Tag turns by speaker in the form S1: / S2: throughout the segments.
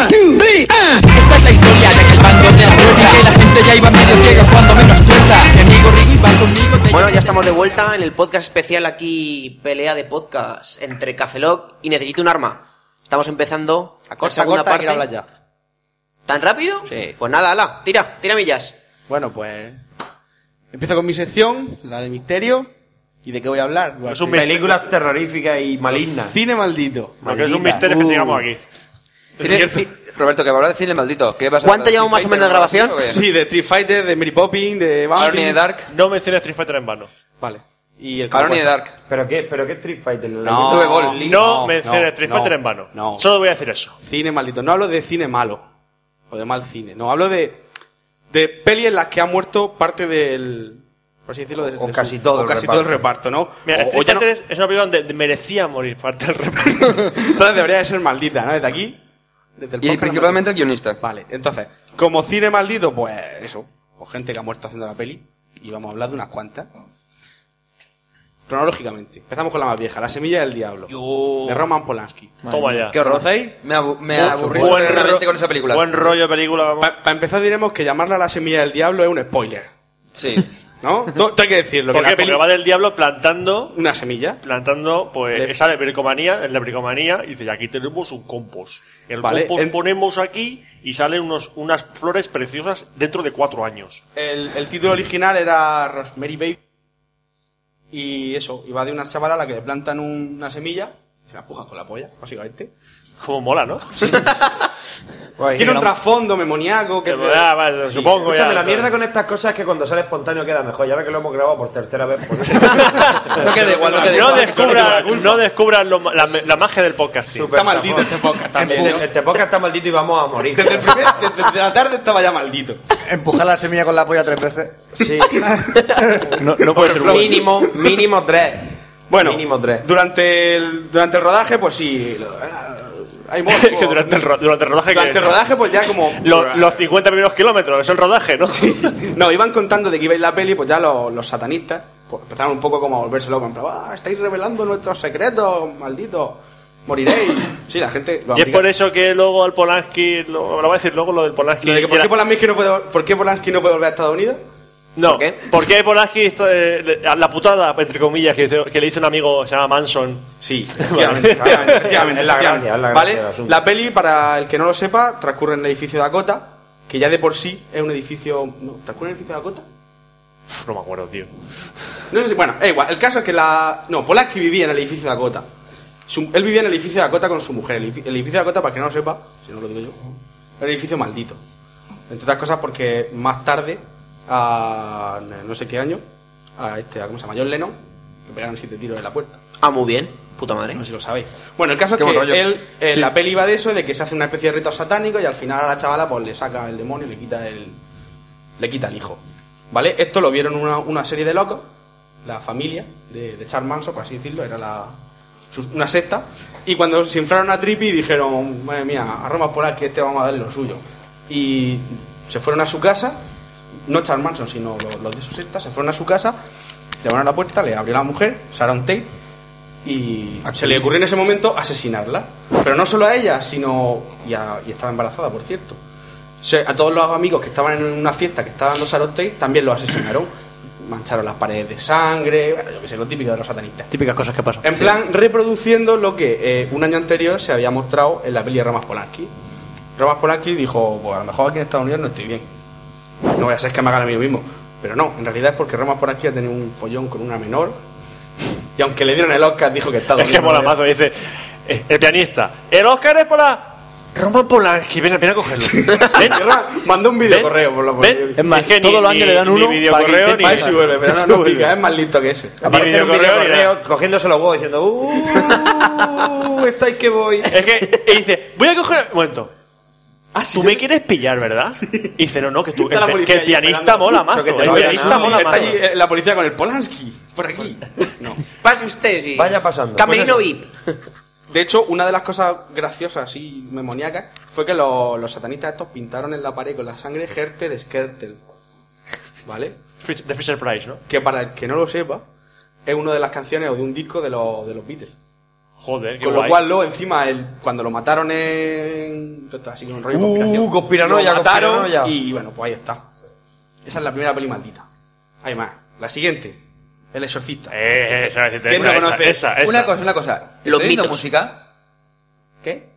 S1: Esta es la historia de aquel banco de la puerta Que la gente ya iba medio ciega cuando menos tuerta Mi amigo Riggy va conmigo de
S2: Bueno, ya estamos de vuelta en el podcast especial aquí, pelea de podcast entre Cafeloc y Necesito un arma. Estamos empezando a
S3: Corta,
S2: segunda
S3: corta, quiero
S2: parte.
S3: hablar ya.
S2: ¿Tan rápido?
S3: Sí.
S2: Pues nada, ala, tira, tira millas.
S3: Bueno, pues. Empiezo con mi sección, la de misterio. ¿Y de qué voy a hablar?
S4: Es
S3: Duarte?
S4: un películas terroríficas y malignas.
S3: Cine maldito.
S4: Porque es un misterio que
S3: Uh.
S4: sigamos aquí.
S5: Cine- ci- Roberto, que va a hablar de cine maldito. ¿Qué vas a
S2: ¿Cuánto
S5: hablar?
S2: llevamos más o menos de grabación?
S3: Sí, de Street Fighter, de Mary Poppins, de
S5: Barney
S3: Buffy.
S5: de Dark.
S4: No menciones Street Fighter en vano.
S3: Vale. Y el
S5: Barney de
S3: Cowboy.
S5: Dark.
S6: ¿Pero qué, pero qué Street Fighter? ¿La
S3: No.
S6: leyenda?
S5: Tuve bol.
S4: No,
S3: no,
S4: menciones
S3: no,
S4: Street
S3: no,
S4: Fighter en vano.
S3: no.
S4: Solo voy a decir eso.
S3: Cine maldito. No hablo de cine malo. O de mal cine. No, hablo de. De pelis en las que ha muerto parte del. Por así decirlo, de,
S6: O
S3: de
S6: casi todo
S3: o
S6: el
S3: casi todo el reparto, ¿no?
S4: Mira,
S3: O- o
S4: Street
S3: ya no-
S4: Fighter es- es una película donde merecía morir parte del reparto.
S3: Entonces debería de ser maldita, ¿no? Desde aquí. Desde el
S5: Y
S3: podcast,
S5: principalmente el guionista.
S3: Vale, entonces, como cine maldito, pues eso, o gente que ha muerto haciendo la peli, y vamos a hablar de unas cuantas. Cronológicamente, empezamos con la más vieja, La semilla del diablo, de Roman Polanski.
S4: Toma ya.
S3: ¿Qué os conocéis?
S5: Me, abu- me aburrí
S4: Buen
S5: soberanamente
S4: ro-
S5: con esa película.
S4: Buen rollo de película, vamos.
S3: Para empezar diremos que llamarla La semilla del diablo es un spoiler,
S5: Sí.
S3: ¿no? Todo hay que decirlo, que
S4: ¿Por
S3: la
S4: qué?
S3: peli...
S4: Porque va del diablo plantando
S3: Una semilla,
S4: plantando pues
S3: Le-
S4: esa leprecomanía, es leprecomanía, y dice, "Y aquí tenemos un compost. El
S3: Vale,
S4: compost
S3: en-
S4: ponemos aquí y salen unos, unas flores preciosas dentro de cuatro años.
S3: el, el título original era Rosemary Baby, y eso, iba de una chavala a la que le plantan un- una semilla, se la empujan con la polla, básicamente.
S4: Como mola, ¿no?
S6: Guay,
S3: Tiene un
S6: no-
S3: trasfondo memoniaco que...
S4: Pero ya, vale,
S3: Sí,
S4: supongo ya.
S6: Escúchame, la mierda con estas cosas es que cuando sale espontáneo queda mejor. Ya ve que lo hemos grabado por tercera vez. pues, por eso.
S5: No queda igual, no queda
S4: No
S5: igual.
S4: descubras no descubras lo- la, la magia del podcast.
S3: Está maldito este podcast también.
S6: este, este podcast está maldito y vamos a morir.
S3: Desde, el primer- desde- desde la tarde estaba ya maldito.
S7: Empujar la semilla con la polla tres veces.
S6: Sí.
S4: No, no puede ser bueno.
S6: mínimo, mínimo tres.
S3: Bueno,
S6: Mínimo tres.
S3: durante el, durante el rodaje, pues sí. lo- ah, hay morbo.
S4: Que durante el, ro- durante el rodaje.
S3: Durante
S4: que-
S3: el rodaje, pues ya como.
S4: Lo- los 50 primeros kilómetros, es el rodaje, ¿no?
S3: No, iban contando de que iba a ir la peli, pues ya los, los satanistas pues empezaron un poco como a volverse locos. en plan, "Ah, estáis revelando nuestros secretos, malditos. Moriréis. Sí, la gente. lo
S4: Y es por
S3: aplica.
S4: eso que luego al Polanski, lo, lo voy a decir luego lo del Polanski.
S3: Lo de que ¿por,
S4: Y
S3: qué
S4: la-
S3: Polanski no puede, ¿Por qué Polanski no puede volver a Estados Unidos?
S4: No,
S2: ¿Por qué?
S4: porque Polanski, esto, eh, le- a la putada, entre comillas, que, hizo- que le hizo un amigo, se llama Manson.
S3: Sí, efectivamente, efectivamente, efectivamente,
S6: Es la
S3: efectivamente.
S6: gracia, es la gracia
S3: ¿Vale?
S6: del asunto.
S3: La peli, para el que no lo sepa, transcurre en el edificio Dakota, que ya de por sí es un edificio. no, ¿Transcurre en el edificio Dakota?
S4: Pff, No me acuerdo, tío.
S3: No sé si. Bueno, es igual. El caso es que la. No, Polanski vivía en el edificio Dakota. Su- él vivía en el edificio Dakota con su mujer. El, edifi- el edificio Dakota, para el que no lo sepa, si no lo digo yo, era un edificio maldito. Entre otras cosas porque más tarde, a no sé qué año, a este, a, ¿cómo se llama? John Lennon, le pegaron siete tiros en la puerta.
S2: Ah, muy bien. Puta madre.
S3: No sé si lo sabéis. Bueno, el caso es
S5: Qué
S3: que
S5: buen rollo.
S3: él, eh, la peli iba de eso, de que se hace una especie de rito satánico y al final a la chavala pues le saca el demonio y le quita el. le quita el hijo. ¿Vale? Esto lo vieron una, una serie de locos, la familia de, de Charles Manson, por así decirlo, era la. sus- una secta. Y cuando se inflaron a Trippy dijeron, madre mía, a Roma Polar que este vamos a darle lo suyo. Y se fueron a su casa, no Charles Manson, sino los, los de su secta, se fueron a su casa, llamaron a la puerta, le abrió la mujer, Sharon Tate, y se le ocurrió en ese momento asesinarla. Pero no solo a ella, sino. Y, a- y estaba embarazada, por cierto. Se- a todos los amigos que estaban en una fiesta que estaba dando Sharon Tate también los asesinaron. Mancharon las paredes de sangre, bueno, yo que sé, lo típico de los satanistas.
S7: Típicas cosas que pasan.
S3: En plan, reproduciendo lo que eh, un año anterior se había mostrado en la peli de Ramas Polanski. Ramas Polanski dijo, pues a lo mejor aquí en Estados Unidos no estoy bien. No voy a ser que me hagan a mí mismo. Pero no, en realidad es porque Ramas Polanski ha tenido un follón con una menor. Y aunque le dieron el Oscar, dijo que Estados
S4: Es que
S3: Unidos...
S4: mola
S3: no
S4: mazo, dice. eh, El pianista. El Oscar es para. Roman Polanski, ven, ven a cogerlo. Ven,
S3: era- Y Ramas mandó un video correo, por lo por
S4: ven.
S3: Dios.
S7: Es más,
S4: que
S7: todos
S4: ni-
S7: los años
S4: ni-
S7: le dan uno
S4: Ni
S7: para que
S4: videocorreo,
S7: intente
S4: ni.
S3: Ahí sí vuelve, pero no, no
S7: No
S3: pica,
S7: vuelve.
S3: es más listo que ese.
S6: Aparece un
S4: videocorreo,
S6: videocorreo cogiéndose los huevos diciendo ¡Uh! ¡Estáis que voy!
S4: Es que y dice, voy a coger. Un momento.
S3: Ah,
S4: Tú me quieres pillar, ¿verdad? Y dice, no, no, que tú.
S3: Está la
S4: el-
S3: policía
S4: Que el
S3: ahí
S4: pianista
S3: esperando.
S4: mola mazo.
S6: que te
S4: El
S6: vayan a-
S4: pianista mola
S3: Está
S4: mazo.
S3: allí eh, la policía con el Polanski, por aquí. No.
S2: Pase usted, sí.
S6: Vaya pasando.
S2: Camerino
S6: Pues
S2: VIP.
S3: De hecho, una de las cosas graciosas y memoniacas fue que lo- los satanistas estos pintaron en la pared con la sangre Hertel Skertel. ¿Vale?
S4: De Fisher Price, ¿no?
S3: Que para el que no lo sepa, es una de las canciones o de un disco de los, de los Beatles.
S4: Joder, qué
S3: Con lo
S4: guay.
S3: cual, luego, encima, el, cuando lo mataron en. esto está Así que un rollo de conspiración.
S6: Uh, conspiranoia,
S3: Lo mataron
S6: conspiranoia.
S3: y bueno, pues ahí está. Esa es la primera peli maldita. Hay más. La siguiente. El exorcista.
S4: Eh, esa, esa,
S3: ¿Quién no
S4: esa,
S3: conoce?
S4: esa, esa.
S5: Una cosa, una cosa.
S2: Los
S5: estoy oyendo
S2: mitos.
S5: música. ¿Qué?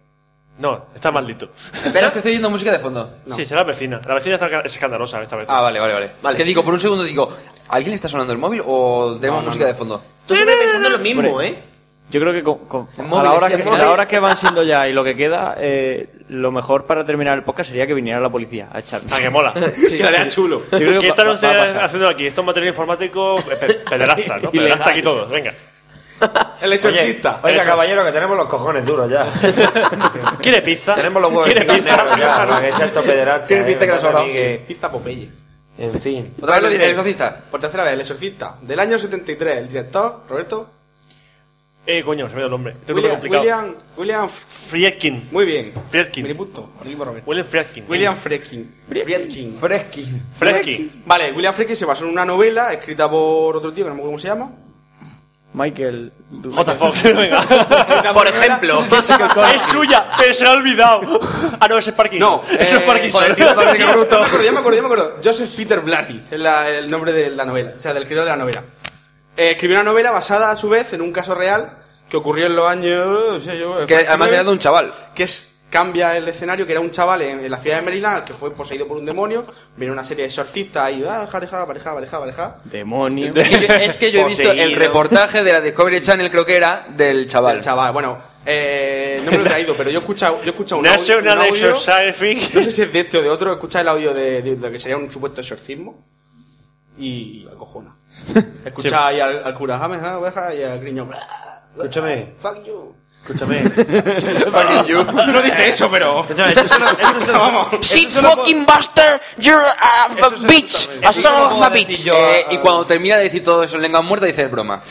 S4: No, está maldito.
S5: Pero es que estoy oyendo música de fondo.
S3: No.
S4: Sí, será la vecina. La vecina está escandalosa esta vez.
S5: Ah, vale, vale, vale.
S2: Vale.
S5: Es que digo, por un segundo digo, ¿a alguien le está sonando el móvil o tenemos música de fondo?
S2: Tú siempre pensando en lo mismo, ¿eh?
S8: Yo creo que con- con-
S5: El
S8: a,
S5: móvil,
S8: la hora
S5: sí,
S8: que,
S5: el móvil.
S8: a la hora que van siendo ya y lo que queda, eh, lo mejor para terminar el podcast sería que viniera la policía a echarme.
S4: Ah, que mola.
S3: Quedaría chulo.
S8: Yo creo
S4: ¿Qué
S8: que va-
S4: están
S8: va- va a
S4: ustedes
S8: pasar.
S4: haciendo aquí? Esto es material informático eh, pe- pederasta, ¿no?
S8: Ilegal.
S4: Pederasta aquí todo, venga.
S3: El exorcista.
S6: Oiga,
S4: Eso.
S6: caballero, que tenemos los cojones duros ya.
S4: ¿Quiere pizza?
S6: tenemos los huevos
S4: ¿Quiere
S6: negros ya.
S4: pizza?
S6: para que sea esto pederasta,
S5: ¿Quién
S6: eh,
S5: dice que
S6: me
S5: nos
S6: parece a mí
S5: ahorramos?
S6: que-
S3: Exorcista Popeye.
S8: En fin.
S5: Otra vez lo dice,
S3: diré.
S5: el exorcista.
S3: Por tercera vez, el exorcista. Del año 73, el director, Roberto.
S4: Eh, coño, se me da el nombre. Este es un nombre
S3: William,
S4: complicado.
S3: William, William F-
S4: Friedkin.
S3: Muy bien.
S4: Friedkin.
S3: Mini punto. por equipo Roberto.
S4: William Friedkin.
S3: William Friedkin. Friedkin.
S6: Fresqui.
S4: Friedkin.
S3: Vale, William Friedkin se basó en una novela escrita por otro tío que no me acuerdo cómo se llama.
S8: Michael. du-
S4: J. Fox, venga.
S3: Escrita
S2: Por
S3: una novela-
S2: ejemplo.
S4: es suya, pero se la ha olvidado. Ah, no, ese es Parkinson.
S3: No,
S4: Eso es
S3: eh,
S4: Parkinson.
S3: joder, tío, joder, que bruto. Ya me acuerdo, ya me acuerdo, ya me acuerdo. Joseph Peter Blatty es la- el nombre de la novela, o sea, del escritor de la novela. Eh, escribió una novela basada a su vez en un caso real que ocurrió en los años. no sé yo,
S5: Que además era de un chaval.
S3: que es cambia el escenario, que era un chaval en, en la ciudad de Maryland al que fue poseído por un demonio, viene una serie de exorcistas y ah, pareja, pareja, pareja, pareja.
S8: Demonio.
S5: Es que yo- es que yo he visto el
S8: Poseído.
S5: reportaje de la Discovery Channel, creo que era, del chaval.
S3: Del chaval. Bueno, eh, no me lo he traído, pero yo he escuchado, yo he escuchado un, audio, un
S4: National
S3: audio-
S4: Exorcising.
S3: No sé si es de este o de otro, escucha el audio de, de lo que sería un supuesto exorcismo y acojona. Escucha ahí al, al cura, "James, ah, oveja", y al griño, "Bla,
S6: Escúchame,
S3: fuck you.
S6: escúchame.
S5: Fucking you.
S3: No dice eso, pero.
S6: Escúchame, eso solo- eso solo-
S2: Shit fucking buster, you're a bitch, a son of a bitch.
S5: Eh, y cuando termina de decir todo eso en lengua muerta, dice es broma.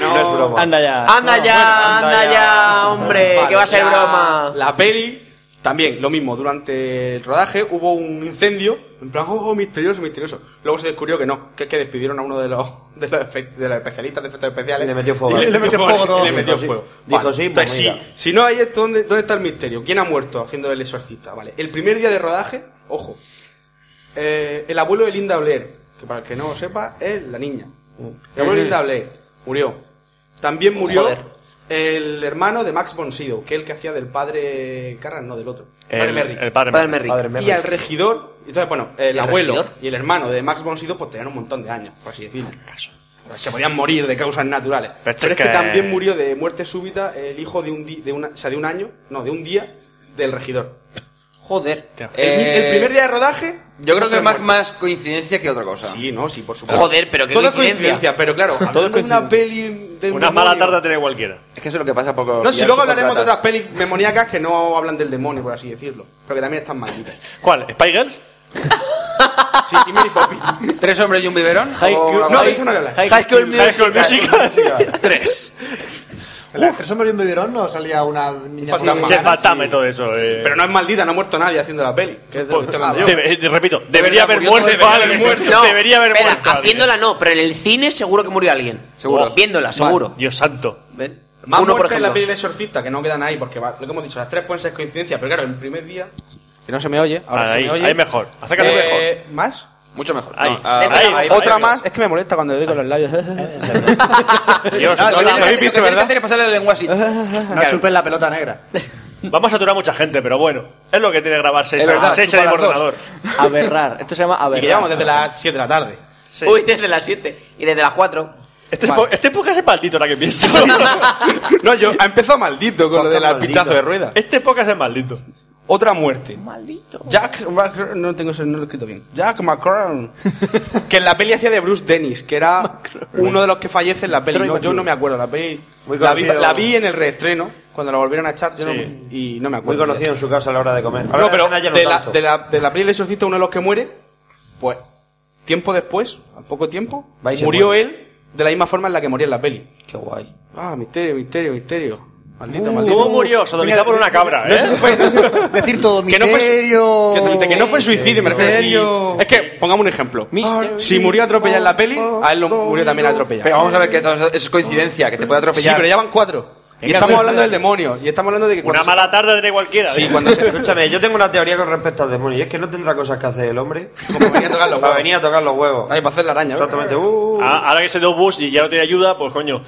S6: No es broma.
S8: Anda ya.
S2: Anda ya,
S3: bueno,
S2: anda
S3: anda
S2: ya, hombre,
S3: Vale,
S2: que va a ser
S3: la-
S2: broma.
S3: La peli, también, lo mismo, durante el rodaje hubo un incendio, en plan, oh, oh, misterioso, misterioso. Luego se descubrió que no, que es que despidieron a uno de los, de los, efe- de los especialistas de efectos especiales.
S6: Y le metió fuego.
S3: Y le metió fuego, todo. Y le metió
S6: Dijo sí.
S3: fuego.
S6: Dijo
S3: Vale,
S6: sí,
S3: entonces,
S6: pues
S3: sí,
S6: mira.
S3: si no hay esto, ¿dónde, ¿dónde está el misterio? ¿Quién ha muerto haciendo el exorcista? Vale, el primer día de rodaje, ojo, eh, el abuelo de Linda Blair, que para el que no lo sepa, es la niña. El abuelo de Linda Blair murió. También murió
S2: Joder.
S3: el hermano de Max Bonsido, que es el que hacía del padre Carras, no del otro. El padre
S4: El,
S3: Merrick.
S4: el padre
S2: Padre
S4: Merrick.
S2: Merrick.
S6: Padre, me-
S3: Y al regidor, entonces, bueno, el,
S2: ¿Y al
S3: abuelo
S2: regidor?
S3: y el hermano de Max Bonsido pues tenían un montón de años, por así decirlo. Pues, Se podían morir de causas naturales.
S4: Pero
S3: Pero,
S4: esto
S3: es que...
S4: que-
S3: también murió de muerte súbita el hijo de un, di- de una, o sea, de un año, no, de un día del regidor.
S2: Joder,
S3: El, mi-
S5: Eh,
S3: el primer día de rodaje.
S5: Yo creo que
S3: otro
S5: es más,
S3: muerto.
S5: más coincidencia que otra cosa.
S3: Sí, no, sí, por supuesto.
S2: joder, pero qué
S3: Todo es
S2: coincidencia.
S3: coincidencia, pero claro, hablando de una peli de
S4: Una mala tarde tiene cualquiera.
S5: Es que eso es lo que pasa por
S3: No, si luego hablaremos de otras pelis demoníacas que no hablan del demonio, por así decirlo. Pero que también están malditas.
S4: ¿Cuál? ¿Spy Girls?
S3: Sí, y Mary Poppins.
S5: Tres hombres y un biberón. o algo
S3: Oh, No,
S5: así.
S3: de eso no voy a hablar.
S2: High School
S4: High School Musical.
S5: Tres.
S7: En las tres hombres y un biberón no salía una niña
S3: fantasma.
S7: con
S4: Se
S7: una gana.
S4: fatame todo eso. eh.
S3: Pero no es maldita, no ha muerto nadie haciendo la peli. Que es de lo que estoy hablando yo.
S4: Debe- eh, repito, debería
S5: verdad,
S4: haber
S5: murió
S4: muerto.
S5: todo el
S4: alguien. debería haber
S2: espera,
S4: muerto. alguien.
S2: haciéndola no, pero en el cine seguro que murió alguien. Oh,
S5: Seguro.
S2: Viéndola, seguro.
S4: Dios santo.
S2: ¿Ven?
S3: Más
S2: Uno, por
S3: muertes en la
S2: ejemplo.
S3: peli del exorcista, que no quedan ahí, porque va- lo que hemos dicho, las tres pueden ser coincidencias, pero claro, el primer día... Que no se me oye, ahora se
S4: ahí,
S3: me oye.
S4: ahí mejor. Acércate
S3: Eh, ¿Más?
S5: Mucho mejor.
S4: Ahí.
S5: No, ah,
S2: Ahí.
S5: vale.
S4: ahí,
S3: Otra
S4: ahí,
S3: más, es que me molesta cuando le doy con los labios.
S4: mejor. Dios,
S3: Ah,
S5: Lo
S4: no,
S5: que
S4: no,
S5: tiene que hacer- lo que
S4: no,
S5: tiene que hacer es pasarle la lengua así.
S7: No chupes la pelota negra.
S4: Vamos a saturar a mucha gente, pero bueno. Es lo que tiene grabar 6
S5: Es verdad,
S4: horas seis
S5: chupa
S4: en el
S5: las dos.
S4: ordenador.
S8: Aberrar. Esto se llama
S3: y que llevamos
S8: aberrar.
S3: desde las 7 de la tarde.
S4: Sí.
S2: Uy, desde las 7 y desde las 4.
S4: Este,
S3: Vale.
S4: po- este podcast es maldito, ahora que pienso.
S3: No, yo, ha empezado maldito con lo
S8: Podcast
S3: del
S8: maldito.
S3: pinchazo de rueda.
S4: este podcast es maldito.
S3: Otra muerte. Jack Mac- no tengo ese- no lo he escrito bien. Jack McCrown. que en la peli hacía de Bruce Dennis, que era uno de los que fallece en la peli.
S8: Troy
S3: No, yo
S8: McClure.
S3: no me acuerdo, la peli.
S6: Muy
S3: La vi,
S6: conocido.
S3: la vi en el reestreno, cuando la volvieron a echar, yo no-
S4: Sí.
S3: y no me
S6: Muy
S3: acuerdo.
S6: conocido en su casa a la hora de comer. Ahora
S3: No, pero
S6: ya no
S3: de la,
S6: tanto.
S3: de, la, de la peli del exorcista, uno de los que muere, pues, tiempo después, al poco tiempo,
S6: Va y se
S3: murió
S6: muere.
S3: él de la misma forma en la que moría en la peli.
S8: Qué guay.
S3: Ah, misterio, misterio, misterio. Maldito,
S7: Uh,
S3: maldito.
S4: ¿Cómo murió? Sodomizado por una cabra,
S7: No sé si
S4: ¿eh?
S7: fue- no sé si- decir todo
S3: Que no fue-
S7: misterio.
S3: Que, te- que no fue suicidio, me refiero.
S5: Misterio.
S3: Si- Es que, pongamos un ejemplo.
S8: Misterio.
S3: Si murió atropellado en la peli, a él lo murió también atropellado.
S5: Pero vamos a ver que todo eso eso es coincidencia, que te puede
S3: sí,
S5: atropellar.
S3: pero ya van cuatro. Y
S8: Venga,
S3: estamos
S8: pero-
S3: hablando del demonio. Y estamos hablando de que
S4: Una
S3: cuando se-
S4: mala tarde de cualquiera.
S3: Sí,
S4: ¿eh?
S3: cuando se...
S6: Escúchame, yo tengo una teoría con respecto al demonio. Y es que no tendrá cosas que hacer el hombre.
S3: Como venía a tocar los
S6: Para
S3: huevos.
S6: venir a tocar los huevos.
S3: Ay, para hacer la araña. ¿verdad?
S6: Exactamente. Uh,
S4: Ah, Ahora que se dio bus y ya no tiene ayuda, pues coño.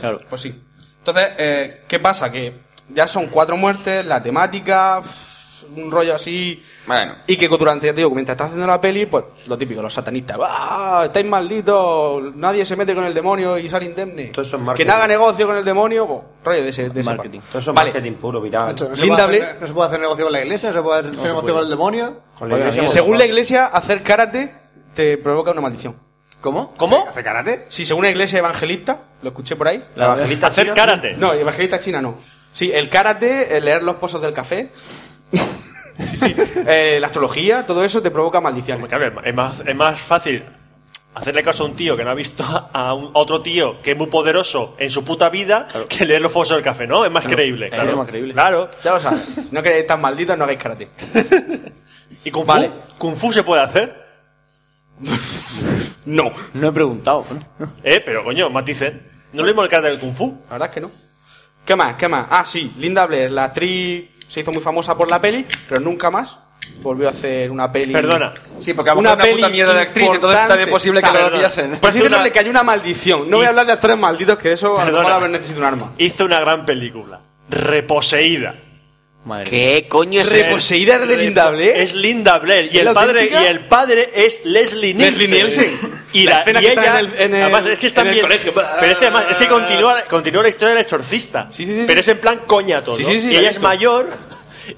S4: Claro.
S3: Pues sí. Entonces, eh, ¿qué pasa? Que ya son cuatro muertes, la temática, pff, un rollo así.
S5: Bueno.
S3: Y que durante, ya te digo, mientras estás haciendo la peli, pues lo típico, los satanistas. ¡Ah! ¡Estáis malditos! Nadie se mete con el demonio y sale indemne.
S6: Todo eso es
S3: que
S6: marketing.
S3: no haga negocio con el demonio, pues, rollo de ese. De ese
S8: Marketing.
S3: palo.
S6: Todo eso es
S3: Vale.
S6: marketing puro, viral.
S7: Macho, no, se
S3: Linda
S7: puede
S3: Blair-
S7: hacer, no se puede hacer negocio con la iglesia, no se puede hacer negocio con el demonio.
S6: Con la iglesia
S8: Oiga,
S3: Según la iglesia, hacer karate te provoca una maldición.
S5: ¿Cómo?
S4: ¿Cómo?
S7: ¿Hace karate?
S3: Sí, según una iglesia evangelista, lo escuché por ahí.
S6: La evangelista
S4: Hacer
S6: china-
S4: karate.
S3: No, evangelista china no. Sí, el karate, el leer los pozos del café. sí, sí. Eh, la astrología, todo eso te provoca
S4: Me
S3: maldiciones.
S4: cabe, Es más, es más fácil hacerle caso a un tío que no ha visto a un- a otro tío que es muy poderoso en su puta vida que leer los fosos del café, ¿no? Es más creíble. Claro.
S8: es más creíble.
S4: Claro.
S3: Ya lo sabes. No queréis tan malditos, no hagáis karate.
S4: ¿Y Kung Fu?
S3: Vale.
S4: ¿Kung Fu se puede hacer?
S3: No.
S8: No he preguntado. ¿no?
S4: Eh, pero coño, maticen. ¿No es lo mismo el karate del Kung Fu?
S3: La verdad es que no. ¿Qué más? ¿Qué más? Ah, sí, Linda Blair, la actriz se hizo muy famosa por la peli, pero nunca más volvió a hacer una peli.
S4: Perdona.
S5: Sí, porque a lo mejor una, puta mierda de actriz, entonces
S3: importante.
S5: también es posible que
S3: Ah,
S5: lo
S4: perdona.
S5: pillasen.
S3: Por así
S4: Una-
S3: decirlo, le cayó una maldición. No voy a hablar de actores malditos, que de eso a lo mejor
S4: Perdona.
S3: a ver, necesito un arma.
S4: Hizo una gran película. Reposeída.
S8: Madre mía.
S2: ¿Qué coño es
S3: Repo-
S2: eso?
S3: ¿Poseída es de Linda Blair?
S4: Es Linda Blair.
S3: ¿Es
S4: Y el,
S3: la
S4: padre, y
S3: auténtica?
S4: el padre es Leslie Nielsen.
S3: Leslie Nielsen.
S4: Y,
S3: La
S4: la,
S3: escena
S4: y
S3: que
S4: ella,
S3: está en el- en el-
S4: además, es que está
S3: en el
S4: bien.
S3: colegio.
S4: Pero es que además, es que continúa, continúa la historia del exorcista.
S3: Sí, sí, sí,
S4: Pero
S3: sí.
S4: es en plan coña todo.
S3: Sí, sí, sí,
S4: y
S3: la he
S4: ella es
S3: visto.
S4: mayor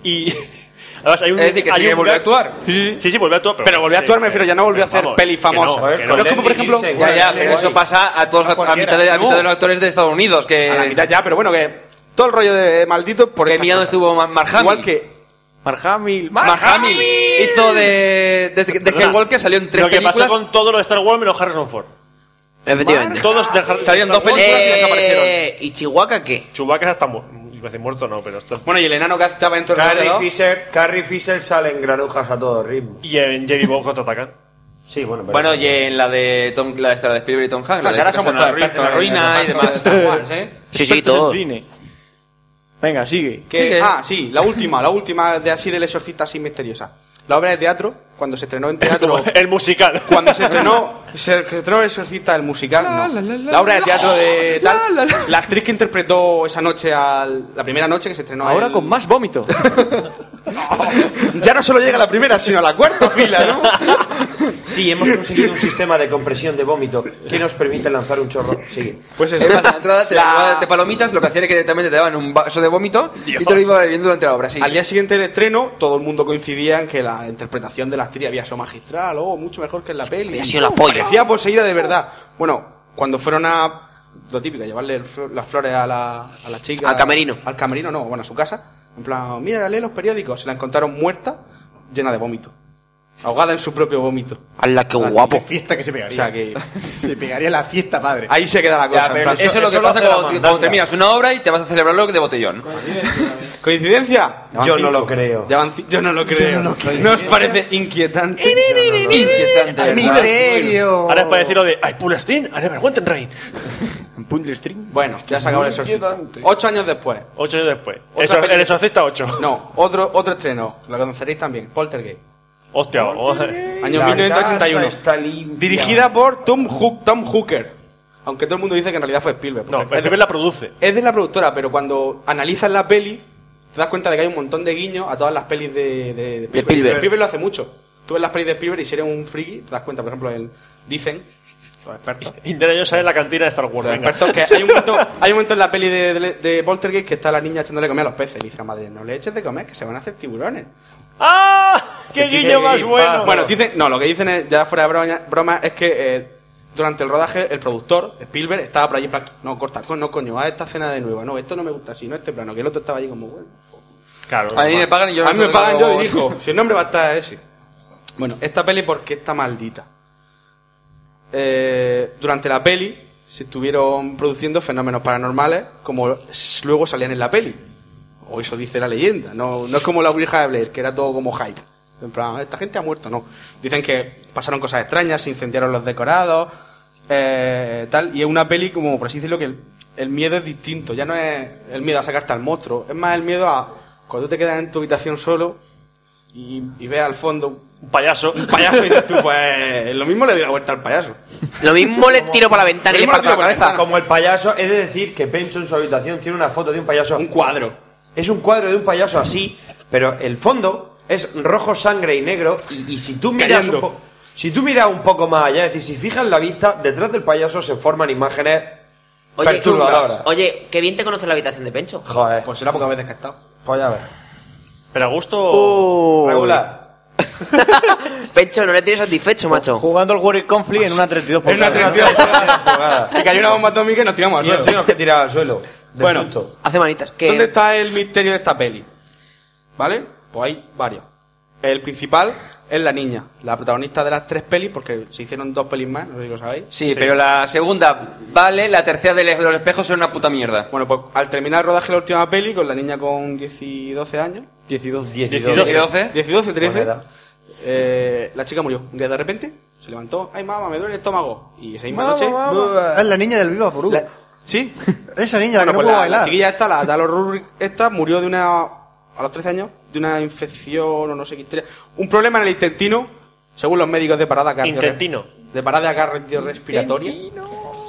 S4: y... Además, hay un,
S5: Es decir, que
S4: hay
S5: sí que
S4: un
S5: volvió a
S4: gag-
S5: actuar.
S4: Sí, sí, sí, volvió a actuar.
S3: Pero volvió a actuar, me refiero, ya no volvió a
S4: pero
S3: hacer
S4: vamos,
S3: peli
S4: que no,
S3: famosa.
S4: joder,
S3: Que
S4: con
S3: no es como, por
S4: Leslie
S3: ejemplo,
S6: Nielsen,
S5: Ya, ya,
S6: Bueno,
S5: pero eso pasa a todos los- a
S7: cualquiera.
S5: mitad de, a mitad
S3: No.
S5: de los actores de Estados Unidos, que,
S3: A la mitad ya, pero bueno, que todo el rollo de malditos por
S5: que
S3: estas
S5: mirando
S3: cosas.
S5: estuvo Mar- Mark Hamill.
S3: Igual que
S8: Mark Hamill.
S5: Mark Hamill hizo de, de, de Hellwalker, salió en tres
S4: Lo que pasó
S5: películas,
S4: con todo lo de Star Wars menos Harrison Ford.
S2: Efectivamente.
S4: Todos de Har-
S5: salieron
S4: Star
S5: dos
S4: Wars,
S5: películas y desaparecieron.
S2: Eh, ¿Y Chihuahua qué?
S4: Chewbacca está mu- iba a decir muerto, no, pero está...
S3: Bueno, y el enano que estaba dentro del
S6: Carrie
S3: ordenador.
S6: Fisher, Carrie Fisher sale en granujas a todo ritmo.
S4: Y en Jerry Bow contraatacan.
S6: Sí, bueno, pero.
S5: Bueno, y en la de Tom, la esta, la de Spielberg y Tom Hanks, la
S3: Claro,
S5: de
S3: que Pues ahora
S5: Casa
S3: somos
S5: en la
S3: todos
S5: ruina-
S3: expertos en
S5: la ruina y demás.
S3: ¿eh?
S2: Sí, sí, todo.
S8: Cine. Venga, sigue.
S3: Que-
S5: Sí, que-
S3: Ah, sí, la última, la última de así del exorcista así misteriosa. La obra de teatro, cuando se estrenó en teatro.
S4: El musical.
S3: Cuando se estrenó, se se estrenó El Exorcista, el musical, no. La, obra de teatro de tal. La, actriz que interpretó esa noche, al- la primera noche que se estrenó.
S8: Ahora
S3: el-
S8: con más vómito.
S3: Ya no solo llega a la primera, sino a la cuarta fila, ¿no?
S6: Sí, hemos conseguido un sistema de compresión de vómito que nos permite lanzar un chorro. Sigue.
S3: Pues eso.
S5: En la entrada te
S3: La-
S5: daban de palomitas, lo que hacían era que directamente te daban un vaso de vómito y te lo ibas bebiendo durante la obra. Sí.
S3: Al día siguiente del estreno, todo el mundo coincidía en que la interpretación de la actriz había sido magistral, o mucho mejor que en la peli.
S2: Había sido la polla.
S3: Parecía poseída de verdad. Bueno, cuando fueron a. Lo típico, llevarle el flo- las flores a la, a la chica.
S2: Al camerino.
S3: Al camerino, no, bueno, a su casa. En plan, mira, lee los periódicos. Se la encontraron muerta, llena de vómito. Ahogada en su propio vómito.
S2: ¡Hala, qué
S7: Qué
S2: guapo!
S7: fiesta que se pegaría.
S3: O sea que.
S7: Se pegaría la fiesta, padre.
S3: Ahí se queda la cosa. en plan,
S5: eso, es lo que
S6: eso lo
S5: pasa
S6: hace la
S5: cuando,
S6: mandanga.
S5: cuando terminas una obra y te vas a celebrarlo de botellón.
S3: ¿Coincidencia? Ya van
S6: Yo no lo creo.
S3: Ya van ci- Yo no lo creo. ¿No, os parece inquietante?
S5: Inquietante. ¿verdad?
S7: ¡Misterio!
S4: Ahora es para decir lo de I pull a string, I never went in rain.
S3: Bueno, ya se acabó el exorcista. Ocho años después.
S4: Ocho años después.
S3: Otra
S4: Exor-
S3: peli-
S4: el exorcista ocho.
S3: No, otro, otro estreno. Lo conoceréis también. Poltergeist.
S4: Hostia, vamos a ver.
S3: Año
S6: La
S3: 1981.
S6: casa está limpia.
S3: Dirigida por Tom, Hook, Tom Hooker. Aunque todo el mundo dice que en realidad fue Spielberg.
S4: No,
S3: porque es,
S4: el
S3: de,
S4: primer la produce.
S3: es de la productora, pero cuando analizas la peli, te das cuenta de que hay un montón de guiños a todas las pelis de, de, de Spielberg.
S2: Spielberg.
S3: lo hace mucho. Tú ves las pelis de Spielberg y si eres un friki, te das cuenta, por ejemplo, el, dicen los expertos.
S4: Indiana Jones sale en la cantina de Star Wars.
S3: Los
S4: venga.
S3: expertos Pues que hay un momento, hay un momento en la peli de, de, de Poltergeist que está la niña echándole comer a los peces. Y dice, madre, no le eches de comer, que se van a hacer tiburones.
S4: ¡Ah! ¡Qué
S6: Que chique,
S4: guiño más
S6: sí,
S4: bueno!
S6: pasa.
S3: Bueno, dicen, no, lo que dicen es, ya fuera de broña- broma, es que eh, durante el rodaje el productor, Spielberg, estaba por allí en plan, no, corta, co- no, coño, a esta escena de nuevo, no, esto no me gusta, si no este plano, que el otro estaba allí como, bueno,
S4: Claro.
S5: A mí me pagan y yo
S3: a
S5: no
S3: mí me
S5: sé
S3: pagan,
S5: cómo-
S3: yo dirijo, si el nombre va a estar ese. Bueno, esta peli porque está maldita. Eh, durante la peli se estuvieron produciendo fenómenos paranormales como s- luego salían en la peli. O eso dice la leyenda. No, no es como la Ouija de Blair, que era todo como hype. En plan, esta gente ha muerto, no. Dicen que pasaron cosas extrañas, se incendiaron los decorados, eh, tal. Y es una peli como, por así decirlo, que el, el miedo es distinto. Ya no es el miedo a sacarte al monstruo. Es más el miedo a cuando te quedas en tu habitación solo y, y ves al fondo
S4: Un payaso.
S3: un payaso y dices tú, pues lo mismo le doy la vuelta al payaso.
S2: Lo mismo le tiro para la ventana y le
S3: Lo mismo
S2: parto
S3: le
S2: la
S3: tiro por la
S2: cabeza.
S3: ventana.
S9: Como el payaso, he de decir que Pencho en su habitación tiene una foto de un payaso.
S3: Un cuadro.
S9: Es un cuadro de un payaso así, pero el fondo es rojo, sangre y negro. Y, y si tú miras
S3: Callando.
S9: un po- si tú miras un poco más allá, es decir, si fijas la vista, detrás del payaso se forman imágenes
S2: Oye,
S9: perturbadoras.
S2: oye, qué bien te conoces la habitación de Pencho.
S9: Joder,
S3: Pues será pocas veces que ha estado.
S9: pues ya ves.
S4: Pero a gusto.
S2: Oh.
S9: Regular.
S2: Pencho, no le tienes satisfecho, macho.
S8: Jugando al Warrior Conflict en una 32 por
S3: Es una
S8: cada.
S3: tradición.
S9: Jugada.
S3: Que cayó una bomba atómica y nos tiramos al
S9: Y nos
S3: suelo.
S9: tenemos que tirar al suelo. de
S3: Bueno.
S9: susto.
S2: Hace manitas. Que...
S3: ¿Dónde está el misterio de esta peli? ¿Vale? Pues hay varios. El principal es la niña, la protagonista de las tres pelis, porque se hicieron dos pelis más, no sé si lo sabéis.
S5: Sí, pero la segunda vale, la tercera de los espejos es una puta mierda.
S3: Bueno, pues al terminar el rodaje de la última peli, con la niña con 10 y 12 años,
S5: 12,
S4: 12.
S8: 12,
S5: 12.
S3: 10 y 12, 13,
S9: Buena edad.
S3: eh, la chica murió. Un día de repente se levantó, ay mamá, me duele el estómago. Y esa misma noche...
S10: Es la niña del Viva Porú.
S3: la- ¿Sí?
S10: Esa niña la
S3: Bueno,
S10: que no
S3: pues
S10: puedo
S3: la, la
S10: bailar.
S3: chiquilla esta, la Talo Rurik, esta murió de una. a los 13 años, de una infección o no sé qué historia. Un problema en el intestino, según los médicos de parada
S4: Intestino.
S3: cardiorrespiratoria. De parada cardiorrespiratoria.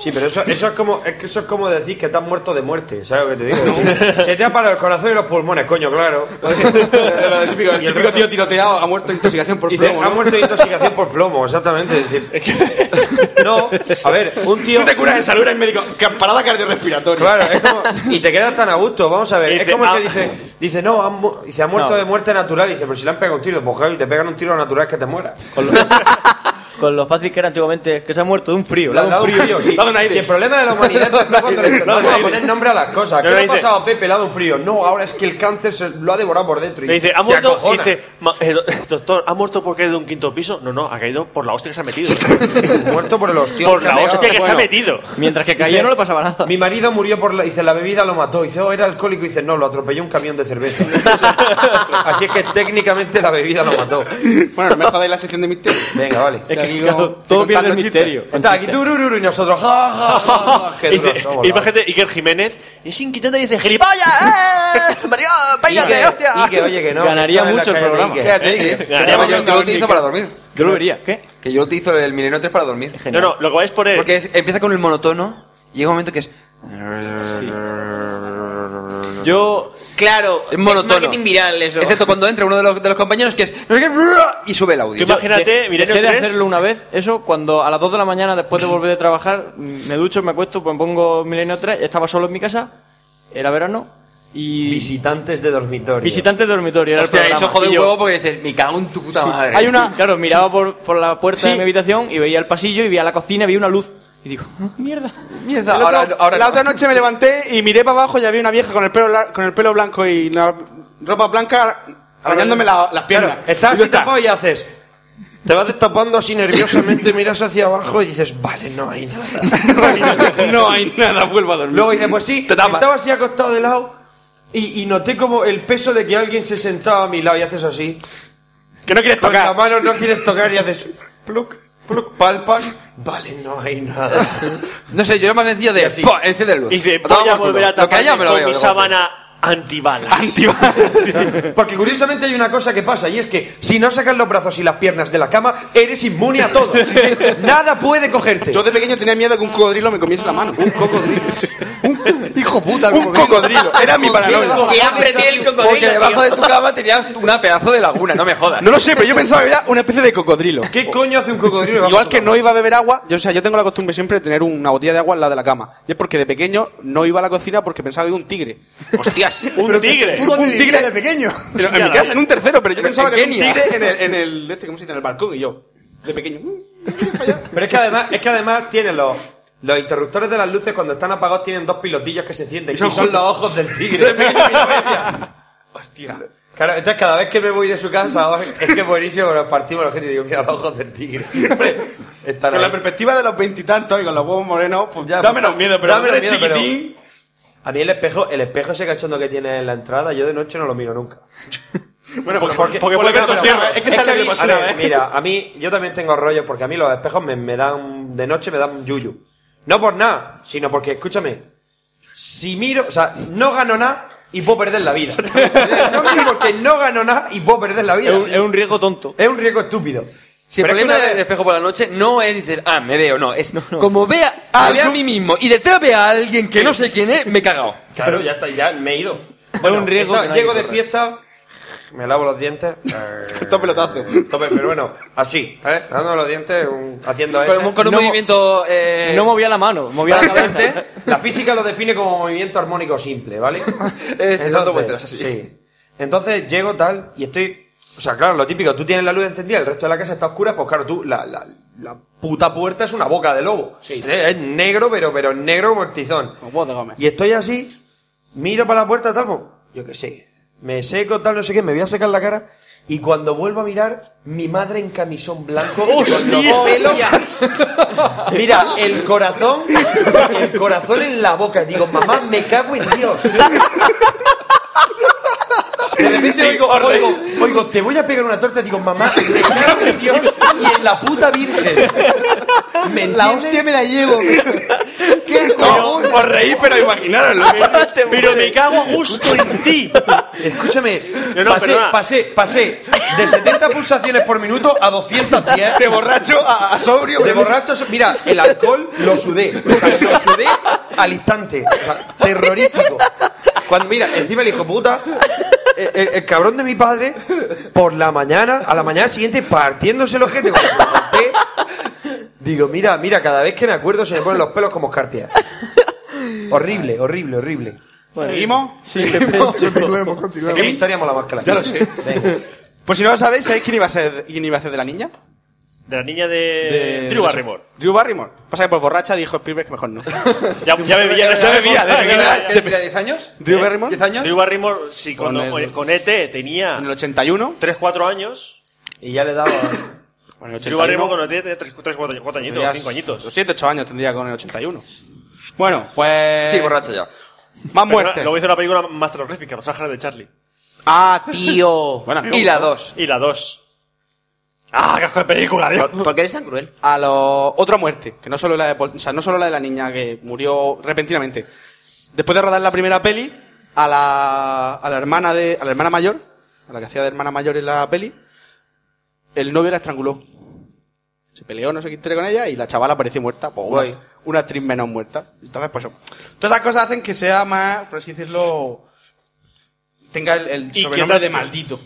S9: Sí, pero eso, eso es como es que eso es como decir que estás muerto de muerte, ¿sabes lo que te digo? Se te ha parado el corazón y los pulmones, coño, claro.
S3: Lo típico, el
S9: Y el
S3: típico
S9: resto-
S3: tío tiroteado ha muerto de intoxicación por
S9: Y dice,
S3: plomo.
S9: ha
S3: ¿no?
S9: muerto de intoxicación por plomo, exactamente. Es decir, no, a ver, "Ah, un tío.
S3: Tú te curas de salud, eres médico. que- Parada cardiorrespiratoria.
S9: Claro, es como. Y te quedas tan a gusto, vamos a ver.
S4: Y
S9: es
S4: dice,
S9: como
S4: ah.
S9: que dice, dice, no, han mu- dice, ha muerto
S8: No.
S9: de muerte natural. Y dice, pero si le han pegado un tiro, pues claro, y te pegan un tiro natural es que te mueras.
S8: Con lo fácil que era antiguamente, que se ha muerto de un frío.
S9: Le
S8: Le ha
S9: han dado un frío.
S3: Le
S9: sí.
S3: han dado un aire.
S9: Si el problema de la humanidad es cuando le empezamos a poner nombre a las cosas. ¿Qué
S4: No, no,
S9: le ha
S4: dice-
S9: pasado a Pepe? Le ha dado un frío. No, ahora es que el cáncer se lo ha devorado por dentro. y
S4: Le dice,
S9: te
S4: ¿ha muerto? Y
S9: acojona.
S4: dice, "Ma- eh, do- doctor, ¿ha muerto porque es de un quinto piso? No, no, ha caído por la hostia que se ha metido.
S9: Muerto por el hostión.
S4: por
S9: que ha
S4: la
S9: pegado.
S4: hostia que se ha
S9: Bueno,
S4: metido. "Ah,
S8: Mientras que caía
S9: dice,
S8: no le pasaba nada.
S9: Mi marido murió por la. Dice, la bebida lo mató. Dice, oh, era alcohólico. Dice, no, lo atropelló un camión de cerveza. Así es que técnicamente la bebida lo mató.
S3: Bueno, no me jodáis la sección de misterio.
S9: Venga, vale.
S8: Es que,
S3: Te digo,
S8: claro,
S3: te
S8: todo pierde el
S3: contando chistes.
S8: misterio.
S9: Está aquí turururu y nosotros. Ja, ja, ja, ja, qué
S4: Y
S9: duros
S4: dice,
S9: somos, la verdad.
S4: imagínate, Iker Jiménez es inquietante y dice, ¡gilipollas! ¡Eh! ¡Mario,
S9: Y que-
S4: peínate, hostia!
S9: y que, oye, que no.
S8: Ganaría
S9: que está en la
S8: mucho el
S9: calle de
S8: programa.
S9: Ike.
S3: Fíjate,
S5: Sí,
S3: que-
S5: pero yo, yo lo utilizo para dormir.
S8: Yo lo vería. ¿Qué?
S5: Que este yo utilizo el Milenio 3 para dormir.
S4: No, no, lo que vais por él.
S5: Porque es- empieza con el monotono y llega un momento que es.
S8: Yo.
S2: Claro, es,
S5: Es monótono.
S2: marketing viral eso.
S5: Excepto cuando entra uno de los, de los compañeros que es. no sé qué, Y sube el audio.
S4: Yo- Imagínate,
S8: Dej-
S4: Milenio
S8: dejé de
S4: 3.
S8: hacerlo una vez, eso cuando a las 2 de la mañana después de volver de trabajar, mm, me ducho, me acuesto, pues pongo Milenio 3, estaba solo en mi casa, era verano, y
S9: Visitantes de dormitorio.
S8: visitantes de dormitorio era
S5: Hostia,
S8: el programa.
S5: eso jode
S8: Y
S5: un
S8: yo,
S5: huevo porque dices, me cago en tu puta madre.
S3: Hay una.
S8: Claro, miraba por, por la puerta
S3: Sí.
S8: de mi habitación y veía el pasillo y veía la cocina, veía una luz. Y digo, "Ah, mierda.
S5: Mierda,
S3: El otro-
S5: ahora, ahora
S3: la
S5: no.
S3: otra noche me levanté y miré para abajo y había una vieja con el pelo, lar- con el pelo blanco y la ropa blanca arañándome la- las piernas.
S9: Claro, estás
S3: Y yo,
S9: así tapado y haces. Te vas destapando así nerviosamente, miras hacia abajo y dices, vale, no hay nada.
S3: No hay nada, vuelvo a dormir.
S9: Luego dices, pues sí,
S3: Te tapas.
S9: estaba así acostado de lado y, y noté como el peso de que alguien se sentaba a mi lado y haces así.
S3: que no quieres
S9: Con la
S3: tocar.
S9: mano no quieres tocar y haces pluk, pluk, palpas. Vale, no hay nada.
S5: No sé, yo lo más sencillo de.
S9: así.
S5: ¡Pah! Encende luz.
S4: Y dice,
S5: A tomar
S4: voy a
S5: por culo.
S4: volver a
S5: Lo que haya me
S4: tapar
S5: lo
S4: con
S5: veo.
S4: mi
S5: luego.
S4: sábana antibalas.
S9: Porque curiosamente hay una cosa que pasa y es que si no sacas los brazos y las piernas de la cama, eres inmune a todo. Nada puede cogerte.
S3: Yo de pequeño tenía miedo que un cocodrilo me comiese la mano. Un cocodrilo.
S10: Hijo puta, el
S3: un cocodrilo. Era mi paranoia.
S2: Que hambre tiene el cocodrilo.
S5: Porque
S2: tío.
S5: debajo de tu cama tenías una pedazo de laguna, no me jodas.
S3: No lo sé, pero yo pensaba que era una especie de cocodrilo.
S9: ¿Qué coño hace un cocodrilo? debajo
S3: Igual
S9: de
S3: que
S9: tu
S3: no iba a beber agua, yo, o sea, yo tengo la costumbre siempre de tener una botella de agua al lado de la cama. Y es porque de pequeño no iba a la cocina porque pensaba que era un tigre.
S2: Hostias.
S4: Un tigre.
S10: Un tigre de pequeño.
S3: Pero en mi casa, en un tercero, pero yo pensaba que era un
S5: Kenia.
S3: tigre en el, en el, este, ¿cómo se dice? En el balcón y yo, de pequeño. mm,
S9: Pero es que además, es que además tiene los, los interruptores de las luces cuando están apagados tienen dos pilotillos que se encienden y son, los ojos del tigre. Hostia. Claro, entonces cada vez que me voy de su casa, es que es buenísimo que nos partimos los gente y digo, mira los ojos del tigre. Hombre, Están
S3: Con
S9: ahí.
S3: la perspectiva de los veintitantos y con los huevos morenos, pues
S9: Ya,
S3: dame
S9: pues,
S3: los miedos, pero
S9: dame
S3: cuando
S9: los
S3: eres
S9: miedos, pero-
S3: chiquitín.
S9: A mí el espejo, el espejo ese cachondo que tiene en la entrada, yo de noche no lo miro nunca.
S3: Bueno,
S4: Porque-
S3: pero
S4: porque puede
S3: no,
S4: ver
S3: pero
S4: todo.
S3: Es que sale ¿eh?
S9: a
S3: lo
S9: mí-
S3: que pasó
S9: a
S3: una vez.
S9: ver, Mira, a mí yo también tengo rollo porque a mí los espejos me, me dan de noche me dan un yuyu. No por nada, sino porque escúchame. Si miro, o sea, no gano nada y puedo perder la vida. No miro porque no gano nada y puedo perder la vida.
S8: Es un, es un riesgo tonto.
S9: Es un riesgo estúpido.
S5: Si el
S9: Pero es que
S5: problema
S9: una
S5: del
S9: vez-
S5: espejo por la noche no es decir, ah, me veo, no. Es como vea, me vea a mí mismo y detrás vea a alguien que no sé quién es, me he cagado.
S9: Claro, ya está, ya me he ido.
S8: Es un riesgo
S9: está,
S8: que nadie
S9: llego de
S8: corre.
S9: fiesta, me lavo los dientes.
S3: Esto es pelotazo.
S9: Tope, pero bueno, así, ¿eh? Lavándome los dientes, un- haciendo eso.
S5: Con, un- con un
S8: No mo-
S5: movimiento. Eh,
S8: No movía la mano, movía la cabeza.
S5: adelante.
S9: La física lo define como movimiento armónico simple, ¿vale?
S5: decir, dando vueltas, así.
S9: sí. Entonces llego tal y estoy. O sea, claro, lo típico, tú tienes la luz encendida, el resto de la casa está oscura, pues claro, tú, la, la- la puta puerta es una boca de lobo.
S2: Sí.
S9: Es es negro, pero, pero negro como el tizón.
S3: Como vos de Gómez.
S9: Y estoy así, miro para la puerta, tal, pues, yo qué sé. Me seco, tal, no sé qué, me voy a secar la cara. Y cuando vuelvo a mirar, mi madre en camisón blanco, con los pelos. Mira, el corazón, el corazón en la boca. Digo, mamá, me cago en Dios. De repente oigo, oigo, oigo, te voy a pegar una torta. Digo, mamá, me cago en Dios y en la puta virgen. ¿Me
S11: La
S9: entiendes?
S11: hostia me la llevo. ¿Qué
S3: No, os reís, pero imaginaros
S4: Pero me cago justo en ti.
S9: Escúchame,
S4: No, no,
S9: pasé,
S4: perdona.
S9: pasé, pasé de 70 pulsaciones por minuto a 210.
S3: De borracho a, a sobrio.
S9: De borracho, so- mira, el alcohol lo sudé. O sea, lo sudé al instante. O sea, terrorífico. Cuando, mira, encima el hijo puta, el, el- el cabrón de mi padre, por la mañana, a la mañana siguiente, partiéndose el ojete. cuando me levanté, Digo, mira, mira, cada vez que me acuerdo se me ponen los pelos como escarpias. Horrible, horrible, horrible.
S3: ¿Seguimos?
S8: Sí, qué pena.
S11: Continuemos, continuemos.
S9: Que mi historia mola más que la
S3: Ya lo
S9: tuya.
S3: sé.
S9: Venga.
S3: Pues si no lo sabéis, ¿sabéis quién iba a ser, quién iba a ser de la niña?
S4: De la niña de. Eh, Drew Barrymore.
S3: Drew Barrymore. Pasa que por borracha dijo Spielberg que mejor no.
S4: Ya, ya bebía,
S3: Ya bebía, de pequeña.
S4: ya, ya.
S5: ¿Qué, tenía 10 años?
S3: Drew Barrymore.
S5: ¿10 ¿Eh? años?
S4: Drew Barrymore, sí,
S3: Con
S4: cuando-
S3: el-
S4: con ET tenía
S3: En el 81.
S4: 3-4 años.
S9: Y ya le daba.
S3: Bueno,
S4: Drew Barrymore cuando E tenía 3-4 añitos, 5 añitos.
S3: 7, 8 años tendría con el 81. Bueno, pues.
S5: Sí, borracho ya.
S3: Más
S4: Pero
S3: muerte.
S4: Luego hizo una película más terrorífica, Los Ángeles de Charlie.
S2: ¡Ah, tío!
S3: Bueno,
S5: Y la 2.
S4: Y la 2. ¡Ah, casco de película! Dios!
S2: ¿Por qué eres tan cruel?
S3: a lo... otra muerte, que no solo la de Paul- o sea, no solo la de la niña que murió repentinamente. Después de rodar la primera peli, a la, a la hermana de a la hermana mayor, a la que hacía de hermana mayor en la peli, el novio la estranguló. Se peleó, no sé qué historia con ella, y la chavala apareció muerta. Pues
S9: Guay.
S3: una, una actriz menos muerta. Entonces, pues eso. Todas esas cosas hacen que sea más, por así decirlo, tenga el, el
S4: ¿Y
S3: sobrenombre
S4: qué
S3: de
S4: tal?
S3: maldito.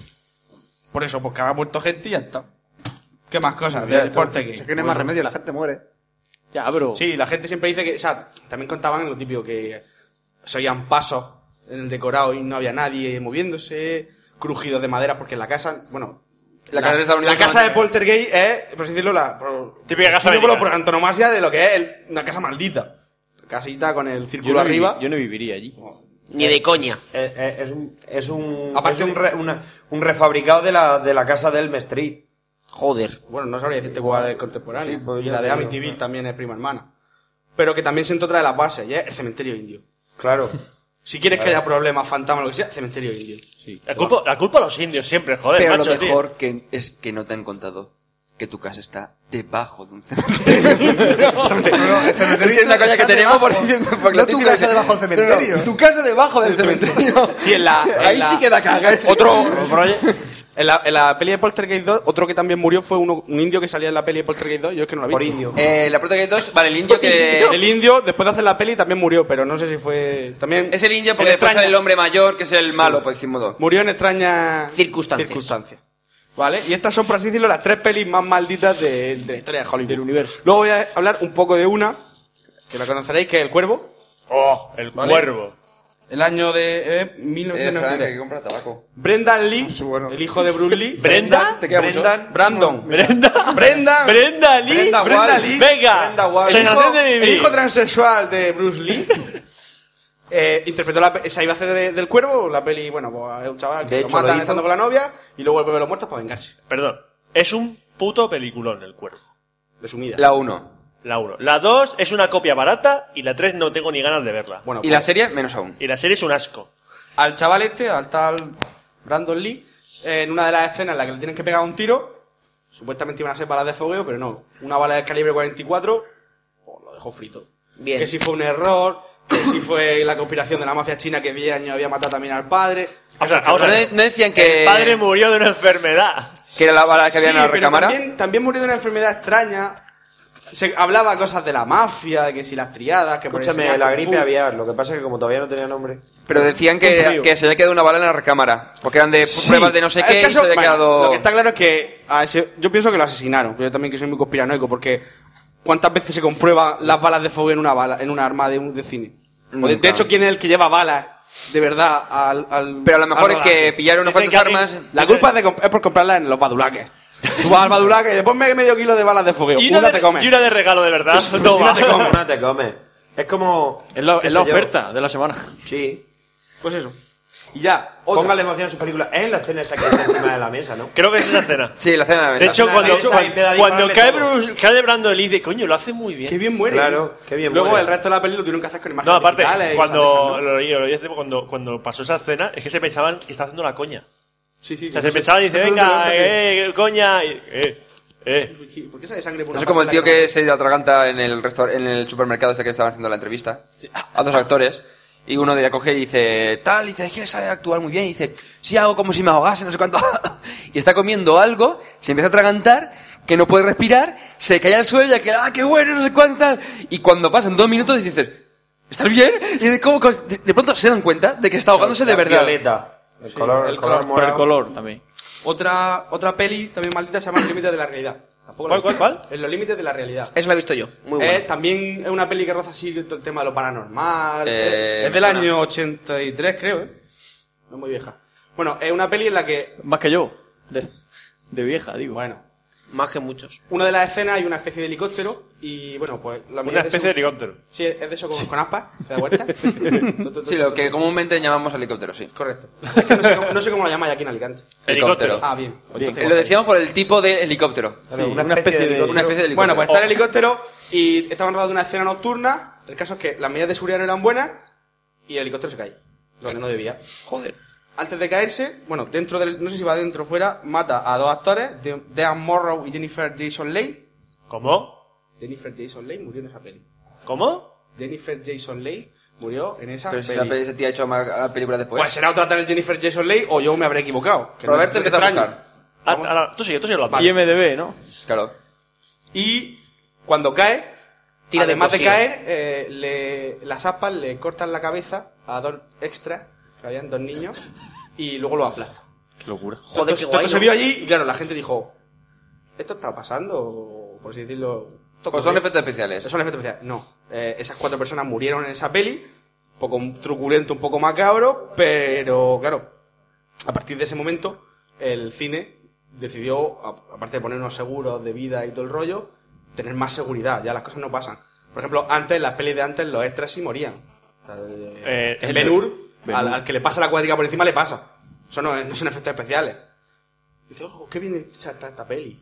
S3: Por eso, porque ha muerto gente y ya está. ¿Qué más cosas?
S9: Mira,
S3: Del deporte que.
S11: Es que no hay más remedio, la gente muere.
S8: Ya, bro.
S3: Sí, la gente siempre dice que. O sea, también contaban lo típico que se oían pasos en el decorado y no había nadie moviéndose, crujidos de madera, porque en la casa. Bueno.
S5: La casa de Estados Unidos
S3: la casa de
S5: solamente-
S3: Poltergeist es, por así decirlo, la. por-
S4: Típica casa
S3: símbolo
S4: americana.
S3: por antonomasia de lo que es el- una casa maldita. Casita con el círculo
S8: no vivi-
S3: arriba.
S8: yo no viviría allí.
S2: Ni de coña.
S9: Eh, eh, es un es un
S3: Aparte
S9: es un,
S3: de-
S9: re- una- un refabricado de la, de la casa del Street.
S2: Joder.
S3: Bueno, no sabría decirte cuál es el contemporáneo.
S9: Sí, pues
S3: y
S9: ya
S3: la de
S9: te digo,
S3: Amityville
S9: claro.
S3: también es prima hermana. Pero que también siento otra de las bases, y es el cementerio indio.
S9: Claro.
S3: Si quieres que haya problemas, fantasmas, lo que sea, cementerio indio.
S4: La culpa, la culpa a los indios siempre, joder,
S5: Pero lo
S4: macho, tío.
S5: mejor que es que no te han contado que tu casa está debajo de un cementerio. es que es una coña que tenemos por por lo
S11: No tu
S5: típico
S11: casa
S5: que-
S11: debajo del
S5: No, no,
S11: cementerio.
S5: tu casa debajo del cementerio.
S3: Sí, en la- en
S5: Ahí
S3: la-
S5: sí que da caga. ¿eh?
S3: Otro. en, la, en la peli de Poltergeist 2, otro que también murió fue uno- un indio que salía en la peli de Poltergeist 2. Yo es que no la he
S9: Por
S3: visto.
S9: indio.
S5: Eh, la prota que dos, vale, el indio que.
S3: El indio, después de hacer la peli, también murió, pero no sé si fue. También.
S5: Es el indio porque
S3: en
S5: después
S3: extraña-
S5: sale el hombre mayor, que es el malo, por decir modo.
S3: Murió en extrañas
S2: Circunstancias.
S3: circunstancias. ¿Vale? Y estas son, por así decirlo, las tres pelis más malditas de, de la historia de Hollywood. Del universo. Luego voy a hablar un poco de una, que la conoceréis, que es El Cuervo.
S4: Oh, el
S3: Vale.
S4: cuervo.
S3: El año de eh,
S5: Eh, Frank, que
S3: 1993.
S5: compra tabaco.
S3: Brendan Lee,
S11: bueno.
S3: el hijo de Bruce Lee.
S4: ¿Brenda?
S5: ¿Te queda mucho?
S9: Brendan,
S3: Brandon.
S4: ¿Brenda?
S3: Brenda.
S4: ¿Brenda Lee?
S9: Brenda Wall.
S3: Lee.
S4: Venga.
S9: Brenda Wall.
S3: El hijo,
S4: Sensación de vivir.
S3: el hijo transexual de Bruce Lee eh, interpretó la, pe- esa iba a hacer de- del cuervo la peli bueno pues, es un chaval que
S9: De
S3: lo
S9: hecho, lo
S3: matan
S9: hizo.
S3: estando con la novia y luego vuelve a los muertos para vengarse
S4: Perdón, es un puto peliculón el cuervo.
S3: Resumida.
S5: La 1.
S4: La 1. La 2 es una copia barata y la 3 no tengo ni ganas de verla.
S3: Bueno, pues,
S5: Y la serie, menos aún.
S4: Y la serie es un asco.
S3: al chaval este, al tal Brandon Lee, eh, en una de las escenas en la que le tienen que pegar un tiro, supuestamente iban a ser balas de fogueo, pero no. Una bala del calibre 44, pues lo dejó frito.
S2: Bien.
S3: Que si fue un error, que si fue la conspiración de la mafia china que 10 años había matado también al padre.
S4: O sea,
S5: No,
S4: vamos a ver.
S5: no decían que,
S4: El padre murió de una enfermedad.
S5: que era la bala que había en
S3: Sí,
S5: la
S3: pero
S5: recámara.
S3: También, también murió de una enfermedad extraña. Se hablaba cosas de la mafia, de que si las triadas, que por
S6: Escúchame,
S3: enseñar
S6: la
S3: Kung
S6: gripe
S3: Fu.
S6: aviar, lo que pasa es que como todavía no tenía nombre.
S5: Pero decían que, que se había quedado una bala en la recámara. Porque eran de
S3: Sí.
S5: Eh, pruebas de no sé
S3: El
S5: qué y
S3: caso-
S5: se había
S3: bueno,
S5: quedado.
S3: Lo que está claro es que a ese- yo pienso que lo asesinaron. Yo también que soy muy conspiranoico porque ¿cuántas veces se comprueban las balas de fuego en una bala, en una arma de, un- de cine? O de- De,
S5: Nunca.
S3: hecho, ¿quién es el que lleva balas de verdad al, al-
S5: Pero a lo mejor
S3: al
S5: es que
S3: rodaje?
S5: pillaron unas
S4: Dicen
S5: cuantas
S4: que alguien-
S5: armas.
S3: La culpa es, de comp- es por comprarlas en los badulaques. Tú vas al badulaque y después me medio kilo de balas de fogueo.
S4: Y
S3: Una,
S4: de,
S3: te comes.
S4: y una de regalo, de verdad.
S3: Eso,
S4: Toma.
S3: una te comes.
S6: No te comes. Es como.
S8: Es la,
S6: qué
S8: es la
S6: sé yo.
S8: oferta de la semana.
S6: Sí.
S3: Pues eso. Y ya, otra.
S6: Póngale emoción a su película. Es en la escena esa que está encima de la mesa, ¿no?
S4: Creo que es esa escena.
S5: Sí, la cena de la mesa.
S4: De hecho,
S6: Una
S4: cuando,
S6: mesa
S4: cuando-
S6: y empieza a
S4: cuando
S6: dispararle
S4: cae,
S6: todo.
S4: Bruce, cae Brando Lee, dice, coño, lo hace muy bien.
S3: Qué bien muere.
S6: Claro, qué bien
S3: Luego
S6: muere.
S3: el resto de la peli lo tuvieron que hacer con imágenes
S4: No, aparte,
S3: digitales y cosas de
S4: cuando
S3: esas, ¿no?
S4: lo oí, lo oí hace poco, cuando, cuando pasó esa escena, es que se pensaban que estaba haciendo la coña.
S3: Sí, sí.
S4: O sea,
S3: que
S4: se
S3: no sé.
S4: pensaban y dice,
S3: Esto es
S4: venga,
S3: durante que-
S4: eh, coña, y- eh, eh.
S3: ¿Por qué sale sangre por
S5: No
S3: una
S5: es como el
S3: parte de
S5: tío
S3: la cara?
S5: que se atraganta en el, restaur- en el supermercado este que estaban haciendo la entrevista a dos actores. Y uno de ella coge y dice, tal, y dice, es que sabe actuar muy bien. Y dice, sí, hago como si me ahogase, no sé cuánto. y está comiendo algo, se empieza a atragantar, que no puede respirar, se cae al suelo y que, ah, qué bueno, no sé cuánto, tal. Y cuando pasan dos minutos dices, ¿estás bien? Y dice, "¿Cómo cos-?" de de pronto se dan cuenta de que está ahogándose de
S6: La
S5: verdad.
S6: Violeta. El color,
S3: el
S6: el color
S3: color-
S8: Por el
S6: morado.
S8: color también.
S3: Otra, otra peli también maldita se llama Los Límites de la Realidad. Tampoco la
S4: ¿Cuál,
S3: he
S4: cuál,
S3: visto.
S4: cuál?
S3: En Los Límites de la Realidad.
S2: Eso lo he visto yo. Muy bueno.
S3: Eh, también es una peli que roza así todo el tema de lo paranormal.
S5: Eh,
S3: eh, es del
S5: me suena.
S3: año 83, creo, ¿eh? No es muy vieja. Bueno, es una peli en la que,
S8: Más que yo. De, de vieja, digo.
S3: bueno,
S2: Más que muchos.
S3: una de las escenas hay una especie de helicóptero y, bueno, pues la
S4: Una
S3: medida
S4: especie de
S3: eso-
S4: helicóptero.
S3: Sí, es de eso con, con aspas, ¿te das cuenta?
S5: Sí, lo que comúnmente llamamos helicóptero, sí.
S3: Correcto. Es que no sé, cómo, no sé cómo lo llamáis aquí en Alicante.
S5: Helicóptero.
S3: Ah, bien. Entonces,
S5: Lo decíamos por el tipo de helicóptero.
S6: Sí, una, especie de.
S5: Una especie de helicóptero.
S3: Bueno, pues está el helicóptero y estaban rodeados de una escena nocturna. El caso es que las medidas de seguridad no eran buenas y el helicóptero se cae, donde no debía.
S2: Joder.
S3: Antes de caerse, bueno, dentro del, no sé si va dentro o fuera, mata a dos actores, De- Dean Morrow y Jennifer Jason Leigh.
S4: ¿Cómo?
S3: Jennifer Jason Leigh murió en esa peli.
S4: ¿Cómo?
S3: Jennifer Jason Leigh murió en esa
S5: Pero si
S3: peli.
S5: esa- ese tío ha hecho más ah, películas después.
S3: Pues será otra tal Jennifer Jason Leigh o yo me habré equivocado. que no
S5: Roberto,
S3: es
S5: empieza a
S3: extraño.
S5: buscar.
S4: Ah, ahora, tú sigue, tú sigue lo haces.
S8: IMDB, ¿no?
S5: Claro.
S3: Y cuando cae,
S2: Tira de
S3: además de,
S2: cosida.
S3: caer, eh, le- las aspas le cortan la cabeza a dos extras, que habían dos niños, y luego lo aplastan.
S2: Joder,
S3: Esto-
S2: qué
S3: esto
S2: guay.
S3: se
S2: ¿no?
S3: vio allí y claro, la gente dijo, esto está pasando, o por así decirlo... esto
S5: O Pues son
S3: ocurrió".
S5: efectos especiales.
S3: Son efectos especiales. No, Eh, esas cuatro personas murieron en esa peli, un poco truculento, un poco macabro, pero claro, a partir de ese momento el cine decidió, a- aparte de poner unos seguros de vida y todo el rollo, tener más seguridad, ya las cosas no pasan. Por ejemplo, antes, en las pelis de antes, los extras sí morían. O sea,
S4: Eh,
S3: en
S4: el-
S3: Ben-Hur, al, al que le pasa la cuadriga por encima le pasa. Eso no, es- no son efectos especiales. Dice, oh, qué bien hecha está esta peli.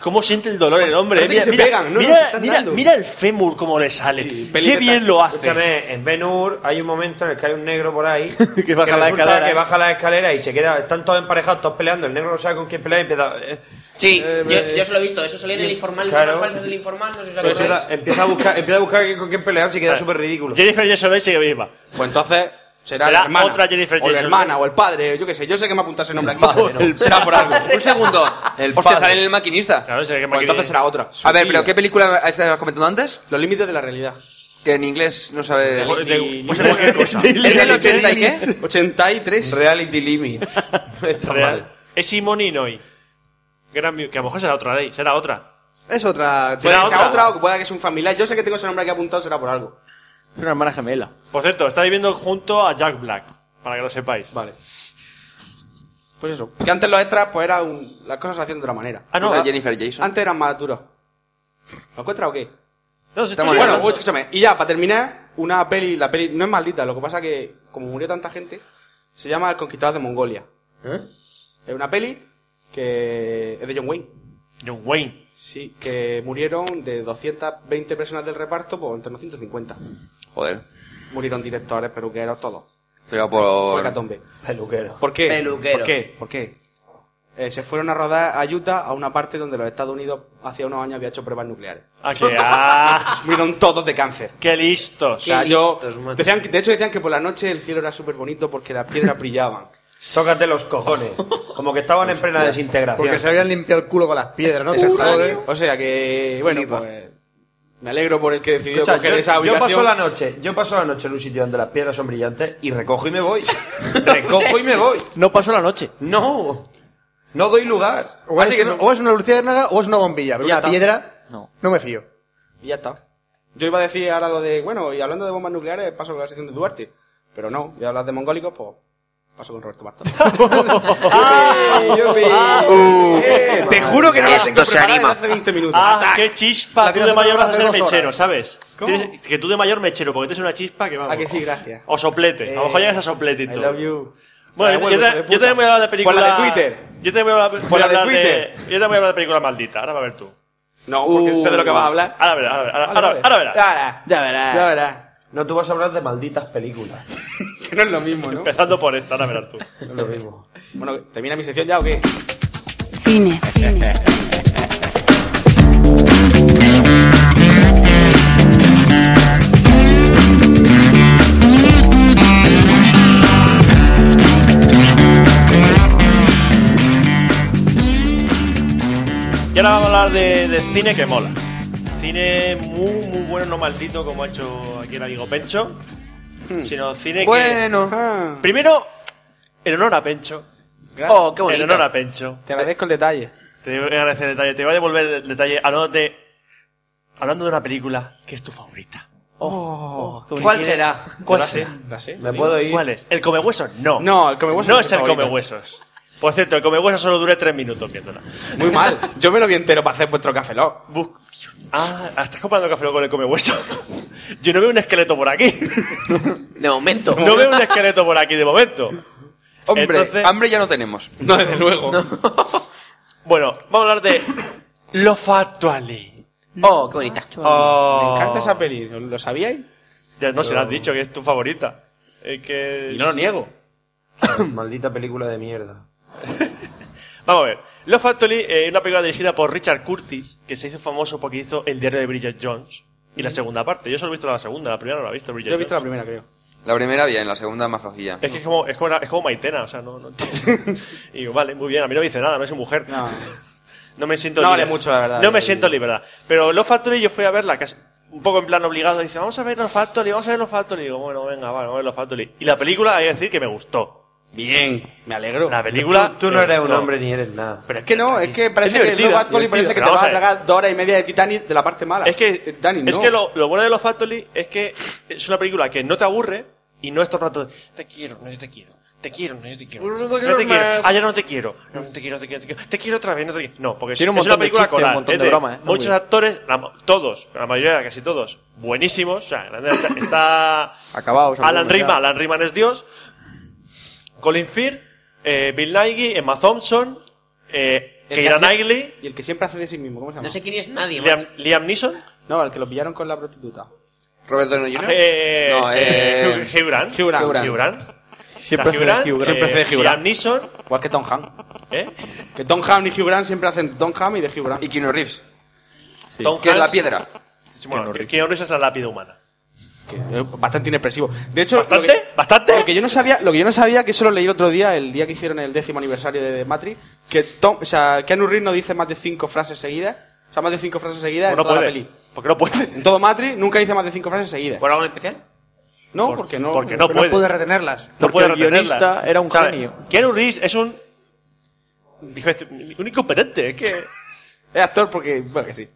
S4: ¿Cómo siente el dolor el hombre?
S3: Parece
S4: Mira,
S3: que se
S4: mira,
S3: pegan, no,
S4: mira,
S3: no, se están
S4: mira-
S3: dando.
S4: mira el fémur cómo le sale.
S3: Sí, peli
S4: Qué
S3: de
S4: bien
S3: ta-
S4: lo hace.
S6: Escúchame, en Ben Hur hay un momento en el que hay un negro por ahí
S8: Que baja la
S6: resulta
S8: escalera. ¿eh?
S6: que baja la escalera y se queda, están todos emparejados, todos peleando, el negro no sabe con quién pelear y empieza, eh,
S2: Sí,
S6: Eh,
S2: yo, yo
S6: eh,
S2: se lo he visto. Eso salía en el informal,
S6: claro,
S2: las falsas
S6: sí.
S2: del informal, no sé si os
S3: Pues
S6: empieza,
S2: acordáis.
S6: pues empieza a buscar, empieza a buscar con quién pelear y queda súper ridículo.
S4: Jennifer Jason Leigh sigue viva.
S3: Pues entonces será,
S4: Será
S3: la hermana.
S4: otra Jennifer
S3: o la
S4: Jason.
S3: hermana, o el padre, yo qué sé. Yo sé que me apunta ese nombre aquí. pero será por algo.
S5: Un segundo.
S6: El
S5: Hostia,
S6: padre.
S5: sale en el maquinista.
S4: Claro, se ve que
S3: Pues entonces será otra.
S5: A ver, pero ¿qué película estabas comentando antes?
S3: Los límites de la realidad.
S5: Que en inglés no sabes.
S4: Pues
S3: Ni-
S4: pues será cualquier cosa.
S5: ¿Es del 80 y qué?
S3: 83.
S6: Reality Limit. Está mal.
S4: Es Simone y Noy. Gran mu- que a lo mejor será otra ley, será otra.
S7: Es otra.
S3: Puede
S4: será
S3: que sea
S4: otra.
S3: otra o que pueda que sea un familiar. Yo sé que tengo ese nombre aquí apuntado, será por algo.
S8: Es una hermana gemela.
S4: Por cierto, está viviendo junto a Jack Black, para que lo sepáis.
S3: Vale. Pues eso. Que antes los extras, pues era un... las cosas se hacían de otra manera.
S4: Ah, no.
S5: Una Jennifer Jason.
S3: Antes eran más duros. ¿Lo encuentras o qué?
S4: No, sí,
S5: Estamos hablando.
S4: sí,
S3: Bueno,
S4: bueno,
S3: pues, escúchame. Y ya, para terminar, una peli, la peli no es maldita, lo que pasa que, como murió tanta gente, se llama El Conquistador de Mongolia. Es una peli que es de John Wayne.
S4: John Wayne.
S3: Sí, que murieron de 220 personas del reparto, por entre los 150.
S5: Joder.
S3: Murieron directores, peluqueros, todos.
S5: Pero por.
S3: Fue hecatombe.
S4: Peluquero.
S3: ¿Por qué?
S2: Peluqueros.
S3: ¿Por qué? ¿Por qué? Eh, se fueron a rodar a Utah, a una parte donde los Estados Unidos hacía unos años había hecho pruebas nucleares.
S4: Ah, que, ah,
S3: Murieron todos de cáncer.
S4: ¡Qué listos!
S3: O sea,
S2: Qué
S3: yo-
S2: listos, macho.
S3: decían que- de hecho decían que por la noche el cielo era súper bonito porque las piedras brillaban.
S9: Tócate los cojones. Como que estaban en plena desintegración.
S7: Porque se habían limpiado el culo con las piedras, ¿no? Joder.
S3: O sea que, bueno,
S2: Flipa.
S3: pues, me alegro por el que decidió
S9: Escucha,
S3: coger
S9: yo,
S3: esa
S9: yo
S3: ubicación.
S9: paso la noche, yo paso la noche en un sitio donde las piedras son brillantes y recojo y me voy. recojo y me voy.
S8: No pasó la noche.
S9: No, no doy lugar.
S7: O
S3: Así
S7: es,
S3: que
S7: una-
S3: no.
S7: o es una luciérnaga o es una bombilla. Pero
S3: Ya
S7: una
S3: está.
S7: piedra,
S8: No.
S7: no me fío.
S3: Y ya está. Yo iba a decir ahora lo de, bueno, y hablando de bombas nucleares, paso con la sección de Duarte. Pero no, voy a hablar de mongólicos, pues paso con Roberto Bastón.
S9: Ah,
S3: Uh, te juro que no la
S2: Eh, Esto
S3: tengo
S2: se
S3: preparada
S2: anima.
S3: desde hace 20 minutos.
S4: ¡Ah, qué chispa!
S7: La
S4: Tú
S7: tienes
S4: de mayor vas a
S7: hace
S4: ser
S7: dos horas.
S4: mechero, ¿sabes? Tienes- que tú de mayor mechero, porque tienes una chispa que vamos.
S3: Ah, que sí, gracias. Eh,
S4: O soplete. A lo mejor llegas a soplete y
S9: I
S4: todo.
S9: love you.
S4: Bueno,
S3: Bueno, bueno,
S4: yo, ta-
S3: hijo de
S4: yo
S3: puta.
S4: también voy a hablar de película.
S3: Por la de Twitter.
S4: Yo también voy a hablar, voy a
S3: la de
S4: hablar
S3: Twitter.
S4: Yo también voy a hablar de película maldita. Ahora va a ver tú.
S3: No, porque sé de lo que vas a hablar.
S4: Ahora verás, ahora verás.
S3: Vale,
S4: ahora,
S3: vale.
S4: ahora verás.
S3: Ahora,
S8: Ya verás.
S3: ya verás.
S9: No, tú vas a hablar de malditas películas.
S3: Que no es lo mismo, ¿no?
S4: Empezando por esta, ahora verás tú.
S9: No es lo mismo.
S3: Bueno, ¿termina mi sección ya o qué?
S12: Cine, cine.
S4: Y ahora vamos a hablar de, de cine que mola. Cine muy, muy bueno, no maldito, como ha hecho aquí el amigo Pencho.
S3: Hmm.
S4: Sino cine
S5: Bueno.
S3: Ah.
S4: que. Primero, en honor a Pencho.
S3: Gracias.
S2: Oh, qué bonito.
S4: En honor a Pencho.
S3: Te agradezco el detalle.
S4: Te voy a agradecer el detalle. Te voy a devolver el detalle hablándote. Hablando de una película que es tu favorita.
S3: Oh,
S2: Oh, ¿Cuál será?
S4: ¿Cuál
S3: ¿La
S4: será?
S3: sé? ¿La sé?
S9: Me puedo ir.
S4: ¿Cuál es? ¿El comehuesos? No.
S3: No, el comehuesos
S4: No
S3: no
S4: es
S3: es
S4: el
S3: mi favorito.
S4: comehuesos. Por cierto, el comehuesos solo dura tres minutos viéndola.
S3: Muy mal. Yo me lo vi entero para hacer vuestro café Lock.
S4: Bus- Ah, ¿estás comparando Café Lock con el comehuesos? Yo no veo un esqueleto por aquí.
S2: De momento.
S4: No veo un esqueleto por aquí de momento.
S5: Hombre,
S4: Entonces-
S5: hambre ya no tenemos.
S3: No, desde luego.
S4: Bueno, vamos a hablar de Lo Factuali.
S2: Oh, qué bonita.
S4: Oh.
S3: Me encanta esa peli. ¿Lo sabíais?
S4: Ya no se lo has dicho que es tu favorita. Es que.
S3: Y no lo niego.
S9: Maldita película de mierda.
S4: Vamos a ver. Love Factory eh, es una película dirigida por Richard Curtis, que se hizo famoso porque hizo El diario de Bridget Jones y la segunda parte. Yo solo he visto la segunda, la primera no la he visto. Bridget
S3: Yo he visto la
S4: Jones.
S3: primera, creo.
S5: La primera bien, la segunda más flojilla.
S4: Es que es como, es, como, es como Maitena, o sea, no, no entiendo. Y digo, vale, muy bien, a mí no me dice nada, no es mujer.
S3: No.
S4: No me siento
S3: No
S4: libre.
S3: vale mucho, la verdad. eh.
S4: No me
S3: Sí.
S4: siento libre, ¿verdad? Pero Los Factory yo fui a verla casi un poco en plan obligado. Dice, vamos a ver Los Factory, vamos a ver Los Factory. Y digo, bueno, venga, vale, vamos a ver Los Factory. Y la película, hay que decir que me gustó.
S3: Bien, me alegro.
S4: La película.
S9: Tú no
S4: me
S9: eres un
S4: gustó.
S9: hombre ni eres nada.
S3: Pero es que no, es que parece
S4: Es
S3: que
S4: divertida,
S3: Love Actually parece
S4: divertida.
S3: que te
S4: Pero
S3: vas a
S4: vamos a ver.
S3: tragar dos horas y media de Titanic de la parte mala.
S4: Es que,
S3: Titanic, no.
S4: es que lo, lo bueno de los Factory es que es una película que no te aburre y no es todo el rato de, te quiero, no yo te quiero, te quiero, no yo te quiero, no, te quiero, ah, ya no te quiero, no no te quiero, no te quiero, no te quiero, te quiero otra vez, no te quiero. No, porque
S8: Tiene un
S4: es una
S8: montón de
S4: película
S8: chistes, un
S4: coral,
S8: montón
S4: es
S8: de broma, ¿eh? Está
S4: Muchos
S8: muy bien.
S4: actores, la mo- todos, la mayoría, casi todos, buenísimos, o sea, grande- está
S8: Acabados.
S4: Alan
S8: algunos, ya.
S4: Rickman, Alan Rickman es Dios, Colin Firth, eh, Bill Nighy, Emma Thompson, eh,
S3: El que
S4: Keira
S3: hace-
S4: Knightley,
S3: Y el que siempre hace de sí mismo, ¿cómo se llama?
S2: No sé quién es nadie,
S4: Liam,
S2: macho.
S4: Liam Neeson,
S3: No, el que lo pillaron con la prostituta.
S5: Robert Downey Jr.
S4: eh,
S5: no,
S4: eh,
S5: eh,
S4: Hugh- Hugh Grant.
S3: Hugh Grant.
S5: Hugh Grant.
S4: Hugh Grant.
S8: Siempre
S4: Está
S8: hace de Hugh Grant.
S3: Siempre hace de Hugh Grant.
S4: Liam Neeson,
S3: Igual que Tom Ham.
S4: ¿eh?
S3: Que Tom Ham y Hugh Grant siempre hacen Tom Ham y de Hugh Grant.
S5: y Keanu Reeves,
S4: Tom
S5: que es la
S4: Hanks.
S5: piedra.
S4: Bueno, que Keanu Reeves es la lápida humana.
S3: Que es bastante inexpresivo. De hecho, lo
S4: ¿Bastante?
S3: que-
S4: ¿Bastante?
S3: Lo que yo no sabía, lo que yo no sabía, que eso lo leí el otro día, el día que hicieron el décimo aniversario de Matrix, que Tom, o sea, Keanu Reeves no dice más de cinco frases seguidas, o sea, más de cinco frases seguidas
S4: Pues no
S3: en toda
S4: puede.
S3: la peli.
S4: ¿Por qué no puede?
S3: En todo Matrix nunca dice más de cinco frases seguidas.
S2: ¿Por algo en especial?
S3: no, porque no.
S4: Porque no puede.
S7: No pude retenerlas.
S4: No
S8: Porque
S4: puede
S8: el
S4: retenerla.
S8: guionista era un
S4: ¿Sabe?
S8: genio.
S4: Keanu Reeves es un... dijo este- Un incompetente, es que...
S3: Es actor porque, bueno, que sí.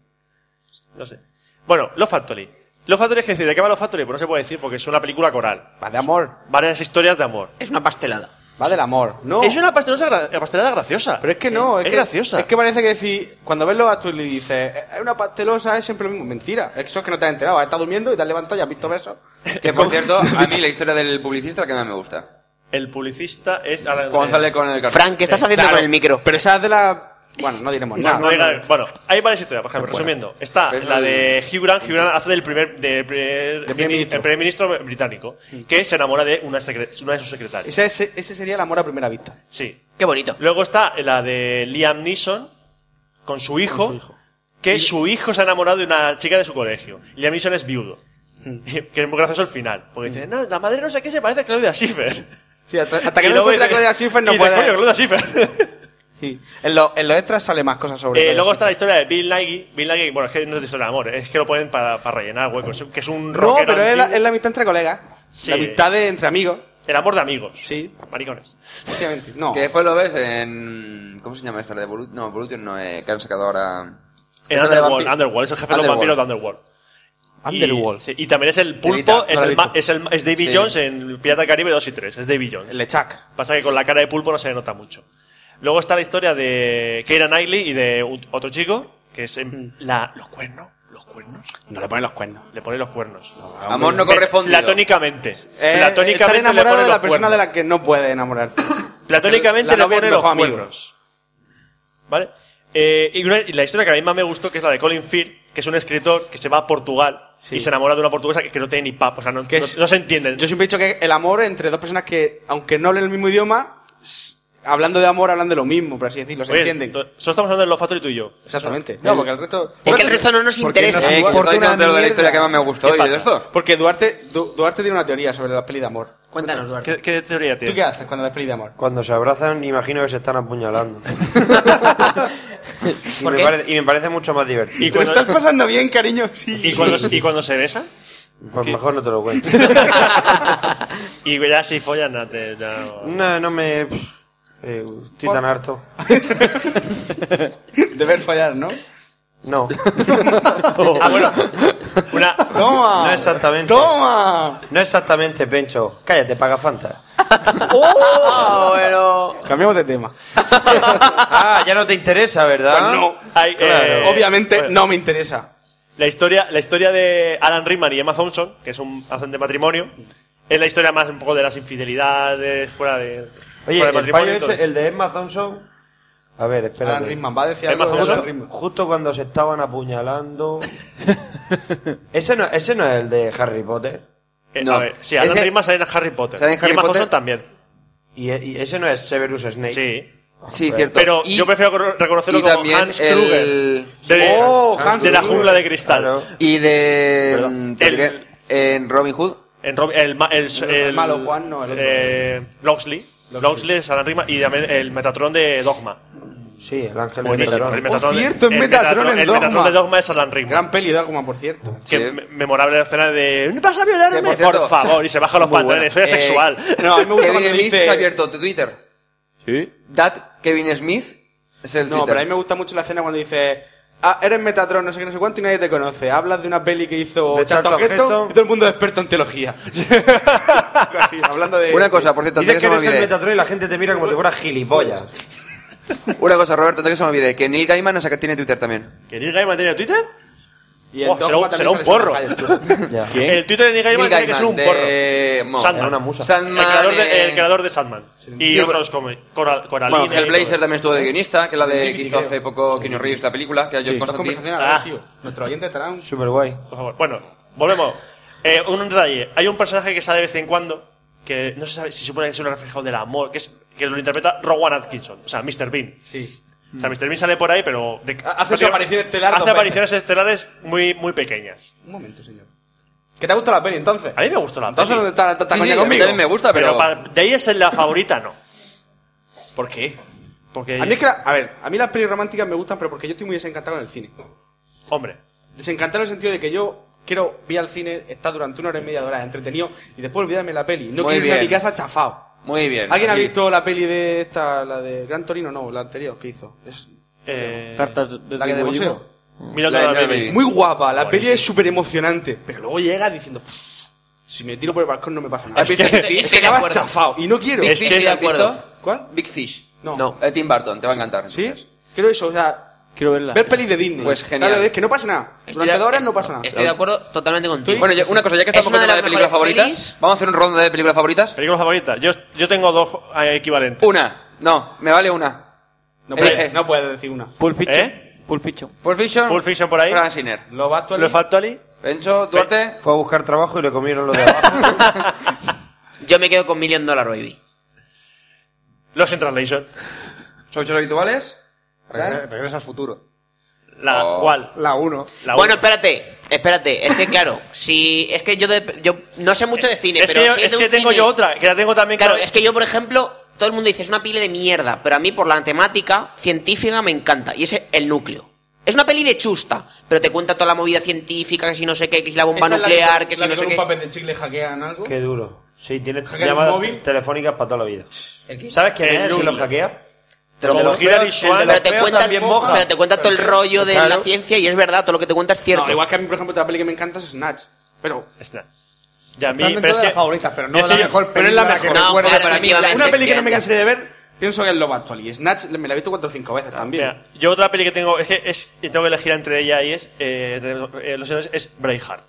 S4: No sé. Bueno, Los Factory. Los Factory es que decir, ¿de qué va Los Factory? Pues no se puede decir porque es una película coral.
S3: Va de amor,
S4: Varias historias de amor.
S2: Es una pastelada.
S3: va del amor. No.
S4: Es una pastelosa gra- pastelada graciosa.
S3: Pero es que no, es,
S4: es
S3: que,
S4: graciosa.
S3: Es que parece que si cuando ves los actores y dices, "Eh, es una pastelosa, es siempre lo mismo. Mentira, eso es que no te has enterado, has estado durmiendo y te has levantado y has visto besos.
S5: Que por cierto, a mí la historia del publicista es la que más me gusta.
S4: El publicista es... Alan-
S5: Cuando sale con el cartel.
S2: Frank, ¿qué estás haciendo
S4: claro.
S2: con el micro?
S3: Pero esa es de la Bueno, no diremos
S4: Bueno,
S3: nada.
S4: no diga- bueno, hay varias historias, por ejemplo, resumiendo. Está la de Hugh Grant, Hugh Grant hace del primer, del primer- mini-
S3: ministro. Mm.
S4: el primer ministro británico, que se enamora de una, secre- una de sus secretarias.
S3: Ese, ese- ese sería el amor a primera vista.
S4: Sí.
S2: Qué bonito.
S4: Luego está la de Liam Neeson con su hijo, que su hijo se ha enamorado de una chica de su colegio. Liam Neeson es viudo.
S3: Mm.
S4: que es muy gracioso el final, porque dice, no, la madre no sé qué se parece a Claudia Schiffer.
S3: Sí, hasta, Mm. hasta que
S4: Y
S3: no
S4: luego
S3: encuentre a
S4: dice-
S3: Claudia Schiffer no
S4: y dice,
S3: puede.
S4: "Coño, Claudia Schiffer".
S3: Sí. En, lo- en los extras sale más cosas sobre
S4: Eh,
S3: Claudia
S4: luego está la
S3: Schiffer.
S4: historia de Bill Nighy. Bill Nighy, bueno, es que no es de historia de amor, ¿eh? es que lo ponen para, para rellenar huecos. Que es un
S3: No,
S4: rockero
S3: pero es la,
S4: antiguo.
S3: es la amistad entre colegas.
S4: Sí.
S3: La amistad de, entre amigos.
S4: El amor de amigos.
S3: Sí,
S4: Maricones.
S3: efectivamente. No.
S5: Que después lo ves en. ¿Cómo se llama esta? La de Evolu- No, Evolution no, eh, que han sacado ahora.
S4: En
S5: Esta Este de
S4: Underworld,
S5: vampi-
S4: Underworld, es el jefe de los
S5: Underworld.
S4: vampiros de Underworld.
S3: Underworld.
S4: Y, sí, y también es el
S5: Evita,
S4: pulpo, es,
S3: no la he
S4: el ma-
S3: visto.
S4: es, el, es David
S5: Sí.
S4: Jones en Pirata del Caribe 2 y 3, es David Jones.
S3: El Lechak.
S4: Pasa que con la cara de pulpo no se le nota mucho. Luego está la historia de Keira Knightley y de ut- otro chico, que es en
S3: Hmm.
S4: la, los cuernos, los cuernos,
S3: No le ponen los cuernos.
S4: le pone los cuernos.
S5: Amor no correspondido.
S4: Platónicamente.
S3: Eh, estar
S4: platónicamente le
S3: enamorado
S4: pone
S3: de
S4: los
S3: la persona de
S4: cuernos.
S3: la que no puede enamorarte.
S4: Platónicamente
S3: La
S4: le
S3: novia
S4: pone
S3: es
S4: los
S3: mejor amigo.
S4: cuernos. ¿Vale? Eh, y, una- y la historia que a mí más me gustó, que es la de Colin Firth, que es un escritor que se va a Portugal
S3: Sí.
S4: y se enamora de una portuguesa que, que no tiene ni pap, o sea, no,
S3: Que
S4: no-
S3: es-
S4: no se entienden.
S3: Yo siempre he dicho que el amor entre dos personas que, aunque no hablen el mismo idioma, s- hablando de amor hablan de lo mismo, por así decirlo, se
S4: Oye,
S3: entienden.
S4: to- Solo estamos hablando de los Factory tú y yo.
S3: Exactamente. No, porque el resto.
S2: Es que el resto no nos interesa.
S5: Eh, que
S6: Corta
S5: estaba diciendo
S6: una
S5: de lo de la historia
S6: mierda.
S5: que más me gustó y de esto.
S3: Porque Duarte, Du- Duarte tiene una teoría sobre las pelis de amor.
S2: Cuéntanos, Duarte.
S4: ¿Qué, qué teoría
S3: ¿Tú qué
S4: tienes?
S3: haces cuando ves pelis de amor?
S6: Cuando se abrazan, imagino que se están apuñalando. y,
S2: ¿Por
S6: me
S2: qué?
S6: pare- y me parece mucho más
S4: ¿Y
S6: divertido.
S3: ¿Te lo
S4: cuando,
S3: estás pasando bien, cariño? Sí.
S4: y, cuando, se- y cuando se besan?
S6: Pues mejor no te lo cuento.
S4: Y ya si follan, ya te- ya-
S6: No, no me. pff, eh, estoy tan harto.
S3: Deber fallar, ¿no?
S6: No,
S4: Ah, bueno. Una,
S3: ¡Toma!
S6: no exactamente.
S3: ¡Toma!
S6: No exactamente, Pencho. Cállate, paga Fanta.
S2: ¡Oh! bueno.
S3: Cambiamos de tema.
S6: Ah, ya no te interesa, ¿verdad?
S3: Pues no.
S4: hay, eh,
S3: Obviamente
S4: bueno.
S3: no me interesa.
S4: La historia, la historia de Alan Rickman y Emma Thompson, que es un hacen de matrimonio, es la historia más un poco de las infidelidades fuera de
S6: Oye,
S4: fuera
S6: el payo
S4: entonces.
S6: ese, el de Emma Thompson. A ver, espera.
S3: Alan Rickman, ¿va a decir
S4: Emma
S3: algo de
S4: Thompson.
S3: Alan Rickman?
S6: Justo cuando se estaban apuñalando. ese, no, ese no es el de Harry Potter.
S4: Eh,
S5: No.
S4: a ver, sí, Alan
S5: Ese-
S4: Rickman sale en Harry Potter.
S5: sale en
S4: y
S5: Harry
S4: Emma
S5: Potter.
S4: Thompson también.
S6: Y, e, y ese no es Severus Snape.
S4: Sí.
S5: Sí, cierto.
S4: Pero
S5: Y-
S4: yo prefiero cor- reconocerlo
S5: y
S4: como
S5: también
S4: Hans
S5: el-
S4: Kruger. De,
S3: ¡Oh,
S4: de
S3: Hans
S4: la
S3: Gruber!
S4: jungla de cristal.
S6: Claro.
S5: Y de.
S4: Perdón.
S5: mm, te
S4: El-
S5: diré, En Robin Hood.
S4: En Rob- el, ma- el,
S3: No, el malo, Juan, no, el otro.
S4: Eh, Loxley. Loxley es Alan Rickman y también el Metatron de Dogma.
S6: Sí, el ángel de
S4: Buenísimo.
S6: Metatron.
S4: el Metatron de-
S3: cierto, es
S4: el
S3: Metatron en
S4: El Metatron
S3: Dogma.
S4: de Dogma es Alan Rickman.
S3: Gran peli de Dogma, por cierto.
S4: Que
S5: Sí.
S4: me- memorable la escena de ¡No vas a violarme!
S5: Que, por
S4: Por,
S5: cierto,
S4: favor, y se baja los
S5: muy
S4: pantalones, soy
S5: buena.
S4: asexual.
S3: Eh, No, a mí me gusta cuando
S5: Kevin Smith se ha
S3: dice...
S5: abierto tu Twitter. Sí. That Kevin Smith es el
S3: No,
S5: Twitter.
S3: pero a mí me gusta mucho la escena cuando dice... Ah, eres Metatron, no sé qué, no sé cuánto, y nadie te conoce. Hablas de una peli que hizo
S6: De
S3: Charlton
S6: Charlton
S3: Heston
S6: Heston.
S3: y todo el mundo es experto en teología. Algo así, hablando de...
S5: Una cosa, por cierto, antes
S6: Dices
S5: que se
S6: que
S5: me
S6: eres el
S5: olvide.
S6: Metatron y la gente te mira como si fuera gilipollas.
S5: Una cosa, Roberto, antes que se me olvide. Que Neil Gaiman o sea, que tiene Twitter también.
S4: ¿Que Neil Gaiman tiene Twitter?
S3: Y el
S4: Buah,
S3: Dogma
S4: será-
S3: también
S4: será
S3: sale
S4: un
S3: Sam
S4: porro.
S3: Hyde, tú.
S6: Ya.
S4: El Twitter de Neil Gaiman tiene que ser un
S5: de...
S4: porro.
S5: Mo.
S4: Sandman.
S6: era una musa.
S5: Sandman,
S4: el, creador de,
S5: eh,
S4: el creador de Sandman. Y
S5: Sí,
S4: otros como Coral, Coraline.
S5: Bueno, Hellblazer también estuvo de guionista, que es la de que hizo
S3: creo.
S5: hace poco Keanu Reeves la película, que era John
S3: Más
S5: Constantine.
S3: conversación ahora,
S4: Ah.
S3: tío. Nuestro oyente estará un...
S6: Super guay.
S4: Por favor. Bueno, volvemos. Eh, un detalle. Hay un personaje que sale de vez en cuando que no se sabe si se supone que es un reflejo del amor, que, es, que lo interpreta Rowan Atkinson, o sea, Mr. Bean.
S3: Sí.
S4: O sea, Mr. Bean sale por ahí, pero... de-
S3: Hace su aparición estelar dos
S4: Hace
S3: veces.
S4: apariciones estelares muy, muy pequeñas.
S3: Un momento, señor. ¿Qué te ha gustado la peli, entonces?
S4: A mí me gustó la
S3: Entonces,
S4: peli.
S3: ¿dónde está la tata
S5: Sí, sí,
S3: coña
S5: a mí
S3: conmigo?
S5: también me gusta,
S4: Pero
S5: pero...
S4: pa- de ahí es la favorita, no.
S3: ¿Por qué?
S4: Porque,
S3: A mí es que la- a ver, a mí las pelis románticas me gustan, pero porque yo estoy muy desencantado en el cine.
S4: hombre,
S3: Desencantado en el sentido de que yo quiero ir al cine, estar durante una hora y media de hora entretenido y después olvidarme la peli. No
S5: Muy
S3: quiero irme a mi
S5: bien.
S3: casa chafado.
S5: Muy bien.
S3: ¿Alguien ha
S5: Sí.
S3: visto la peli de esta, la de Gran Torino? No, la anterior que hizo. Es
S4: eh,
S8: Cartas de
S3: la que de
S8: Dibu Dibu.
S3: museo.
S4: mira
S5: La
S4: toda
S5: de
S4: la peli.
S5: Nobel.
S3: Muy guapa, la peli
S4: Buenísimo.
S3: es súper emocionante, pero luego llega diciendo, "Uf, si me tiro por el balcón no me pasa nada.
S5: ¿Has visto Big Fish?
S2: Estoy de
S3: Acabas
S2: acuerdo.
S3: chafado y no quiero.
S5: Big
S4: Es que
S5: Fish,
S4: es-
S5: ¿sí has visto?
S3: ¿Cuál?
S5: Big Fish.
S3: No.
S2: No.
S5: Eh, Tim Burton, te va a encantar.
S3: ¿Sí?
S5: entonces.
S3: Quiero eso, o sea,
S8: Quiero verla.
S3: ver pelis de Disney.
S5: Pues genial.
S3: Claro, es que no pasa nada.
S2: Estoy
S3: Durante
S2: de-
S3: dos horas no pasa nada.
S2: Estoy de acuerdo totalmente contigo.
S5: Bueno, yo- una cosa, ya que
S2: Es
S5: estamos con
S2: una
S5: tema
S2: de
S5: de
S2: las
S5: películas
S2: mejores
S5: favoritas,
S2: pelis.
S5: vamos a hacer un ronda de películas favoritas.
S4: Película favorita. Yo, yo tengo dos eh, equivalentes.
S5: Una. No, me vale una.
S3: No puedes,
S5: Elige.
S3: no puedes decir una.
S8: Pulp Fiction.
S4: ¿Eh?
S8: Pulp Fiction.
S5: Pulp Fiction.
S4: Pulp Fiction por ahí.
S5: Fran Siner.
S3: Lo vas tú
S4: ¿Lo faltó Ali?
S5: Pencho, Duarte.
S6: Fue a buscar trabajo y le comieron lo de abajo.
S2: Yo me quedo con Million Dollar Baby.
S4: Los in Translation.
S5: ¿Son ocho habituales?
S7: Regre- Regresa al futuro.
S4: La
S5: Oh.
S4: cual.
S7: La 1.
S4: La
S2: bueno,
S4: uno.
S2: espérate, espérate. Es que claro, si es que yo, de- yo no sé mucho de cine,
S4: es
S2: pero
S4: que, yo-
S2: si es
S4: es
S2: de un
S4: que tengo
S2: cine-
S4: yo otra, que la tengo también
S2: Claro,
S4: clara.
S2: es que yo, por ejemplo, todo el mundo dice es una peli de mierda, pero a mí por la temática científica me encanta y ese el núcleo. Es una peli de chusta, pero te cuenta toda la movida científica, que si no sé qué, que si la bomba
S3: Esa es la que-
S2: nuclear,
S3: la
S2: que, si no sé
S3: con
S2: qué.
S3: un papel de chicle hackean algo.
S9: Qué duro. Sí, tienes
S3: Hackear un
S9: llamadas
S3: móvil.
S9: telefónicas para toda la vida.
S3: ¿El qué?
S9: ¿Sabes quién
S4: El
S9: es el que
S4: núcleo.
S9: los hackea?
S2: Eh, Te lo
S4: Como
S2: juro.
S4: Hilary
S9: feos-
S4: Swank.
S9: el de
S2: pero
S9: los
S2: te
S9: feos
S2: cuenta,
S9: también moja.
S2: pero te cuenta todo el rollo de la ciencia y es verdad, todo lo que te cuenta es cierto.
S3: No, igual que a mí, por ejemplo, otra peli que me encanta es Snatch. Pero
S4: Está. Ya a
S7: Están
S4: mí,
S7: dentro
S4: pero
S7: de
S4: es
S7: las
S4: que-
S7: favoritas, pero no
S4: es
S7: la
S4: que yo-
S7: mejor
S3: pero es
S7: película
S3: la
S7: que
S3: mejor.
S2: No,
S7: recuerdo.
S2: claro,
S7: para mí.
S2: efectivamente,
S3: una peli que no
S2: efectivamente.
S3: me cansé de ver, pienso que es Love Actually. Y Snatch me la he visto cuatro o cinco veces también.
S4: Mira, yo otra peli que tengo, es que es, y tengo que elegir entre ella y es, eh, de- eh, los señores, es Braveheart.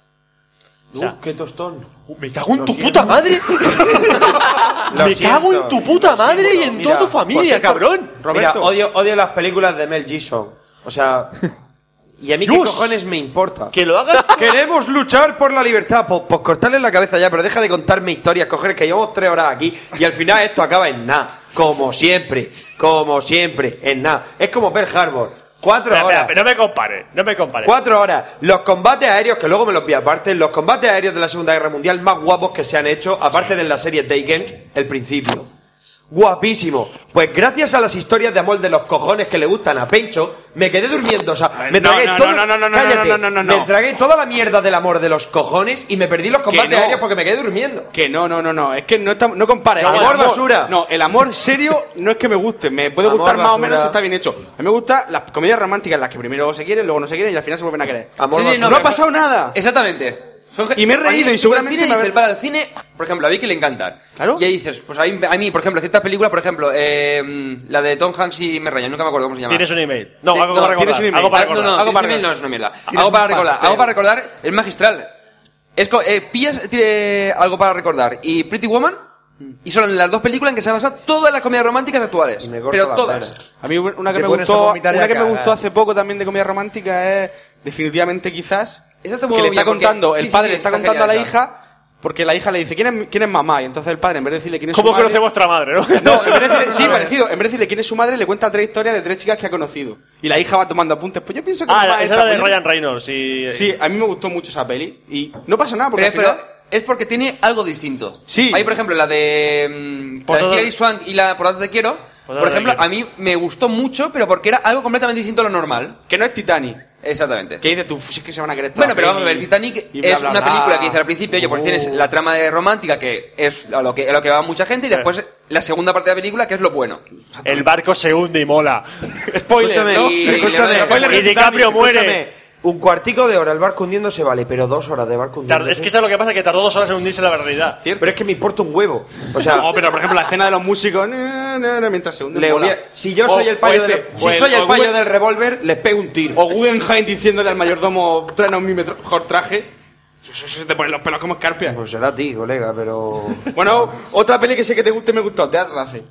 S4: O sea,
S9: Uh, qué tostón.
S4: uh, me cago en
S9: lo
S4: tu
S9: siento.
S4: puta madre.
S6: Lo
S4: me cago en
S6: siento.
S4: tu puta madre y en
S9: Mira,
S4: toda tu
S9: por
S4: familia,
S9: cierto,
S4: cabrón.
S9: Roberto.
S3: Roberto.
S9: Mira, odio, odio las películas de Mel Gibson. O sea. ¿Y a mí qué
S4: Dios.
S9: cojones me importa?
S4: Que lo hagas.
S6: Queremos luchar por la libertad. Pues, pues cortarle la cabeza ya, pero deja de contarme historias, coger que llevamos tres horas aquí y al final esto acaba en nada. Como siempre, como siempre, en nada. Es como Pearl Harbor. Cuatro
S4: Espera,
S6: horas.
S4: espera, no me compares, no me compares.
S6: Cuatro horas. Los combates aéreos, que luego me los vi aparte, los combates aéreos de la Segunda Guerra Mundial más guapos que se han hecho, aparte de la serie Taken, el principio. Guapísimo. Pues gracias a las historias de amor de los cojones que le gustan a Pencho, me quedé durmiendo. O sea, me
S3: Eh, No,
S6: tragué
S3: no,
S6: todo-
S3: no, no, no, no,
S6: Cállate.
S3: no, no, no, no.
S6: Me tragué toda la mierda del amor de los cojones y me perdí los combates
S3: no.
S6: aéreos porque me quedé durmiendo.
S3: Que no, no, no, no. Es que no, está, no compares.
S6: Amor
S3: El
S6: basura.
S3: No, el amor serio no es que me guste. Me puede
S6: Amor
S3: gustar más o
S6: basura.
S3: menos si está bien hecho. A mí me gustan las comedias románticas, las que primero se quieren, luego no se quieren y al final se vuelven a querer.
S6: Amor
S5: Sí, sí,
S6: basura.
S3: no ha pasado nada.
S5: Exactamente. Son ge-
S3: Y me he reído,
S5: hay-
S3: y seguramente
S5: el
S3: me
S5: cine
S3: habrá-
S5: dices, para el cine, por ejemplo, a Vicky le encantan.
S3: Claro.
S5: Y ahí dices, pues a mí, a mí, por ejemplo, ciertas películas, por ejemplo, eh, la de Tom Hanks y me raya, nunca me acuerdo cómo se llama.
S4: Tienes un email. No,
S5: Ti-
S4: algo para
S3: tienes
S4: recordar.
S3: un email.
S4: Algo para
S5: Ah, no,
S4: recordar.
S5: no,
S3: Algo
S5: algo
S3: para
S5: para no es una mierda.
S7: Tienes
S5: Algo
S7: un
S5: para recordar,
S7: pastel.
S5: algo para recordar, es magistral. Es co- eh, pillas tiene algo para recordar y Pretty Woman y son las dos películas en que se han basado todas las comedias románticas actuales,
S9: Y me corto
S5: pero
S9: las
S5: todas.
S9: venas.
S3: A mí una que
S7: Te
S3: me
S7: pones a
S3: gustó, una
S7: vomitar y a
S3: que me
S7: cagar.
S3: gustó hace poco también de comedia romántica es definitivamente quizás
S5: Esa está muy
S3: que le está
S5: bien, porque-
S3: contando,
S5: sí,
S3: el
S5: sí,
S3: padre
S5: sí,
S3: le está
S5: está
S3: contando a la
S5: genial esa.
S3: hija porque la hija le dice quién es, mi- quién es mamá y entonces el padre en vez de decirle quién es
S4: ¿Cómo
S3: su madre,
S4: conoce vuestra madre, no?
S3: no, en vez de decirle, sí, parecido, en vez de decirle quién es su madre le cuenta tres historias de tres chicas que ha conocido y la hija va tomando apuntes. Pues yo pienso que
S4: ah,
S3: mamá
S4: esa
S3: esta,
S4: es la de
S3: pues yo-
S4: Ryan Reynolds. Y,
S3: Sí, a mí me gustó mucho esa peli y no pasa nada porque
S5: Pero,
S3: al final-
S5: pero es porque tiene algo distinto.
S3: Sí.
S5: Hay, por ejemplo, la de, mm,
S4: Por
S5: la de
S4: todo-
S5: Hilary Swank y la Por dónde te quiero. Por,
S4: dónde te
S5: ejemplo,
S4: quiero.
S5: a mí me gustó mucho, pero porque era algo completamente distinto a lo normal.
S3: que no es Titanic.
S5: Exactamente.
S3: Que dices tú, "Uf, si es que se van a querer toda
S5: Bueno,
S3: la
S5: pero vamos a
S3: peli",
S5: ver, Titanic
S3: y bla,
S5: es
S3: bla,
S5: una
S3: bla.
S5: película que dice al principio, oye, pues tienes la trama de romántica que es a lo que, a lo que va mucha gente y después la segunda parte de la película que es lo bueno.
S4: El barco se hunde y mola.
S3: Spoiler,
S9: Escúchame,
S3: ¿no?
S5: y-
S9: escúchame,
S5: y-
S4: y DiCaprio muere.
S9: escúchame. Un cuartico de hora el barco hundiéndose vale, pero dos horas de barco
S4: Tar-
S9: hundiéndose.
S4: Es que eso es lo que pasa, que tardó dos horas en hundirse la realidad.
S9: Pero es que me importa un huevo. O sea,
S3: No, pero por ejemplo, la escena de los músicos, na, na, na, mientras se hunde.
S9: le
S3: mola.
S9: hubiera- si yo soy
S3: O-
S9: el payo,
S3: o este,
S9: del, si
S3: o el-
S9: soy
S3: o
S9: el payo
S3: Guggen-
S9: del revólver, les pego un tiro.
S3: O Guggenheim diciéndole al mayordomo, tráenos mi metro- mejor traje. Eso, eso se te ponen los pelos como escarpia.
S9: Pues será a ti, colega, pero.
S3: Bueno, otra peli que sé que te guste y me gustó, Dead Race.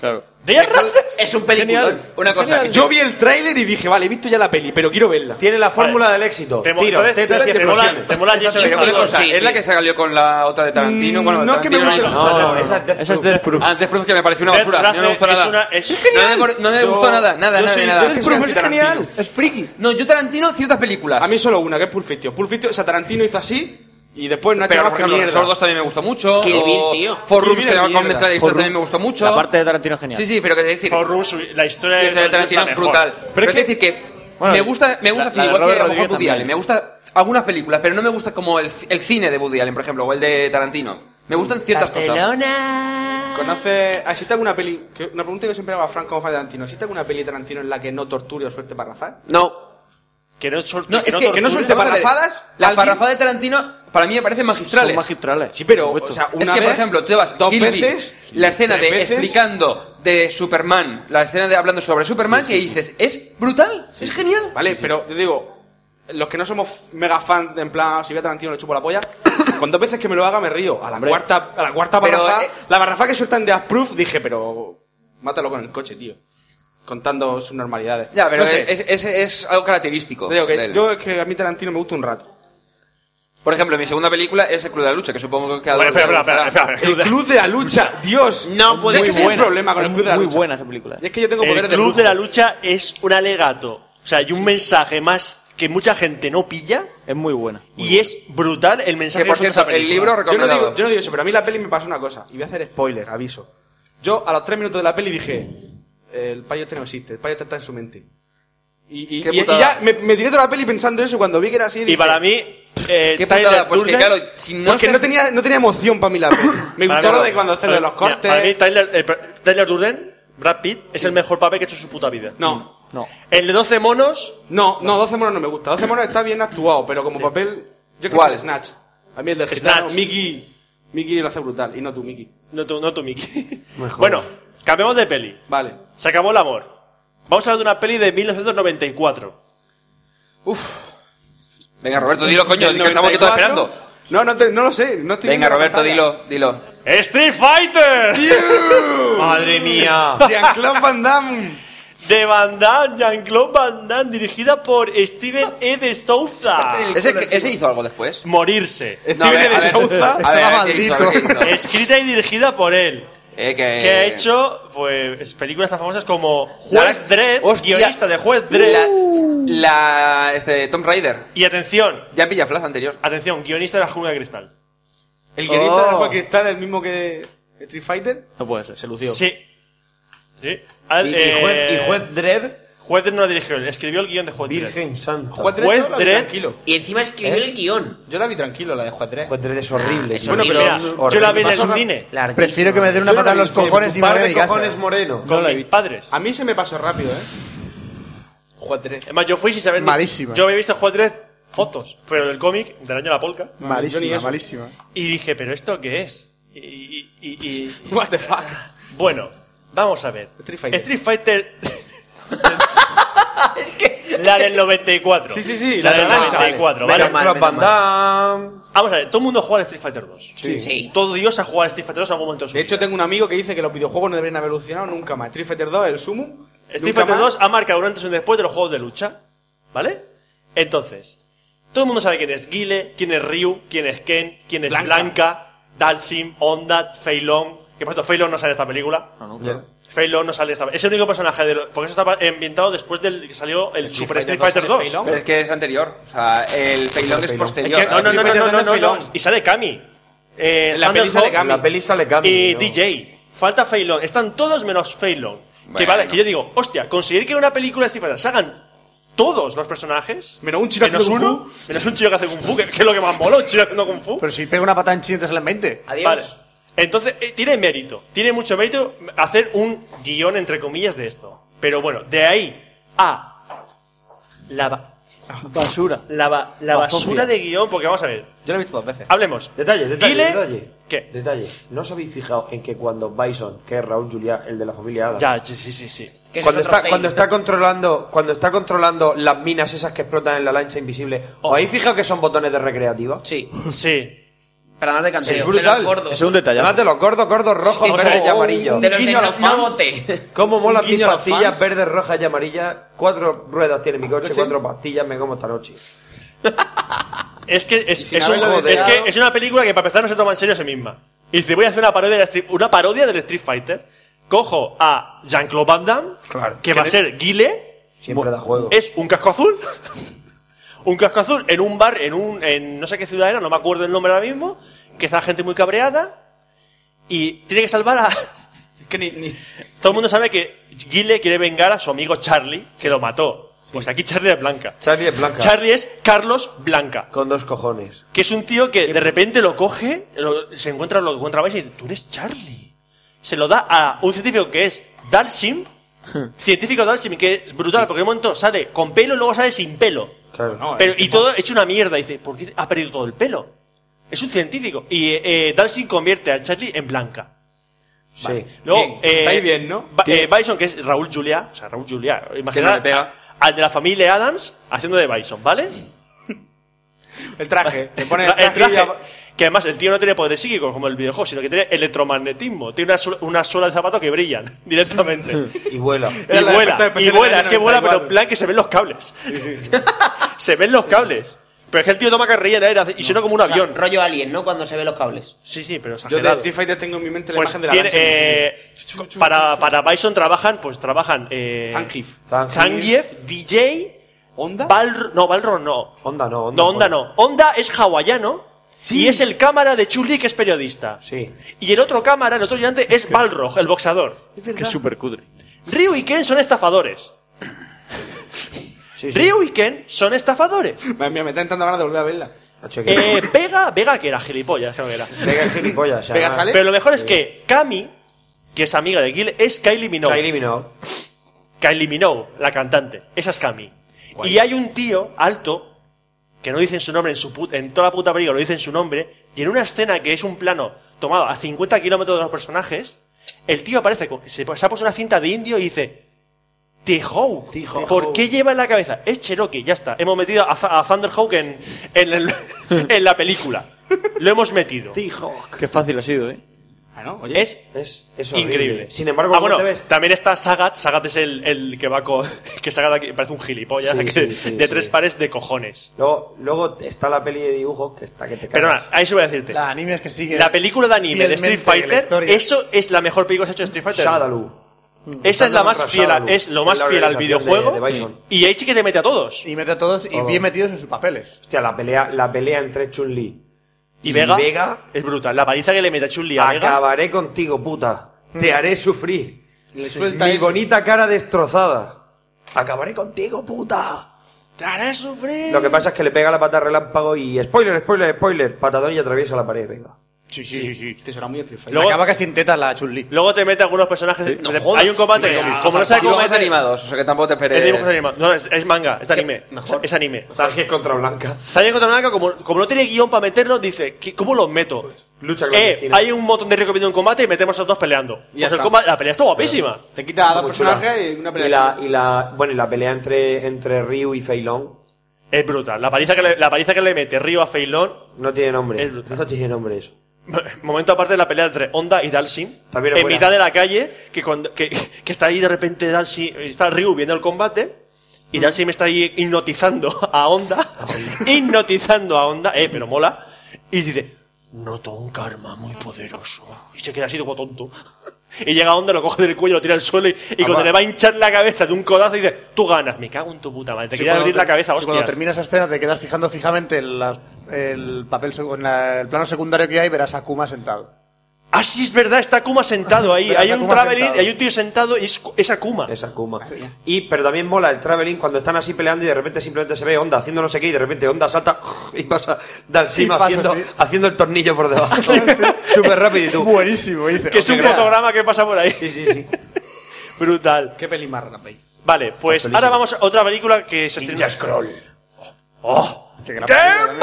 S4: ¿De Ryan
S2: Es un peliculón.
S5: Una cosa,
S3: Yo vi el tráiler y dije, vale, he visto ya la peli, pero quiero verla.
S9: Tiene la fórmula del éxito.
S4: Te mo-
S9: Tiro,
S4: entonces,
S9: tetas y
S4: te mola,
S9: explosiones.
S4: te mola Jason
S5: pero una
S4: Statham.
S5: cosa,
S2: sí,
S5: es
S2: sí.
S5: la que se salió con la otra de Tarantino. Bueno,
S3: Mm, no, que me
S5: Tarantino
S3: guste
S5: no,
S9: No, no, no, esa es Death
S8: Esa es
S9: Proof.
S8: Death Proof.
S5: Ah, Death Proof que me pareció una
S4: Death
S5: basura, no me
S4: Race
S5: gustó
S4: es
S5: nada.
S4: una- es-
S5: no, me, por- no me gustó nada, nada, nada, de nada.
S3: Death Proof es genial.
S7: Es friki.
S5: No, yo Tarantino ciertas películas.
S3: A mí solo una, que es Pulp Fiction. Pulp Fiction, o sea, Tarantino hizo así y después no ha hecho
S5: pero
S3: más
S5: por
S3: que
S5: ejemplo,
S3: mierda.
S5: Los Sordos también me gustó mucho.
S2: Kill Bill,
S5: o
S2: tío.
S5: Four
S3: Kill
S5: Rooms,
S3: Bill
S5: que
S3: es
S5: era con
S3: mierda.
S5: mezcla de historias, también me gustó mucho.
S8: La parte de Tarantino es genial.
S5: Sí, sí, pero que te decir.
S4: Paul Rudd, la historia
S5: Sí,
S4: de
S5: esa de Tarantino
S4: Eh, está
S5: es
S4: mejor.
S5: brutal. Pero,
S3: es
S5: es decir que.
S8: Bueno,
S5: me gusta, me
S8: la-
S5: gusta
S8: la
S5: así,
S8: de
S5: igual que
S8: Robert
S5: a lo mejor Woody
S8: Rodríguez también.
S5: Allen. Me gusta algunas películas, pero no me gusta como el, el cine de Woody Allen, por ejemplo, o el de Tarantino. Me gustan ciertas cosas.
S3: ¿Conoce, ah, ¿Existe alguna peli? que- Una pregunta que yo siempre hago a Frank como fan de Tarantino. ¿Existe alguna peli de Tarantino en la que no torture o suerte para Rafael?
S2: No,
S4: Que no, sol-
S5: No, es que,
S3: que no suelte
S5: vamos a ver,
S3: parrafadas,
S5: Las
S3: alguien-
S5: parrafadas de Tarantino para mí me parecen magistrales.
S8: Son magistrales.
S3: Sí, pero,
S8: por
S3: o sea,
S8: supuesto.
S3: una
S5: es que,
S3: vez,
S5: por ejemplo, tú te vas
S3: dos
S5: Kill Bill,
S3: veces,
S5: la escena
S3: tres
S5: de
S3: veces.
S5: explicando de Superman, la escena de hablando sobre Superman, que dices, es brutal, es genial.
S3: Vale, pero te digo, los que no somos mega fan, en plan, "Ah, si veo a Tarantino le chupo la polla, con dos veces que me lo haga me río. A la cuarta, a la cuarta
S5: Pero,
S3: barrafa,
S5: eh,
S3: la barrafa que sueltan de Asproof, dije, pero mátalo con el coche, tío. contando sus normalidades.
S5: Ya, pero
S3: No sé.
S5: es, es- es algo característico.
S3: Te digo que
S5: de él.
S3: yo es que a mí Tarantino me gusta un rato.
S5: Por ejemplo, mi segunda película es El Club de la Lucha, que supongo que a
S4: Bueno,
S5: Adolfo
S4: espera,
S5: le
S4: espera,
S5: gustará.
S4: espera,
S3: El
S4: espera.
S3: Club de la Lucha, Dios.
S2: No puede
S3: Ese
S2: ser.
S3: es el problema con el Club de la
S8: muy
S3: Lucha.
S8: buena esa película.
S3: Y es que yo tengo
S4: El
S3: poderes
S4: club de
S3: brujo.
S4: la lucha es un alegato. O sea, hay un mensaje más que mucha gente no pilla
S8: Es muy buena.
S4: y es brutal el mensaje
S5: Que por
S4: que suelta
S5: cierto, el
S4: esa película.
S5: libro
S3: Yo no,
S5: recomendado.
S3: digo, yo no digo eso, pero a mí la peli me pasó una cosa. Y voy a hacer spoiler, aviso. Yo a los tres minutos de la peli dije: El payo este no existe, el payo este está en su mente. Y, y-
S5: Qué
S3: y- y
S5: putada.
S3: ya me, me tiré toda la peli pensando eso y cuando vi que era así.
S4: Y
S3: dije,
S4: para mí, eh,
S5: Qué
S4: Tyler
S5: putada, pues que
S4: Durden-
S5: claro, si no
S3: Porque
S5: estás-
S3: no tenía, no tenía emoción para mí la peli. Me
S4: para
S3: gustó
S4: mí-
S3: lo de cuando hacen
S4: para-
S3: de los
S4: mira,
S3: cortes.
S4: para mí, Tyler, eh, pr- Tyler Durden, Brad Pitt, es el mejor papel que ha hecho en su puta vida.
S3: no,
S8: No.
S4: El de 12 monos,
S3: no, no, 12 monos no me gusta. 12 monos está bien actuado, pero como papel. Yo creo
S5: ¿Cuál?
S3: que es Snatch. A mí el de gitano,
S4: Snatch.
S3: Mickey. Mickey lo hace brutal, y no tú, Mickey.
S4: no tu, no tu Mickey. Bueno, cambiamos de peli.
S3: Vale.
S4: Se acabó el amor. Vamos a hablar de una peli de 1994.
S5: Uf. Venga, Roberto, dilo, coño,
S3: Del
S5: que estamos aquí todos
S3: 94.
S5: esperando.
S3: No, no, te- no lo sé. No estoy
S5: Venga,
S3: viendo la
S5: Roberto,
S3: pantalla.
S5: dilo, dilo.
S4: ¡Street Fighter!
S9: Madre mía.
S3: Jean-Claude Van Damme.
S4: De Van Damme, Jean-Claude Van Damme, dirigida por Steven E. de Souza.
S5: ¿Ese, que- ese hizo algo después?
S4: Morirse.
S5: No, a
S3: Steven
S5: ver,
S3: de
S5: a ver,
S3: Souza.
S5: a ver,
S7: Estaba
S5: ¿qué hizo? A ver, ¿qué hizo?
S4: Escrita y dirigida por él.
S5: Eh, que...
S4: Que ha hecho pues películas tan famosas como Juez
S5: La-
S4: Dredd,
S5: Hostia. Uh.
S4: guionista de Juez Dredd.
S5: La, la- este, Tomb Raider.
S4: Y atención,
S5: Ya en Villaflas anterior.
S4: atención, guionista de la jungla de cristal.
S3: El guionista de
S5: Oh.
S3: Rock Cristal, el mismo que Street Fighter.
S8: No puede ser, se lució.
S4: Sí. Sí. Al-
S9: Y, y
S4: eh,
S9: juez, y juez Dredd,
S4: Juez Dredd no la dirigió él, escribió el guión de Juez Dredd.
S9: Virgen Santa.
S3: Juez Dredd,
S4: Juez
S3: yo la vi
S4: Dredd.
S3: tranquilo.
S2: Y encima escribió
S9: ¿Eh?
S2: el guión.
S3: Yo la vi tranquilo, la de Juez Dredd.
S9: Juez Dredd es horrible.
S2: Es
S9: tío.
S2: horrible.
S4: Mira, yo la vi en el
S3: Más-
S4: cine
S2: Larguísimo.
S7: Prefiero que me den una
S9: Yo no
S7: patada en
S9: la
S7: los
S9: vi, tío,
S7: cojones
S9: tu
S7: y me
S9: par
S7: voy de
S9: de
S7: mi casa.
S9: cojones moreno.
S4: con mis padres.
S3: A mí se me pasó rápido, ¿eh? Juez Dredd.
S4: Además, yo fui sin saber. ni-
S7: Malísima.
S4: Yo había visto Juez Dredd fotos, pero del cómic, del año de la polca.
S3: yo ni
S7: Malísima,
S3: eso.
S7: malísima.
S4: Y dije, ¿pero esto qué es? Y, y- y- y-
S3: What the fuck.
S4: bueno, vamos a ver.
S3: Street Fighter.
S4: Street Fighter. La del 94.
S3: Sí, sí, sí,
S4: La,
S3: la
S4: del
S3: de la lancha.
S4: 94,
S2: Vale,
S4: ¿vale?
S2: menos mal.
S9: Jean-Claude Van Damme.
S4: Vamos a ver, todo el mundo juega al Street Fighter 2.
S2: Sí. Sí.
S4: Todo Dios ha jugado al Street Fighter 2 en algún momento. de su
S3: De hecho,
S4: vida.
S3: tengo un amigo que dice que los videojuegos no deberían haber evolucionado nunca más. Street Fighter 2, el Sumo.
S4: Street Fighter 2 ha marcado un antes y un después de los juegos de lucha. ¿Vale? Entonces, todo el mundo sabe quién es Guile, quién es Ryu, quién es Ken, quién es
S3: Blanca.
S4: Blanca, Dalsim, Onda, Fei Long. Que por cierto, Fei Long no sale de esta película. Fei Long no sale de esta Es el único personaje de. lo- Porque eso está ambientado después del que salió el Super Street Fighter 2.
S3: Fei Long.
S5: Pero es que es anterior. O sea, el Feilong Ah, es posterior.
S3: Es que-
S4: No, no, no, no,
S3: Street
S4: no,
S3: Fighter
S4: no, no,
S3: de
S4: no.
S3: Fei Long.
S4: Y sale Kami. Eh,
S3: En la peli sale
S4: Thunderhawk
S3: Kami.
S9: La peli sale Kami.
S4: y
S9: tío.
S4: DJ. Falta Feilong. Están todos menos Feilong. Que
S5: Bueno.
S4: vale, que yo digo, hostia, conseguir que en una película de Street Fighter salgan todos los personajes.
S3: Menos un chino
S4: menos
S3: haciendo
S4: uno,
S3: kung
S4: Menos un chino que hace Kung Fu, que, que es lo que más mola, un chino haciendo Kung Fu.
S7: Pero si pega una patada en Chile, te sale en 20.
S2: Adiós.
S4: Vale. Entonces, eh, tiene mérito, tiene mucho mérito hacer un guión, entre comillas, de esto. Pero bueno, de ahí a la, ba-
S3: Ah.
S8: Basura.
S4: la, ba- la basura de guión, porque vamos a ver,
S3: Yo lo he visto dos veces.
S4: hablemos.
S9: Detalle, detalle,
S4: Guile-
S9: detalle.
S4: ¿Qué?
S9: Detalle. ¿No os habéis fijado en que cuando Bison, que es Raúl Juliá, el de la familia Adams,
S4: Ya, sí, sí, sí, sí.
S2: Que eso
S9: cuando
S2: es otro
S9: está,
S2: fail.
S9: cuando está controlando cuando está controlando las minas esas que explotan en la lancha invisible ¿os habéis fijado que son botones de recreativa?
S2: Sí.
S4: Sí.
S2: Para dar de canteo.
S9: Es brutal.
S2: De los gordos.
S8: Es un detalle.
S9: además de los gordos gordos rojos
S4: Sí,
S9: verdes y
S4: como-
S9: amarillos
S2: De los de
S3: oh, guiño a los
S2: no, no
S3: fans.
S2: vote.
S9: ¿Cómo mola mis
S3: guiño a los
S9: pastillas
S3: fans.
S9: verdes, rojas y amarillas? Cuatro ruedas tiene mi coche,
S3: ¿Coche?
S9: cuatro pastillas me como esta noche.
S4: Es que es,
S3: sin
S4: es un-
S3: haberlo
S4: es
S3: deseado.
S4: que es una película que para empezar no se toma en serio a sí misma. Y dice, voy a hacer una parodia, de la Street- una parodia del Street Fighter. Cojo a Jean-Claude Van Damme, que va a ser Guile,
S9: Siempre da juego.
S4: es un casco azul. un casco azul en un bar, en un. en no sé qué ciudad era, no me acuerdo el nombre ahora mismo. Que está gente muy cabreada. Y tiene que salvar a.
S3: Es que ni, ni-
S4: Todo el mundo sabe que Guile quiere vengar a su amigo Charlie, que lo mató. Pues aquí Charlie es blanca.
S9: Charlie es blanca.
S4: Charlie es Carlos Blanca.
S9: Con dos cojones.
S4: Que es un tío que de repente lo coge, lo- se encuentra, lo encuentra Bison y dice, tú eres Charlie. Se lo da a un científico que es Dalsim, científico Dalsim, que es brutal, porque en un momento sale con pelo y luego sale sin pelo.
S9: Claro.
S3: No,
S4: Pero,
S3: este
S4: y todo hecho una mierda. Y dice, ¿por qué ha perdido todo el pelo? Es un científico. Y eh, eh, Dalsim convierte a Charlie en blanca.
S9: sí.
S3: Bien.
S4: Luego, eh,
S3: Estáis bien, ¿no?
S4: Ba- eh, Bison, que es Raúl Juliá, o sea, Raúl Juliá,
S5: no
S4: imagina
S5: le pega.
S4: a- al de la familia Adams haciendo de Bison, ¿vale?
S3: El traje. Le pones
S4: El traje.
S3: y ya-
S4: Que además el tío no tiene poderes psíquicos como el videojuego, sino que tiene electromagnetismo. Tiene una, su- una suela de zapatos que brillan directamente.
S9: Y vuela.
S4: y
S3: la
S4: vuela,
S3: efecto especial
S4: y
S3: del
S4: vuela,
S3: año
S4: es que vuela, pero
S3: 94.
S4: en plan que se ven los cables. se ven los cables. Pero es que el tío toma carrilla en aire hace- y suena como un
S2: O sea,
S4: avión.
S2: rollo alien, ¿no? Cuando se ven los cables.
S4: Sí, sí, pero
S3: Yo de
S4: exagerado.
S3: Street Fighter tengo en mi mente la
S4: Pues
S3: imagen de la
S4: tiene,
S3: lancha invisible.
S4: eh, para, para Bison trabajan, pues trabajan eh,
S3: Zangief.
S4: Zangief, DJ,
S3: ¿Onda?
S4: Balro, no, Balro no.
S9: Onda no, Onda
S4: No, Onda
S9: no.
S4: no. Onda es hawaiano y es el cámara de Chuli que es periodista.
S9: Sí.
S4: Y el otro cámara, el otro ayudante, es Balrog, el boxeador.
S8: Que es súper cutre.
S4: Ryu y Ken son estafadores.
S9: Sí, sí.
S4: Ryu y Ken son estafadores.
S3: Madre mía, me está entrando ganas de volver a verla.
S9: Nacho, que-
S4: Eh, Vega, Vega que era gilipollas, que no era.
S9: Pega el gilipollas. o sea,
S3: Pega, sale.
S4: Pero lo mejor es que Cami, que es amiga de Gil, es Kylie Minogue.
S9: Kylie Minogue.
S4: Kylie Minogue, la cantante. Esa es Cami. Y hay un tío alto que no dicen su nombre en su put- en toda la puta película, lo dicen su nombre. Y en una escena que es un plano tomado a 50 kilómetros de los personajes, el tío aparece, con, se, se ha puesto una cinta de indio y dice: T-Hawk. ¿Por qué lleva en la cabeza? Es Cherokee, ya está. Hemos metido a, Za- a Thunderhawk en, en, el- en la película. Lo hemos metido.
S8: Qué fácil ha sido, ¿eh?
S3: Ah, ¿no? Oye,
S4: Es
S9: Es, es horrible.
S4: Increíble.
S9: Sin embargo,
S4: Ah,
S9: ¿cómo
S4: bueno,
S9: te ves?
S4: también está Sagat. Sagat es el, el que va con. Que Sagat aquí parece un gilipollas.
S9: Sí,
S4: que-
S9: sí, sí,
S4: de
S9: sí.
S4: tres pares de cojones.
S9: Luego, luego está la peli de dibujos que está que te
S4: Pero
S9: cagas.
S4: nada, ahí se voy a decirte.
S7: La
S4: La,
S7: anime es que sigue.
S4: película de anime de Street
S7: fielmente la
S4: Fighter,
S7: historia.
S4: eso es la mejor película que se ha hecho de Street Fighter.
S9: Shadaloo.
S4: Esa es la más
S9: Shadaloo,
S4: fiel, a-
S9: Shadaloo,
S4: es lo
S9: que
S4: más
S9: es la
S4: fiel al
S9: organización de-
S4: videojuego.
S9: de Bison.
S4: y ahí sí que te mete a todos.
S7: Y mete a todos
S9: Oh.
S7: y bien metidos en sus papeles.
S9: Hostia, la pelea, la pelea entre Chun-Li
S4: Y, Vega, es brutal. La paliza que le mete a Chun-Li a Vega.
S9: Acabaré contigo, puta. Te haré sufrir.
S3: Mm. le suelta
S9: Mi
S3: eso.
S9: bonita cara destrozada. Acabaré contigo, puta.
S4: Te haré sufrir.
S9: Lo que pasa es que le pega la pata relámpago y spoiler, spoiler, spoiler. Patadón y atraviesa la pared, venga.
S7: Sí, sí, sí. sí.
S2: Este
S3: Te será muy Street Fighter.
S4: Luego-
S7: Acaba casi en tetas la Chun-Li.
S4: Luego te mete algunos personajes.
S2: No
S4: de-
S2: jodas.
S4: hay un combate.
S2: Sí, sí,
S4: como no sabes cómo
S5: Dibujos
S4: es animado.
S5: animados, o sea que tampoco te
S4: Es
S5: esperes.
S4: dibujos animados. No, es, es manga, es de
S2: ¿Qué?
S4: anime.
S2: Mejor.
S4: Es anime.
S9: Zangief contra Blanca.
S4: Salen contra Blanca, como, como no tiene guión para meterlo, dice, "¿Qué- ¿cómo los meto?
S9: Lucha
S4: Eh,
S9: clandestina.
S4: hay un montón de rico viendo un combate y metemos a los dos peleando. Pues el
S3: está.
S4: combate- la pelea está guapísima.
S3: Te quita a dos
S9: Muy chula.
S3: personajes Ah, y una pelea.
S9: Y la, y la, bueno, y la pelea entre, entre Ryu y Feilong
S4: Es brutal. La paliza que le, la paliza que le mete Río a Feilón.
S9: no tiene nombre.
S4: Es brutal.
S9: No tiene nombre eso.
S4: Momento aparte de la pelea entre Honda y Dalsin.
S9: También es
S4: en
S9: buena.
S4: mitad de la calle, que, cuando, que, que está ahí de repente Dalsin, está Ryu viendo el combate.
S9: Mm.
S4: Y Dalsin me está ahí hipnotizando a Honda. hipnotizando a Honda, eh, pero mola. Y dice, noto un karma muy poderoso. Y se queda así como tonto. Y llega Honda, lo coge del cuello, lo tira al suelo y, y cuando le va a hinchar la cabeza de un codazo dice, tú ganas, me cago en tu puta madre. Te
S7: Sí,
S4: quería
S7: cuando
S4: abrir
S7: te-
S4: la cabeza,
S7: sí, Cuando
S4: hostias.
S7: termina esa escena te quedas fijando fijamente en las- el papel secu- en la- el plano secundario que hay y verás a Kuma sentado.
S4: Ah, sí, es verdad, está Akuma sentado ahí.
S7: Pero
S4: hay
S7: está
S4: un
S7: Akuma
S4: traveling,
S7: sentado.
S4: hay un tío sentado y es, es Akuma.
S9: Es Akuma. Y, pero también mola el traveling cuando están así peleando y de repente simplemente se ve Onda haciendo no sé qué y de repente Onda salta y pasa Dalsim
S7: Y pasa,
S9: haciendo,
S7: sí.
S9: haciendo el tornillo por debajo. Súper rápido y tú.
S7: Buenísimo, dice.
S4: que es un
S7: "Hostia".
S4: fotograma que pasa por ahí.
S9: Sí, sí, sí.
S4: Brutal.
S3: Qué peli más rara, peli.
S4: Vale, pues ahora vamos a otra película que se estrena.
S9: Scroll.
S4: ¡Oh!
S7: Qué gran
S4: ¡Game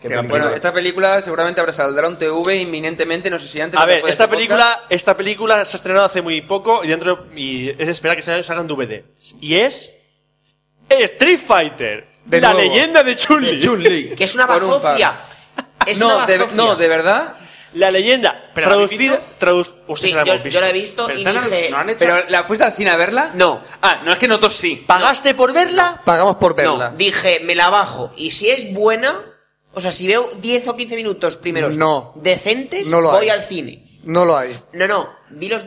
S9: Qué
S5: Bueno,
S9: peligro.
S5: esta película seguramente habrá saldrá un TV inminentemente, no sé si antes.
S4: A
S5: o
S4: ver,
S5: después de
S4: esta
S5: este
S4: película, esta película se ha estrenado hace muy poco y dentro y es esperar que se salga en DVD. Y es Street Fighter,
S7: De
S4: la
S7: nuevo.
S4: leyenda de Chun-Li.
S2: Que es una
S5: Por un
S2: bazofia. Es una
S5: No, de,
S2: bazofia.
S5: no, de verdad.
S4: La leyenda
S3: ¿Pero la habéis
S4: traducida, traducida.
S2: Sí, yo, yo la he visto y dije...
S3: ¿No han hecho?
S5: Pero ¿la fuiste al cine a verla?
S2: No.
S5: Ah, no es que nosotros sí.
S4: ¿Pagaste por verla?
S7: Pagamos por verla.
S2: No, dije, me la bajo. Y si es buena, o sea, si veo 10 o 15 minutos primeros
S7: No.
S2: decentes,
S7: No lo
S2: voy
S7: hay.
S2: al cine.
S7: No lo hay.
S2: No, no, vi los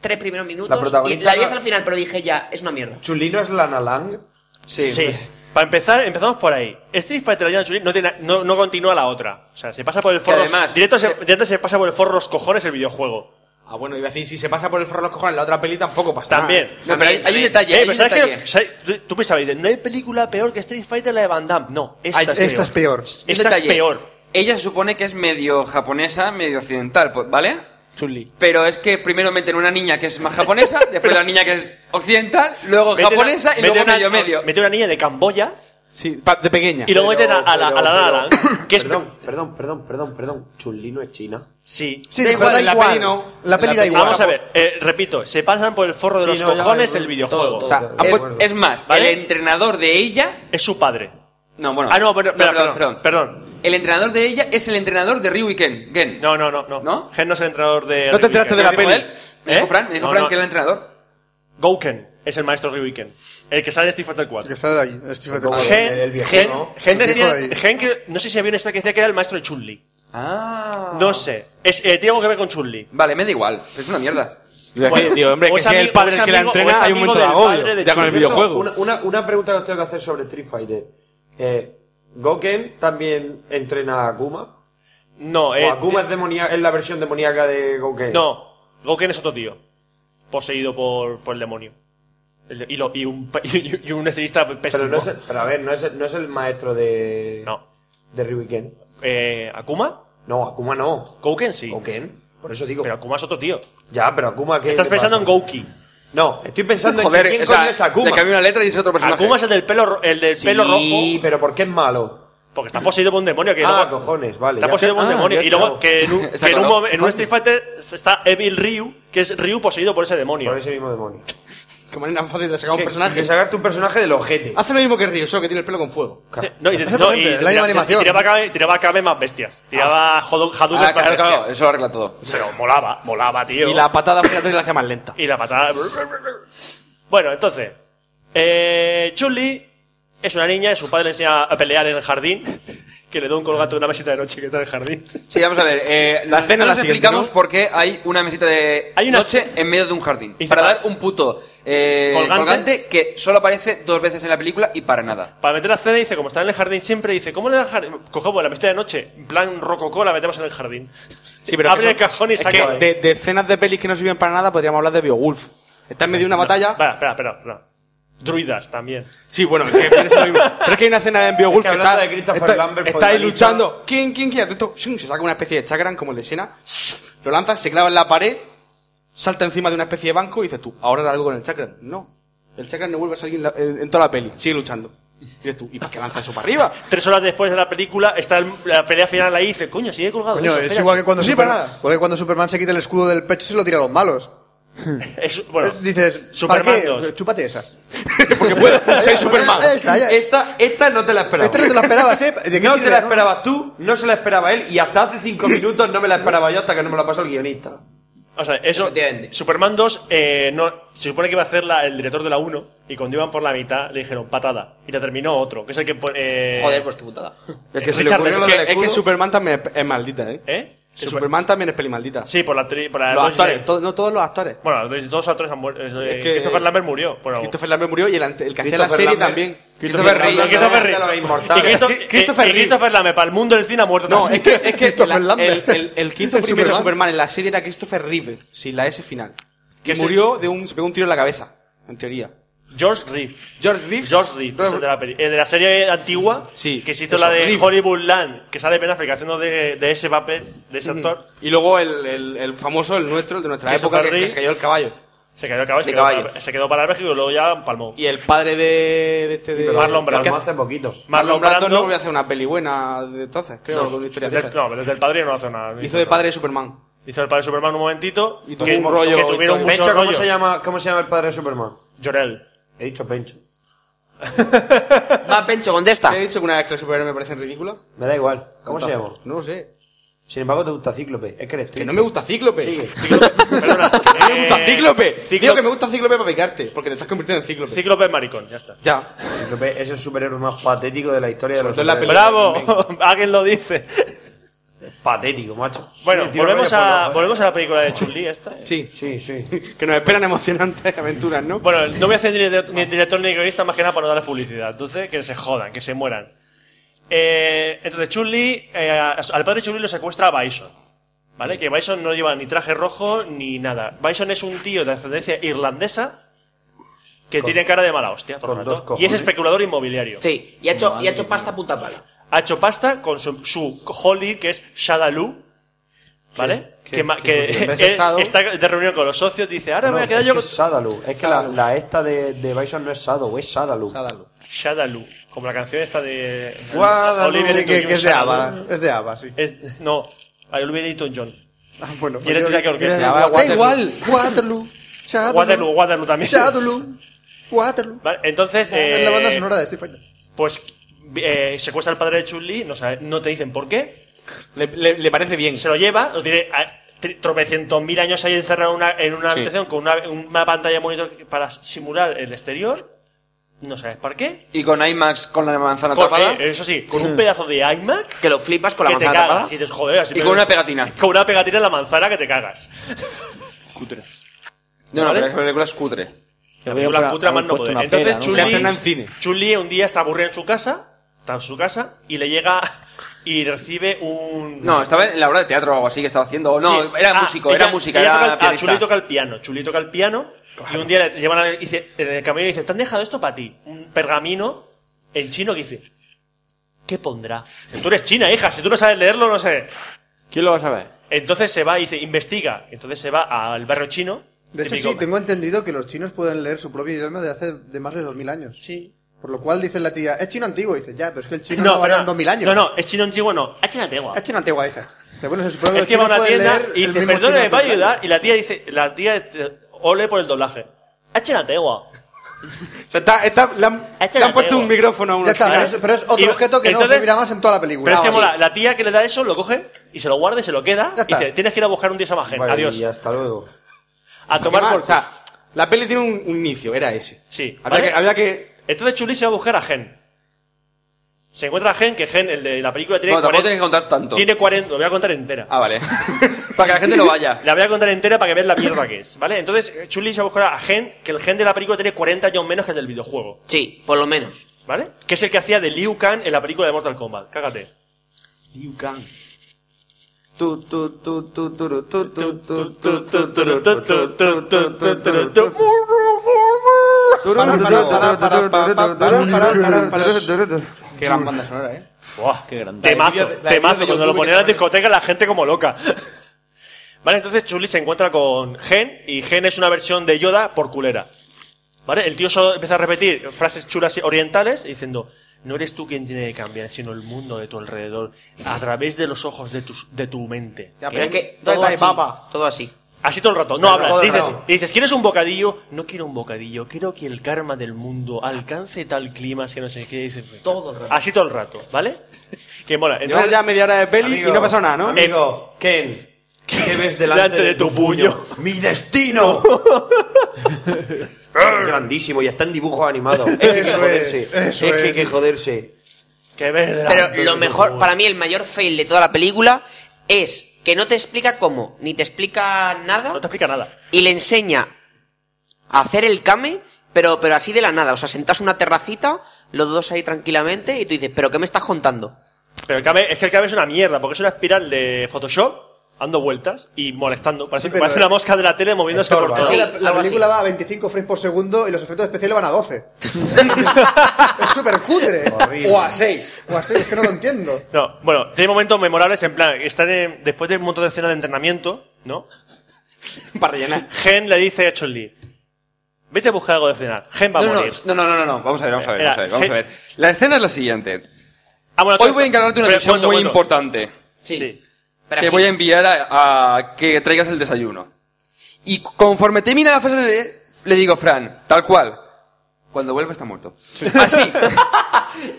S2: tres primeros minutos
S9: La
S2: y
S9: protagonista
S2: la vi
S9: no-
S2: hasta el final, pero dije ya, es una mierda.
S9: ¿Chulino es Lana Lang?
S4: Sí. Para empezar, empezamos por ahí. Street Fighter Legends Unite no, tiene- no, no continúa la otra. O sea, se pasa por el forro.
S5: además-
S4: directo, se,
S5: se-
S4: directo se pasa por el forro los cojones el videojuego.
S3: Ah, bueno, iba a decir, si se pasa por el forro de los cojones, la otra peli tampoco pasa
S4: También.
S3: nada.
S5: No, pero hay, hay un detalle.
S4: Eh,
S5: hay
S4: pero
S5: un
S4: ¿sabes
S5: detalle.
S4: qué? ¿Sabes? Tú- Tú pensabas, dices, no hay película peor que Street Fighter la de Van Damme. No, esta,
S3: Ay,
S4: es,
S7: Esta es
S4: peor.
S7: peor.
S5: Un
S4: Esta
S5: detalle.
S4: es peor.
S5: Ella se supone que es medio japonesa, medio occidental, pues, ¿vale?
S3: Chun-Li.
S5: Pero es que primero meten una niña que es más japonesa, después la niña que es occidental, luego
S4: Meten a-
S5: japonesa y luego
S4: meten a-
S5: medio medio.
S4: Meten una niña de Camboya
S3: Sí, pa- de pequeña.
S4: y luego meten a, a la, a la
S9: Pero-
S4: Lala Land, que es.
S9: Perdón, perdón, perdón, perdón, perdón. ¿Chulino es China?
S4: Sí.
S7: Sí,
S5: Da
S7: da
S5: igual,
S7: igual.
S5: la
S3: peli no.
S7: La peli da igual.
S4: Vamos a ver, eh, repito, se pasan por el forro de
S9: Sí,
S4: los
S9: no, ya,
S4: cojones
S9: eh,
S4: el videojuego.
S2: todo, todo.
S3: O sea, han
S5: Es,
S3: puesto-
S5: es más,
S4: ¿Vale?
S5: el entrenador de ella.
S4: Es su padre.
S5: No, bueno.
S4: Ah, no, pero-
S5: perdón,
S4: perdón, perdón,
S5: perdón.
S4: perdón.
S5: El entrenador de ella es el entrenador de Ryu y Ken. Ken.
S4: No, no, no. no.
S5: ¿No?
S4: Gen no es el entrenador de.
S3: No te
S4: Ryuken.
S3: enteraste de
S5: ¿Me
S3: la
S5: dijo
S3: peli.
S5: él? Me dijo
S4: ¿Eh?
S5: Fran, me dijo
S4: No,
S5: Fran
S4: no.
S5: que era el entrenador.
S4: Gouken es el maestro Ryuken. El que sale de Street Fighter 4.
S7: Que sale de ahí. Estoy fatal.
S4: Gen, Gen- Gen
S7: Este
S4: decía-
S7: hijo de-
S4: Gen que- no sé si había un esta que decía que era el maestro de Chun-Li.
S5: Ah.
S4: No sé. Es, eh, tiene algo que ver con Chun-Li.
S5: Vale, me da igual. Es una mierda.
S3: Oye, tío, hombre,
S4: o
S3: que
S4: es
S3: si es el
S4: amigo- o
S3: padre
S4: es
S3: el que la
S4: amigo- o
S3: entrena,
S4: es
S3: hay un
S4: amigo
S3: momento de
S4: del padre
S3: agobio.
S4: de
S3: Ya con el
S4: Chun-Li.
S3: videojuego.
S9: Una, una, una pregunta que os tengo que hacer sobre Street Fighter. Eh, ¿Goken también entrena a Akuma?
S4: No, eh,
S9: ¿O Akuma es, demonia- es la versión demoníaca de Goken?
S4: No, Gouken es otro tío. Poseído por, por el demonio. El de- Y, lo- y un, pe- y un estilista
S9: Pero,
S4: pésimo.
S9: no es, el- pero a ver, no es, el- no es el maestro de.
S4: No.
S9: De Ryuken.
S4: Eh, ¿Akuma?
S9: No, Akuma no.
S4: Gouken sí.
S9: Goken. Por eso digo.
S4: Pero Akuma es otro tío.
S9: ya, pero Akuma que.
S4: Estás pensando en Gouki.
S9: No, estoy pensando
S5: Joder,
S9: en que quién
S5: o sea,
S9: coño es Akuma.
S5: le cambié una letra y es otro personaje.
S4: Akuma es el del pelo, ro- el del
S9: Sí,
S4: pelo rojo.
S9: pero ¿por qué es malo?
S4: Porque está poseído por un demonio. Que
S9: Ah,
S4: luego-
S9: cojones, vale.
S4: Está
S9: ya.
S4: poseído por un
S9: Ah,
S4: demonio.
S9: ya
S4: Y luego
S9: está.
S4: que en un,
S5: Está
S4: que en un
S5: claro.
S4: momen- en un Street Fighter está Evil Ryu, que es Ryu poseído por ese demonio.
S9: Por ese mismo demonio.
S3: Qué manera fácil de sacar un
S9: Que
S3: personaje.
S9: sacarte un personaje del ojete.
S3: Hace lo mismo que Ryu, solo que tiene el pelo con fuego.
S4: Sí, No, y, no,
S7: Exactamente,
S4: y
S7: la misma
S4: tira-
S7: animación.
S4: Tiraba, Kame- tiraba Kame más bestias. Tiraba Hodo- Hadouken
S5: Ah,
S4: más
S5: claro,
S4: bestias.
S5: claro, eso lo arregla todo.
S4: Pero molaba, molaba, tío.
S3: Y la patada giratoria la hace más lenta.
S4: Y la patada. Bueno, entonces. Eh, Chun-Li es una niña y su padre le enseña a pelear en el jardín. Que le da un colgato de una mesita de noche que está en el jardín.
S5: Sí, vamos a ver. Eh,
S3: La
S5: no
S3: cena la
S5: nos
S3: siguiente,
S5: explicamos
S3: ¿no?
S5: por qué hay una mesita de
S4: Hay una-
S5: noche en medio de un jardín.
S4: Y
S5: Para
S4: para-
S5: dar un puto eh,
S4: Colgante.
S5: colgante. que solo aparece dos veces en la película y para nada.
S4: Para meter la cena, dice, como está en el jardín siempre, dice, ¿cómo le da el jardín? Cogemos la mesita de noche, en plan rococó, la metemos en el jardín.
S3: Sí, pero
S4: Abre
S3: eso-
S4: el cajón y
S3: es
S4: saca.
S3: que
S4: ahí.
S3: de, de escenas de pelis que no sirven para nada podríamos hablar de Beowulf. Está en medio de una batalla.
S4: Espera, espera, espera. espera. Druidas también.
S3: Sí, bueno, que es lo mismo. Pero es que hay una escena en Beowulf
S9: Es que
S3: que,
S9: hablando
S3: está,
S9: de Christopher
S3: está-
S9: Lambert,
S3: está ahí
S9: Podalito.
S3: luchando. ¿Quién, quién, quién? Atento. Shum, Se saca una especie de chakran como el de Sena. Lo lanza, se clava en la pared, salta encima de una especie de banco y dices tú, ahora hará algo con el chakran. No. El chakran no vuelve a salir en, la- en- en toda la peli. Sigue luchando. Y dices tú, ¿y para qué lanza eso para arriba?
S4: Tres horas después de la película, está el- la pelea final ahí y dice, coño, sigue colgado.
S7: Coño,
S4: eso,
S7: es
S4: espera".
S7: igual que cuando,
S3: No sirve
S7: Super-
S3: para nada.
S7: porque cuando Superman se quita el escudo del pecho y se lo tira a los malos.
S4: Es- bueno,
S7: Eh, Dices, ¿para
S4: Superman
S7: qué?
S4: 2.
S7: Chúpate esa.
S3: Porque puede. Soy Superman.
S7: Eh, Esta, ya.
S9: Esta, esta no te la esperaba.
S7: Esta no te la esperabas, ¿eh? ¿De qué
S9: no
S7: sirve,
S9: te la
S7: no?
S9: esperabas tú, no se la esperaba él, y hasta hace cinco minutos no me la esperaba yo hasta que no me la pasó el guionista.
S4: O sea, eso.
S2: Efectivamente.
S4: Superman 2 eh, no, se supone que iba a hacer la- el director de la 1 y cuando iban por la mitad le dijeron patada y la terminó otro, que es el que pone. eh,
S2: Joder, pues qué putada.
S9: Es que se
S4: Richard
S9: le ocurrió
S4: Lester.
S9: lo del
S3: Es que
S9: escudo.
S3: Superman también es, es maldita, ¿eh?
S4: ¿Eh?
S3: Que
S4: Super-
S3: Superman también es peli maldita.
S4: Sí, por la. Tri, por la
S3: Los
S4: dos-
S3: actores, todo- no todos los actores.
S4: Bueno, los dos actores han muerto. eh,
S3: Es que-
S4: Christopher Lambert murió. Bueno,
S3: Christopher Lambert murió y el, ante- el que hacía la
S9: Christopher
S3: serie
S9: Lambert.
S3: también.
S5: Christopher
S4: y
S5: Reeves.
S4: Christopher
S9: Lambert
S4: Reeve.
S9: de los inmortales.
S4: Y Christo-
S3: Sí, Christopher
S4: y- y
S3: Reeve.
S4: Christopher Lambert, para el mundo del cine ha muerto.
S3: No,
S4: también.
S3: es que, es que
S7: Christopher
S3: la- el,
S7: Lambert.
S3: el- el que hizo
S7: El
S3: primero
S7: Superman.
S3: Superman en la serie era Christopher Reeve, sin la S final.
S4: Que
S3: Que
S4: es el-
S3: murió de un, se pegó un tiro en la cabeza, en teoría.
S4: George Reeve.
S3: George Reeves.
S4: George Reeve, es el de la, peli- el de la serie antigua
S3: Sí,
S4: que se hizo
S3: eso,
S4: la de
S3: Reeve.
S4: Hollywood Land, que sale Ben Affleck haciendo de, de ese papel, de ese actor.
S3: Y luego el, el- el famoso, el nuestro, el de nuestra
S4: Christopher
S3: época, que, que
S4: Reeve.
S3: se cayó el caballo.
S4: Se quedó, el caballo,
S2: De
S4: se, quedó
S2: caballo.
S4: para, se quedó para México y luego ya palmó.
S3: Y el padre de, de este de.
S4: Marlon
S3: el que
S4: Brando.
S3: hace-
S9: Hace poquito.
S3: Marlon Brando no voy a hacer una peli buena de entonces, creo, con una historia de
S4: Del-
S3: esas.
S4: no, pero desde el padre no hace nada. no
S3: Hizo de
S4: nada.
S3: padre de Superman.
S4: Hizo el padre de Superman un momentito.
S3: Y tuvo un rollo
S4: Que
S3: y todo.
S4: tuvieron mucho
S9: Pencho, ¿cómo
S4: rollo.
S9: se, llama, ¿cómo se llama el padre de Superman?
S4: Jorel.
S9: He dicho Pencho.
S2: Va, Pencho, contesta.
S3: ¿Te he dicho que una vez que los superhéroes me parecen ridículos?
S9: Me da igual. ¿Cómo se llama?
S3: No lo sé.
S9: Sin embargo, te gusta Cíclope. Es que eres
S3: Que
S9: triste.
S3: no me gusta Cíclope.
S4: Perdona.
S3: Que me gusta
S4: Eh,
S3: Cíclope. Digo
S4: Cíclope,
S3: que me gusta Cíclope para picarte, porque te estás convirtiendo en Cíclope.
S4: Cíclope es maricón, ya está.
S3: Ya.
S9: Cíclope es el superhéroe más patético de la historia de
S3: Sobre
S9: los
S3: todo en la
S9: superhéroes.
S4: ¡Bravo! Alguien lo dice.
S9: Patético, macho.
S4: Bueno,
S9: Sí, tío,
S4: volvemos,
S9: no me
S4: a,
S9: jodas, ¿eh?
S4: volvemos a la película de Chun-Li esta.
S3: Sí.
S9: Sí, sí.
S3: Que nos esperan emocionantes aventuras, ¿no?
S4: Bueno, no voy a hacer ni, dire- ni director ni guionista más que nada para no darles publicidad. Entonces, que se jodan, que se mueran. Eh, entonces, Chun-Li, eh, a- al padre Chun-Li lo secuestra a Bison. ¿Vale? Que Bison no lleva ni traje rojo ni nada. Bison es un tío de ascendencia irlandesa que tiene cara de mala hostia. todo el
S9: con
S4: rato.
S9: dos cojones.
S4: y es especulador inmobiliario.
S2: Sí, y ha hecho, y ha hecho pasta puta pala.
S4: Ha hecho pasta con su, su Holly, que es Shadaloo. ¿Vale?
S9: Sí,
S4: que
S9: sí,
S4: ma-
S9: sí,
S4: que
S9: sí, sí.
S4: él
S3: Sado.
S4: está de reunión con los socios. Dice: Ahora me voy a quedar
S9: es
S4: yo
S9: que
S4: con.
S9: es Sadalu. Es que la, la esta de, de Bison no es Sadalu, es Sadalu.
S3: Sádalo.
S4: Shadaloo, como la canción esta de
S9: Guadalupe,
S4: Olivia
S7: Sí, que,
S4: Newton-John,
S7: que es de
S4: Shadaloo.
S7: Ava. Es de Ava, sí.
S4: Es- no, Olivia Newton-John.
S7: Ah, bueno.
S4: Y eres
S7: yo-
S4: tú la que orquesta.
S7: yo-
S3: Da
S5: Da igual.
S7: Waterloo. Shadaloo,
S4: Waterloo, Waterloo también.
S7: Shadaloo. Waterloo.
S4: Vale, entonces,
S7: Es la banda
S4: eh,
S7: sonora de Stephen.
S4: pues eh, secuestra al padre de Chun-Li, no, sabe- no te dicen por qué,
S3: Le, le- le parece bien.
S4: se lo lleva, lo tiene a tre- tropecientos mil años ahí encerrado en una, en una
S2: Sí.
S4: habitación con una, una pantalla monitor para simular el exterior. No sabes por qué.
S5: Y con IMAX con la manzana
S4: Con-
S5: atrapada.
S4: eh, eso sí, con un pedazo de iMac
S2: Que lo flipas con la
S4: que te
S2: manzana
S4: cagas.
S2: tapada.
S4: Y dices, joder, así
S5: Y
S4: me-
S5: con una pegatina.
S4: Con una pegatina en la manzana que te cagas.
S5: No, no,
S4: ¿Vale?
S5: pero la película es cutre.
S4: La
S8: Lo
S4: película
S8: veo
S4: cutre a
S8: para-
S4: más no
S8: haber puesto
S4: poder.
S8: una
S4: Entonces,
S8: pega, ¿no?
S3: Se
S4: Chun-Li-
S3: hacen en cine.
S4: Chun-Li un día está aburrida en su casa, está en su casa, y le llega y recibe un...
S5: No, estaba en la obra de teatro o algo así que estaba haciendo. o No,
S4: Sí.
S5: era
S4: Ah,
S5: músico,
S4: ella-
S5: era música,
S4: ella
S5: era
S4: toca el- ah,
S5: pianista.
S4: Chuli toca el piano, Chuli toca el piano. Y un día le llevan al- y dice, en el camino y dice, ¿te han dejado esto para ti? Un pergamino en chino que dice, ¿qué pondrá? Tú eres china, hija, si tú no sabes leerlo, no sé.
S8: ¿Quién lo va a saber?
S4: Entonces se va y dice, investiga. Entonces se va al barrio chino.
S7: De hecho,
S4: típico-
S7: sí, tengo entendido que los chinos pueden leer su propio idioma de hace de más de 2000 años. Sí. Por lo cual dice la tía, es chino antiguo. Y dice, ya, pero es que el chino no, vale en
S4: perdona.
S7: 2000 años.
S4: No, no, es chino antiguo, no. Es chino antiguo.
S7: Es chino antiguo, hija. Dice, bueno, se supone que
S4: Es
S7: los
S4: que va
S7: chinos
S4: a una
S7: pueden
S4: tienda
S7: leer
S4: y
S7: el
S4: dice,
S7: mismo
S4: perdona,
S7: chino
S4: ¿me va a
S7: antiguo".
S4: ayudar? Y la tía dice, la tía, eh, ole por el doblaje. Es chino antiguo.
S3: O sea, está, está- le han,
S4: Este
S3: le han
S4: la
S3: puesto
S4: pego.
S3: un micrófono a
S7: Ya
S3: una
S7: está,
S3: chica.
S7: pero es, pero es otro
S4: Y-
S7: objeto que no
S4: entonces-
S7: servirá más en toda la película.
S4: Pero es que
S7: Ah, sí.
S4: mola, la tía que le da eso lo coge y se lo guarda y se lo queda.
S7: Ya
S4: Y
S7: está.
S4: dice, tienes que ir a buscar un dios a Magen.
S9: Vale,
S4: Adiós.
S9: Y hasta luego.
S4: A
S3: ¿Qué
S4: tomar
S3: más?
S4: por
S3: O sea, la peli tiene un, un inicio, era ese.
S4: Sí,
S3: Había,
S4: ¿vale?
S3: que, había que-
S4: Entonces Chuli se va a buscar a Gen. Se encuentra a Gen, que Gen, el de la película, tiene
S5: No, tampoco
S4: 40
S5: tienes que contar tanto.
S4: Tiene 40, lo voy a contar entera.
S5: Ah, vale. Para que la gente no vaya.
S4: La voy a contar entera para que veas la mierda que es, ¿vale? Entonces eh, Chuli se va a buscar a Gen, que el Gen de la película tiene 40 años menos que el del videojuego,
S2: Sí, por lo menos.
S4: ¿vale? Que es el que hacía de Liu Kang en la película de Mortal Kombat. Cágate.
S9: Tu, tu, tu, tu, tu, tu, tu, tu, tu, tu, tu, tu, tu, tu, tu, tu,
S4: Entonces
S3: Qué gran banda sonora, ¿eh?
S4: Buah,
S8: Qué grande.
S4: Temazo,
S3: La de- la de
S4: temazo.
S3: YouTube
S4: Cuando lo
S3: que
S4: ponía en la
S3: se pone.
S4: discoteca la gente como loca. Vale, entonces Chuli se encuentra con Gen y Gen es una versión de Yoda por culera. Vale, el tío solo empieza a repetir frases chulas orientales diciendo no eres tú quien tiene que cambiar, sino el mundo de tu alrededor, a través de los ojos de tu, de tu mente.
S2: Ya, pero es que
S3: ¿Dónde
S2: todo
S3: está el
S2: así,
S3: papa?
S2: todo así.
S4: Así todo el rato, no hablas,
S3: todo el
S4: dices,
S3: rato.
S4: dices, ¿quieres un bocadillo? No quiero un bocadillo, quiero que el karma del mundo alcance tal clima, que no sé qué, dices,
S2: Todo el rato.
S4: Así todo el rato, ¿vale? Que mola.
S3: Llevamos
S4: Entonces,
S3: ya media hora de peli y no ha pasado nada, ¿no?
S4: Eh,
S9: Amigo, Ken, ¿qué ves delante de tu puño? ¡Mi destino! Es grandísimo y está en dibujos animados. Es que hay que
S7: Eso
S9: joderse.
S7: es, eso
S9: Es que hay
S7: es.
S9: que joderse.
S4: que ver
S2: Pero lo mejor, para mí el mayor fail de toda la película es que no te explica cómo, ni te explica
S4: No
S2: nada
S4: te explica nada.
S2: y le enseña a hacer el kame, pero, pero así de la nada. O sea, sentás una terracita, los dos ahí tranquilamente y tú dices, ¿pero qué me estás contando?
S4: Pero el cabe, es que el cabe es una mierda, porque es una espiral de Photoshop dando vueltas y molestando. Parece,
S7: Sí, pero-
S4: parece una mosca de la tele moviéndose por
S9: Estorba,
S4: todo.
S7: Es que
S2: ¿no?
S7: la, la
S2: algo así.
S7: película va a 25 frames por segundo y los efectos especiales van a 12. es súper cutre.
S5: O a seis.
S7: O así, es que no lo entiendo.
S4: No, bueno, tiene momentos memorables en plan, están en- después de un montón de escenas de entrenamiento, ¿no?
S3: Para rellenar.
S4: Gen le dice a Chun-Li, vete a buscar algo de cenar. Gen va a
S5: No, no,
S4: morir.
S5: no, no, no, no, no, vamos a ver, vamos a ver,
S4: Espera,
S5: vamos a ver, vamos a ver. La escena es la siguiente.
S4: Ah, bueno,
S5: Hoy
S4: todo-
S5: voy a encargarte una
S4: pero,
S5: misión
S4: cuento,
S5: muy
S4: cuento.
S5: importante.
S4: Sí. sí.
S2: Pero
S5: Te
S2: así,
S5: voy a enviar a, a que traigas el desayuno. Y conforme termina la frase le, le digo, Fran, tal cual, cuando vuelva está muerto. Así.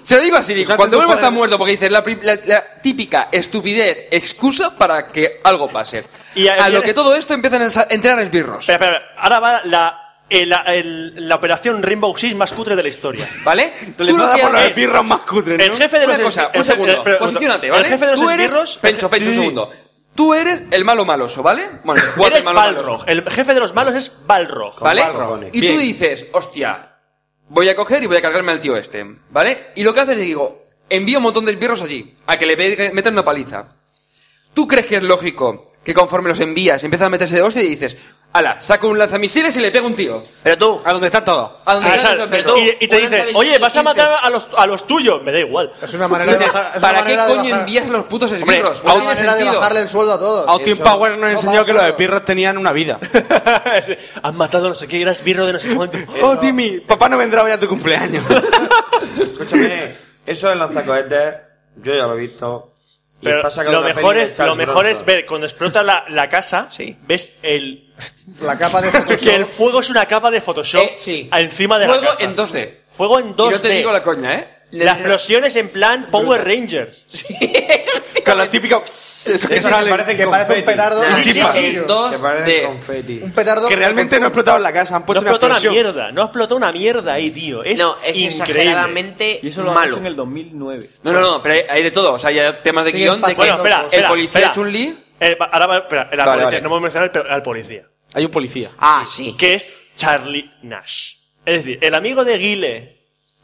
S5: Se lo digo así, digo,
S3: Exacto,
S5: cuando
S3: tú
S5: vuelva está
S3: puedes-
S5: muerto, porque dices la, pri- la- la típica estupidez, excusa para que algo pase.
S4: Y a-
S5: a, lo que todo esto empiezan a sa- entrar esbirros.
S4: Espera, espera, espera. ahora va la, el- la- el- la operación Rainbow Six más cutre de la historia.
S5: ¿vale?
S3: Le
S5: Tú lo
S3: manda
S5: que
S3: por
S5: haces-
S3: los esbirros más cutres,
S4: El
S3: ¿no?
S4: jefe de
S5: Una
S4: los
S5: cosa,
S4: el
S5: un
S4: jefe-
S5: segundo.
S4: el- pero-
S5: Posiciónate,
S4: el
S5: ¿vale?
S4: jefe de los
S5: Tú eres.
S4: esbirros-
S5: Pencho, pencho, un
S4: Sí.
S5: segundo. Tú eres el malo maloso, ¿vale? Bueno, es cuatro
S4: Eres
S5: malos
S4: Balrog.
S5: malosos,
S4: El jefe de los malos es Balrog.
S5: ¿Vale?
S9: Balrogones.
S5: Y tú
S3: Bien.
S5: dices, hostia, voy a coger y voy a cargarme al tío este, ¿vale? Y lo que haces es digo, envío un montón de esbirros allí, a que le pe- metan una paliza. ¿Tú crees que es lógico que conforme los envías empiezan a meterse de hostia y dices, ala, saco un lanzamisiles y le pego un tío?
S2: Pero tú,
S3: A donde está todo.
S5: ¿A dónde
S4: Ah,
S5: están
S4: o sea,
S5: los
S2: pero
S5: esbirros?
S2: tú-
S4: y, y te
S2: una
S4: dice,
S2: entrevista
S4: oye,
S2: del
S4: vas a
S2: 15.
S4: matar a los, a los tuyos. Me da igual.
S7: Es una manera de
S5: Dices,
S7: bajar. es una
S5: ¿Para qué
S7: manera de
S5: coño
S7: bajar-
S5: envías los putos
S3: Hombre,
S5: esbirros?
S7: Es
S5: No
S7: una
S5: tiene
S7: manera de
S5: sentido.
S7: bajarle el sueldo a todos.
S3: Austin
S7: Eso.
S3: Power nos
S7: No,
S3: enseñó que los
S7: basta.
S3: esbirros tenían una vida.
S4: Han matado a no sé qué, eras birro de no sé cuánto.
S3: Oh, Timmy, papá no vendrá hoy a tu cumpleaños.
S9: Escúchame, eso del lanzacohetes, yo ya lo he visto. Y
S4: Pero
S9: está sacando
S4: lo
S9: una
S4: mejor,
S9: peli de
S4: es, lo
S9: Charles
S4: mejor es
S9: Bronson.
S4: ver cuando explota la, la casa,
S2: Sí.
S4: ves el,
S7: La capa de Photoshop.
S4: que el fuego es una capa de Photoshop
S2: Eh, sí.
S4: encima de
S5: Fuego
S4: la casa.
S5: en 2D.
S4: Fuego en
S5: Y
S4: 2D.
S5: no te digo la coña, ¿eh?
S4: La explosión es en plan Power Rangers.
S3: Con la típica. pss, eso que
S13: Esas
S3: sale.
S13: parecen
S9: Que parece un
S13: confeti.
S9: petardo.
S3: Y
S9: de
S3: chispas.
S9: pasillo.
S5: Dos
S13: Que parecen
S5: de...
S13: confeti.
S9: Un petardo.
S3: Que realmente no ha explotado en la casa, han
S4: No
S3: puesto una
S4: explotó una
S3: explosión.
S4: mierda, no explotó una mierda ahí, tío. Es
S2: no, es
S4: increíble.
S2: exageradamente
S8: Y eso lo han
S2: malo.
S8: hecho en el 2009.
S5: No, no, no, pero hay, hay de todo. O sea, hay temas de
S9: Siguen
S5: guión de que
S9: pasando
S4: Bueno, espera,
S9: El
S5: el
S4: espera,
S5: policía
S4: espera.
S5: Chun-Li...
S4: Eh, va- ahora va- espera, el
S5: Vale,
S4: policía,
S5: vale.
S4: no voy a mencionar al- al policía.
S3: Hay un policía.
S2: Ah, sí.
S4: que es Charlie Nash. Es decir, el amigo de Guile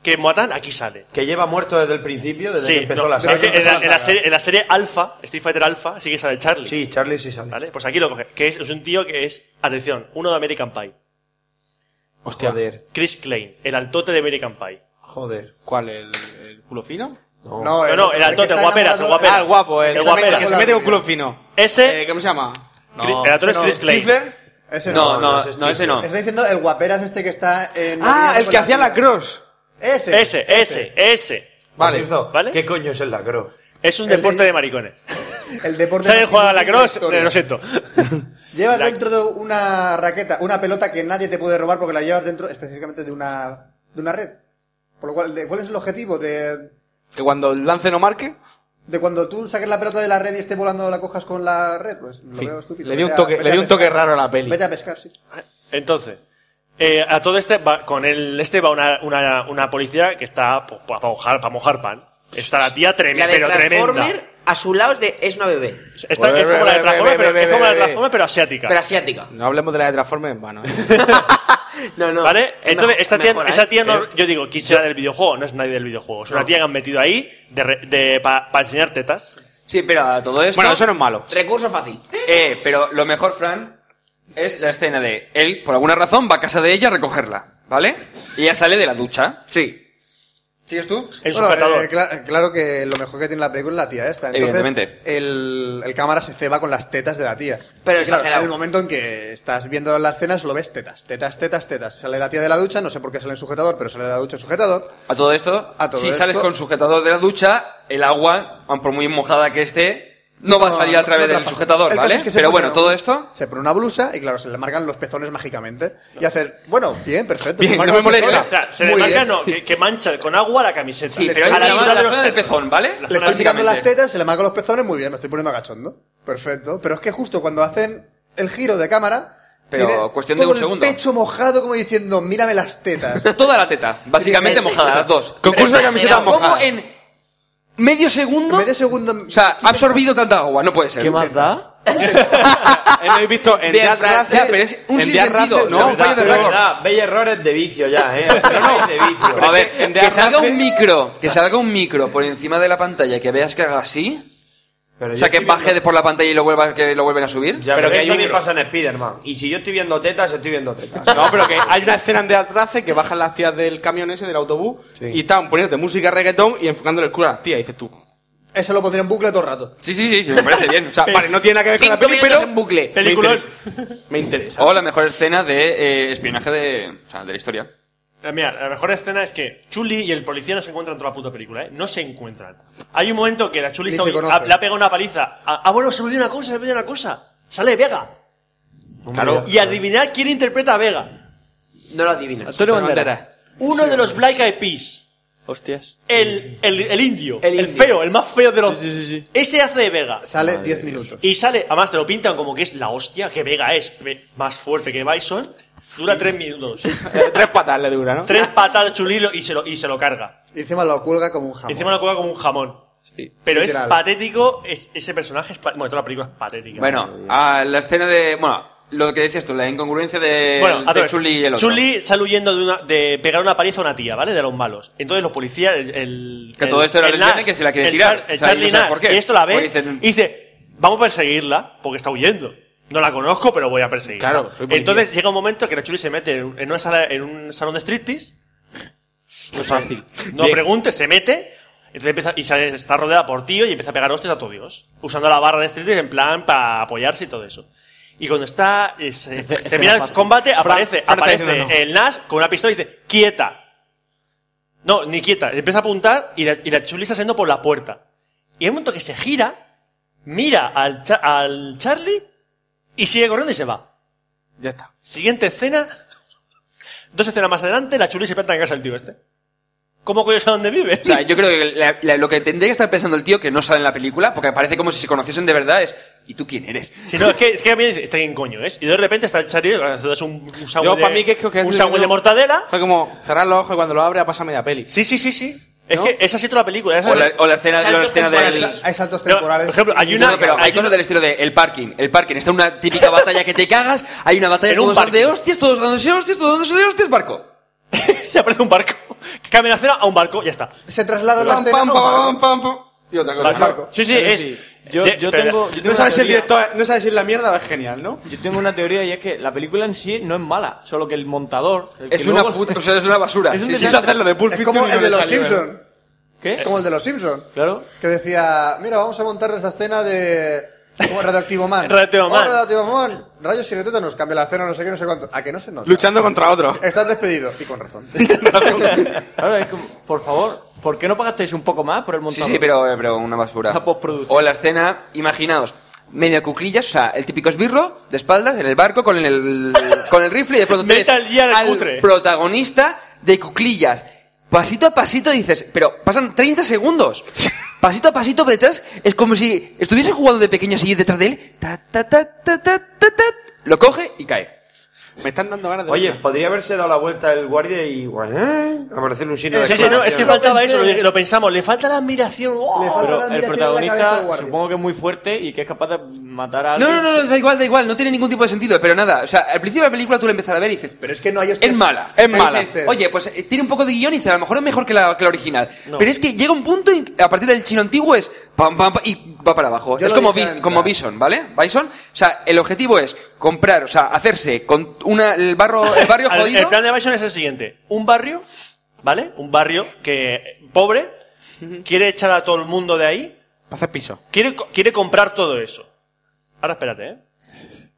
S4: que matan aquí sale.
S6: Que lleva muerto desde el principio, desde
S4: Sí,
S6: que empezó
S4: no,
S6: la
S4: pero
S6: saga.
S4: es que en, la, en la
S9: saga.
S4: serie, en la serie Alpha, Street Fighter Alpha, sí que sale Charlie.
S6: Sí, Charlie sí sale.
S4: ¿Vale? Pues aquí lo coge. Que es, es un tío que es, atención, uno de American Pie.
S3: Hostia.
S6: Joder,
S4: Chris Klein, el altote de American Pie.
S6: joder.
S3: ¿Cuál? ¿El, el culo fino?
S9: No,
S4: No, no, el
S9: que
S4: altote,
S9: está
S4: guaperas,
S9: enamorado-
S4: guaperas.
S3: Ah, el guapo, el,
S4: El
S3: que se mete-
S4: guapera.
S3: que se mete con culo fino.
S4: Ese-
S3: Eh, ¿Cómo se llama?
S4: Cri- el actor es
S9: no,
S4: Chris Klein.
S3: ¿Stifler?
S9: Ah, Ese
S5: No,
S9: no.
S5: no, no, ese no.
S9: Estoy diciendo el guaperas este que está en.
S3: Ah, el que hacía la cross.
S9: Ese.
S4: Ese, ese, ese.
S3: Vale.
S4: ¿Vale?
S6: ¿Qué coño es el lacro?
S4: Es un
S9: El
S4: deporte
S9: de-
S4: de maricones.
S9: El deporte.
S4: ¿Sabes
S9: más
S4: jugar a la
S9: inútil de
S4: cross?
S9: historia.
S4: Eh, Lo siento.
S9: Llevas
S4: La-
S9: dentro de una raqueta, una pelota que nadie te puede robar porque la llevas dentro específicamente de una, de una red. Por lo cual, de- ¿cuál es el objetivo? De,
S3: Que cuando el lance no marque,
S9: de cuando tú saques la pelota de la red y esté volando, la cojas con la red. Pues lo
S3: Sí.
S9: veo estúpido.
S3: Le di un
S9: Vete a-
S3: toque-
S9: vete
S3: le
S9: a
S3: di un
S9: pescar.
S3: toque raro a la peli.
S9: Vete a pescar, sí.
S4: Entonces, eh, a todo este va- con el este va una, una, una policía que está para mojar, pa mojar pan. Está la tía
S2: La
S4: tremenda,
S2: de
S4: pero tremenda.
S2: Transformer a su lado es, de, es una bebé,
S4: Esta- es como la de Transformer, pero, es como la de Transformer, pero asiática.
S2: pero asiática.
S3: no hablemos de la de Transformers en vano. ¿eh?
S2: No, eh, no.
S4: ¿Vale?
S2: es
S4: Entonces,
S2: mejo-
S4: esta tía,
S2: mejora,
S4: esa
S2: ¿eh?
S4: tía no, yo digo, ¿quién será del videojuego? No es nadie del videojuego. Es una
S2: No.
S4: tía que han metido ahí de, re- de, para enseñar tetas.
S5: Sí, pero a todo esto...
S3: bueno, eso no es malo.
S2: Recurso fácil.
S5: Eh, pero lo mejor, Fran, es la escena de él, por alguna razón, va a casa de ella a recogerla, ¿vale? Y ella sale de la ducha.
S2: Sí.
S5: ¿Sigues tú?
S4: En
S9: Bueno,
S4: su catador.
S9: eh, cla- claro que lo mejor que tiene la película es la tía esta. Entonces, eh,
S5: Evidentemente.
S9: El, el cámara se ceba con las tetas de la tía.
S2: Pero
S9: Y claro,
S2: exagerado.
S9: en el momento en que estás viendo las cenas lo ves tetas, tetas, tetas, tetas. Sale la tía de la ducha, no sé por qué sale en sujetador, pero sale de la ducha en sujetador.
S5: A todo esto,
S9: A todo
S5: si sales
S9: esto.
S5: con sujetador de la ducha, el agua, aun por muy mojada que esté, no, va a
S9: No,
S5: salir a
S9: no,
S5: través
S9: no
S5: del
S9: traspasa.
S5: sujetador,
S9: El caso
S5: ¿vale?
S9: es que se
S5: pero
S9: pone
S5: bueno,
S9: un-
S5: todo esto...
S9: Se pone una blusa y claro, se le marcan los pezones mágicamente. Y hacer, bueno, bien, perfecto.
S3: Bien,
S9: se marcan
S3: no me
S9: los
S3: molesta.
S9: pezones.
S4: O sea, se le
S9: Muy
S4: marca
S9: bien.
S4: no, que, que mancha con agua la camiseta.
S5: Sí,
S9: Le
S5: pero es
S9: estoy
S5: la,
S4: a la
S5: la,
S4: altura de los
S5: zona del
S4: tetas.
S5: pezón, ¿vale?
S9: Le estoy sacando las
S5: Básicamente.
S9: tetas, se le marcan los pezones, muy bien, me estoy poniendo cachondo. Perfecto. Pero es que justo cuando hacen el giro de cámara.
S5: Pero
S9: tiene
S5: cuestión de
S9: todo
S5: un segundo.
S9: El pecho mojado, como diciendo, mírame las tetas.
S5: Toda la teta, básicamente
S9: Sí, sí, sí.
S5: mojada, las dos.
S3: Concurso de
S5: Pero
S3: camisetas
S5: exagerado, ¿cómo
S3: mojadas.
S5: en medio segundo?
S9: En medio segundo.
S5: O sea, ha absorbido tanta agua, no puede ser.
S8: ¿Qué más da?
S3: Eh, ¿No habéis visto en
S2: Bien,
S3: Dead Race?
S5: Ya, pero es un
S3: en Dead
S5: sinsentido,
S3: Race-
S5: o sea,
S3: No,
S5: un fallo de
S6: Pero
S5: récord.
S6: verdad, veis errores de vicio ya, ¿eh? Errores de vicio.
S5: A ver,
S3: que en
S5: que,
S3: The
S5: salga
S3: Arrastre-
S5: un micro, que salga un micro por encima de la pantalla, que veas que haga así, o
S6: Pero yo
S5: sea que
S6: estoy viendo-
S5: baje de por la pantalla y lo vuelva, que lo vuelven a subir.
S6: Ya,
S3: Pero
S6: pero,
S3: que
S6: que
S3: hay un-
S6: también pasa en Spider-Man. Y si yo estoy viendo tetas, estoy viendo tetas.
S3: No, pero que hay una escena en Dead Race que bajan las tías del camión ese, del autobús,
S6: Sí.
S3: y estaban poniéndote música reggaetón y enfocándole el culo a las tías. Y dices tú.
S9: Eso lo pondría en bucle todo el rato.
S5: Sí, sí, sí, sí, me parece bien.
S3: O sea, vale, no tiene nada que ver con la
S2: Cinco
S3: peli,
S2: minutos
S3: pero.
S2: en bucle.
S3: Me
S4: Peliculón.
S3: interesa. Me interesa.
S5: o la mejor escena de eh, espionaje de, o sea, de la historia.
S4: Eh, Mira, la mejor escena es que Chuli y el policía no se encuentran en toda la puta película, ¿eh? No se encuentran. Hay un momento que la Chuli
S9: Ni
S4: está
S9: se
S4: oy-
S9: conocen.
S4: ha- le ha pegado una paliza. Ah, ah, bueno, se me olvidó una cosa, se me olvidó una cosa. Sale Vega.
S3: Claro.
S4: Y adivinad quién interpreta a Vega.
S2: No lo adivinas.
S8: Antonio
S3: Pero
S8: Banderas.
S3: Banderas.
S4: Uno de los Black Eyed Peas.
S8: Hostias.
S4: El, el, el indio.
S2: El
S4: El,
S2: indio.
S4: feo, el más feo de los.
S8: Sí, sí, sí, sí.
S4: Ese hace de Vega.
S9: Sale 10 minutos.
S4: Y sale, además te lo pintan como que es la hostia, que Vega es pe- más fuerte que Bison. Dura tres minutos.
S3: Eh, Tres patas le dura, ¿no?
S4: tres patadas chulilo y se lo, y se lo carga.
S9: Y encima lo cuelga como un jamón.
S4: Y Encima lo cuelga como un jamón. Pero
S9: literal.
S4: es patético, es- ese personaje es pa- Bueno, toda la película es patética.
S5: Bueno, a la escena de, bueno, lo que decías tú, la incongruencia de,
S4: Bueno, a
S5: de
S4: ver,
S5: Chun-Li y el otro.
S4: Chun-Li sale huyendo de, una, de pegar una paliza a una tía, ¿vale? De los malos. Entonces los policías, el. el-
S5: Que
S4: el-
S5: todo esto era
S4: el
S5: lesbiana
S4: Nash,
S5: y que se la quiere
S4: el
S5: tirar.
S4: Char- el
S5: O sea,
S4: Charlie
S5: no sabe
S4: Nash,
S5: por qué.
S4: Y esto la ve
S5: Porque dicen-
S4: y dice: Vamos a perseguirla porque está huyendo. No la conozco, pero voy a perseguirla.
S3: Claro, soy policía.
S4: Entonces llega un momento que la Chun-Li se mete en, un- en una sala, en un salón de striptease. No fácil. No
S3: Bien.
S4: pregunte, se mete. Entonces empieza, y sale- está rodeada por tío y empieza a pegar hostias a todo Dios. Usando la barra de striptease en plan para apoyarse y todo eso. Y cuando está. eh, se- termina el combate,
S3: Fran
S4: aparece,
S3: está
S4: aparece
S3: diciendo no.
S4: el Nash con una pistola y dice: ¡Quieta! No, ni quieta. Empieza a apuntar y la, y la Chun-Li está saliendo por la puerta. Y hay un momento que se gira, mira al, Cha- al Charlie y sigue corriendo y se va.
S3: Ya está.
S4: Siguiente escena. Dos escenas más adelante, la Chun-Li se planta en casa del tío este. ¿Cómo coño sabe dónde vive?
S5: O sea, yo creo que la- la- lo que tendría que estar pensando el tío que no sale en la película, porque parece como si se conociesen de verdad, es ¿y tú quién eres?
S4: Si no, es que, es que a mí dice, ¿este quién coño es? Y de repente está el Charlie, haces un, un
S3: Yo,
S4: sándwich de,
S3: para mí, que es que. que
S4: un
S3: es-
S4: sándwich de mortadela.
S3: Fue como cerrar los ojos y cuando lo abre ya pasa media peli.
S4: Sí, sí, sí, sí. Es que esa sí toda la película. Esa
S5: O la, o la escena, la
S2: Saltos
S5: escena del...
S2: temporales.
S7: Hay saltos
S4: No,
S7: temporales.
S4: por ejemplo, hay una...
S5: No, pero hay
S4: hay una-
S5: cosas del estilo de el parking, el parking. Está una típica batalla que te cagas, hay una batalla
S4: En un
S5: todos
S4: parking.
S5: de hostias, todos dándose hostias, todos dándose de hostias, barco.
S4: Y aparece un barco. Que cambia la escena a un barco, ya está.
S7: Se traslada la
S3: Pam,
S7: escena.
S3: pam,
S7: ¿no?
S3: pam, pam, pam. Y otra cosa.
S7: Barco.
S4: Sí, sí, es...
S8: Yo,
S4: de-
S8: yo
S4: pero-
S8: tengo, yo tengo
S3: No sabes si
S8: una
S3: el
S8: teoría-
S3: director. No sabes si es la mierda o es genial, ¿no?
S8: Yo tengo una teoría y es que la película en sí no es mala, solo que el montador. el
S5: Es
S8: que
S5: una
S8: luego-
S5: puta, o sea, es una basura.
S8: Es un
S5: Sí, sí.
S3: Quiso hacerlo de Pulp
S7: Es
S3: Fiction
S7: como
S3: y no
S7: el de
S3: le
S7: los
S3: salió, ¿eh? ¿verdad?
S7: Simpsons.
S8: ¿Qué?
S9: Eh,
S7: Como el de los Simpsons.
S8: Claro.
S7: Que decía, mira, vamos a montar esta escena de... Como Radioactivo Man.
S4: Radioactivo Man.
S7: Oh, Radioactivo Man. Rayos y nos cambia la escena, no sé qué, no sé cuánto. A que no se nota.
S3: Luchando contra otro.
S7: Estás despedido. Y con razón.
S8: Claro, es como, por favor, ¿por qué no pagasteis un poco más por el
S5: Sí,
S8: montador?
S5: sí, pero, eh, pero una basura.
S8: La postproducción.
S5: O la escena, imaginaos, media cuclillas, o sea, el típico esbirro, de espaldas, en el barco, con el, con el rifle, y de pronto tienes
S4: Metal Gear
S5: al
S4: cutre.
S5: protagonista de cuclillas. Pasito a pasito dices, pero pasan 30 segundos. Pasito a pasito detrás, es como si estuviese jugando de pequeño así detrás de él. Ta, ta, ta, ta, ta, ta, ta. lo coge y cae.
S3: Me están dando ganas de.
S9: Oye,
S3: verla.
S9: podría haberse dado la vuelta el guardia y. ¿eh? Aparecerle un signo de.
S4: Sí, sí, no, es que
S7: Lo
S9: exclamación.
S4: faltaba
S7: pensé.
S4: eso, lo, lo pensamos. Le falta la admiración. ¡Oh!
S7: Le falta la
S8: Pero el
S7: admiración en la cabeza del
S8: protagonista
S7: guardia.
S8: supongo que es muy fuerte y que es capaz de matar a
S5: No,
S8: alguien.
S5: no, no, no, da igual, da igual, no tiene ningún tipo de sentido, pero nada. O sea, al principio de la película tú la empiezas a ver y dices,
S7: Pero es que no hay...
S5: Es mala, es mala.
S7: Dices,
S5: Oye, pues eh, tiene un poco de guión y dice, a lo mejor es mejor que la, que la original. Pero es que llega un punto y a partir del chino antiguo es pam, pam, pam, y va para abajo.
S7: Yo
S5: es
S7: lo
S5: como,
S7: dije
S5: Bis-
S7: antes.
S5: como Bison, ¿vale? Bison. O sea, el objetivo es comprar, o sea, hacerse con una, el, barro, el barrio
S4: Al-
S5: jodido.
S4: El plan de Bison es el siguiente: un barrio, ¿vale? Un barrio que pobre quiere echar a todo el mundo de ahí,
S3: Para hacer piso.
S4: quiere, co- quiere comprar todo eso. Ahora espérate, ¿eh?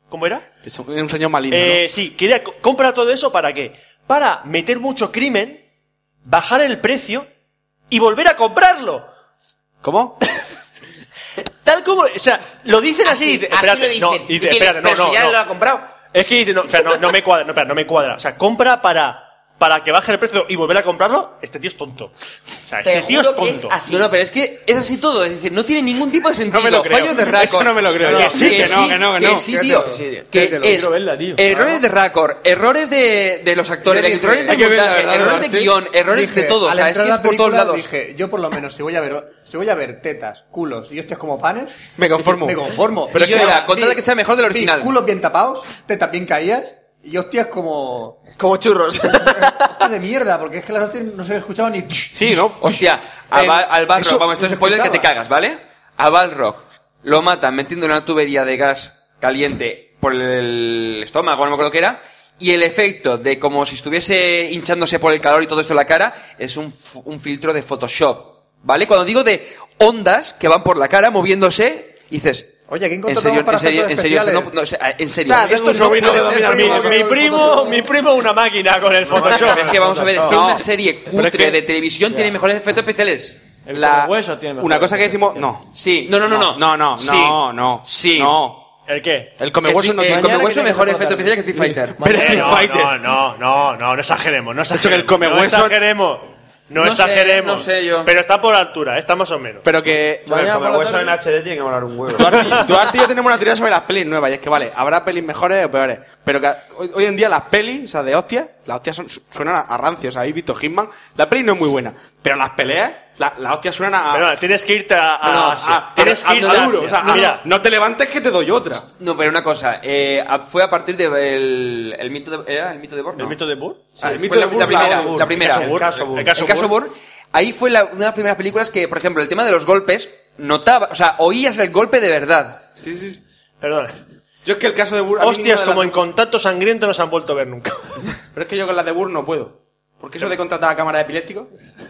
S4: ¿Cómo era?
S3: Que Es un, es un señor maligno.
S4: Eh, sí, quiere co- comprar todo eso para qué? Para meter mucho crimen, bajar el precio y volver a comprarlo.
S3: ¿no? ¿Cómo?
S4: Tal como, o sea, lo dicen así,
S2: Así,
S4: dice,
S2: así
S4: espérate,
S2: lo dicen.
S4: no,
S2: Tú
S4: dice,
S2: tienes,
S4: espérate, no,
S2: pero
S4: no,
S2: si ya
S4: no.
S2: lo ha comprado.
S4: Es que dice, no, o sea, no, no me cuadra, no, espera, no me cuadra. O sea, compra para, para que baje el precio y volver a comprarlo, este tío es tonto. O sea,
S2: Te
S4: este tío es
S2: juro que es
S4: tonto.
S2: así.
S5: No, no, pero es que es así todo. Es decir, no tiene ningún tipo de sentido.
S3: No me lo creo.
S5: Fallos de récord.
S3: Eso no me lo creo.
S4: Que sí, que no,
S3: que no, que no.
S5: sí, tío.
S7: Créetelo,
S5: Que
S7: créetelo.
S5: es
S7: Quiero verla, tío.
S5: errores de récord, errores de, de los actores,
S7: Yo dije,
S5: errores de
S3: hay que verla,
S5: montaje,
S3: ¿verdad,
S5: errores de
S3: Martín?
S5: guión, errores de
S7: dije,
S5: todo. O
S7: al
S5: sea, es
S7: entrar
S5: que
S7: a
S5: es
S7: la
S5: por todos
S7: película,
S5: lados.
S7: Dije, yo por lo menos, si voy a ver, si voy a ver tetas, culos y hostias como panes...
S3: Me conformo.
S7: Me conformo.
S5: Pero
S7: Y
S5: yo era, con tal
S7: vi-
S5: de que sea mejor del
S7: vi
S5: original.
S7: culos bien tapados, tetas bien caídas y hostias como...
S2: Como churros.
S7: Hostias de mierda, porque es que las hostias no se escuchaban ni...
S3: Sí, ¿no?
S5: Hostia, a
S3: Eh,
S5: Ba- al Balrog,
S3: eso-
S5: vamos, esto es
S7: eso
S5: spoiler que te
S7: explicaba.
S5: cagas, ¿vale? A Balrog lo matan metiendo una tubería de gas caliente por el estómago, no me acuerdo qué era, y el efecto de como si estuviese hinchándose por el calor y todo esto en la cara es un, f- un filtro de Photoshop, ¿vale? Cuando digo de ondas que van por la cara moviéndose, dices...
S7: Oye, ¿quién
S5: en
S7: contratamos
S5: serio,
S7: para
S5: en serio,
S7: efectos
S5: en serio, esto no,
S7: especiales?
S5: no, o sea, en serio,
S3: Claro,
S5: esto
S3: tengo un
S5: no
S3: sobrino
S5: puede
S3: que
S5: ser.
S3: domina
S4: Mi,
S3: Primo,
S4: mi
S7: que-
S4: primo,
S7: Photoshop.
S4: mi primo es una máquina con el Photoshop.
S5: Es que vamos a ver, es que
S3: No.
S5: una serie
S3: Pero es
S5: cutre
S3: que-
S5: de televisión tiene mejores efectos especiales.
S8: El
S3: La-
S8: hueso tiene mejor.
S3: Una cosa que decimos. No.
S5: Sí. No, no, no, no.
S3: No, no,
S5: Sí.
S3: no, no.
S5: Sí.
S3: No.
S4: ¿El qué?
S3: El comehueso no
S5: Eh,
S3: tiene.
S5: Come
S8: que
S5: Hueso
S8: tiene que
S5: mejor efecto
S8: soportar.
S5: especial que Street Fighter.
S3: Pero
S4: Eh,
S3: Street
S4: no,
S3: Fighter.
S4: no, no, no, no, no exageremos, no
S3: hecho que el
S4: exageremos.
S3: come
S4: no
S3: hueso-
S4: exageremos. No,
S5: No sé,
S4: exageremos.
S5: no sé yo.
S4: Pero está por altura, eh, está más o menos.
S3: Pero que.
S9: Yo creo que
S8: Mañana
S9: Como el
S8: por la
S9: hueso en
S8: tarde.
S9: HD tiene que volar un huevo.
S3: Duarte, y- Duarte y yo tenemos una teoría sobre las pelis nuevas. Y es que, vale, habrá pelis mejores o peores. Pero que hoy, hoy en día las pelis, o sea, de hostias, las hostias son- su- suenan a, a rancio. O sea, habéis visto Hitman. La peli no es muy buena. Pero las peleas, la- las hostias suenan a.
S4: Pero no, tienes que irte a, a
S3: a-
S4: Asia.
S3: a-
S4: Tienes
S3: a-
S4: que irte
S3: a
S4: a
S3: duro.
S4: Asia.
S3: O sea, a-
S4: Mira,
S3: no te levantes que te doy otra.
S5: No, pero una cosa, eh, a- fue a partir del el, mito de, ¿era el mito de Born?
S4: ¿el
S5: No.
S4: mito de Burr?
S5: Sí,
S3: Ah, el
S5: fue
S3: mito de
S5: la,
S3: Burr,
S5: la primera,
S3: Burr,
S5: la primera.
S4: El caso Burr. El caso
S5: El caso
S4: Burr.
S5: Bourne, ahí fue la- una de las primeras películas que, por ejemplo, el tema de los golpes, notaba, o sea, oías el golpe de verdad.
S3: Sí, sí, sí.
S4: Perdona.
S3: Yo es que el caso de Burr. a mí ninguna
S4: Hostias,
S3: de
S4: como
S3: las-
S4: en contacto sangriento no se han vuelto a ver nunca.
S3: Pero es que yo con las de Burr no puedo. ¿Por qué eso de contratar a cámara de epiléptico?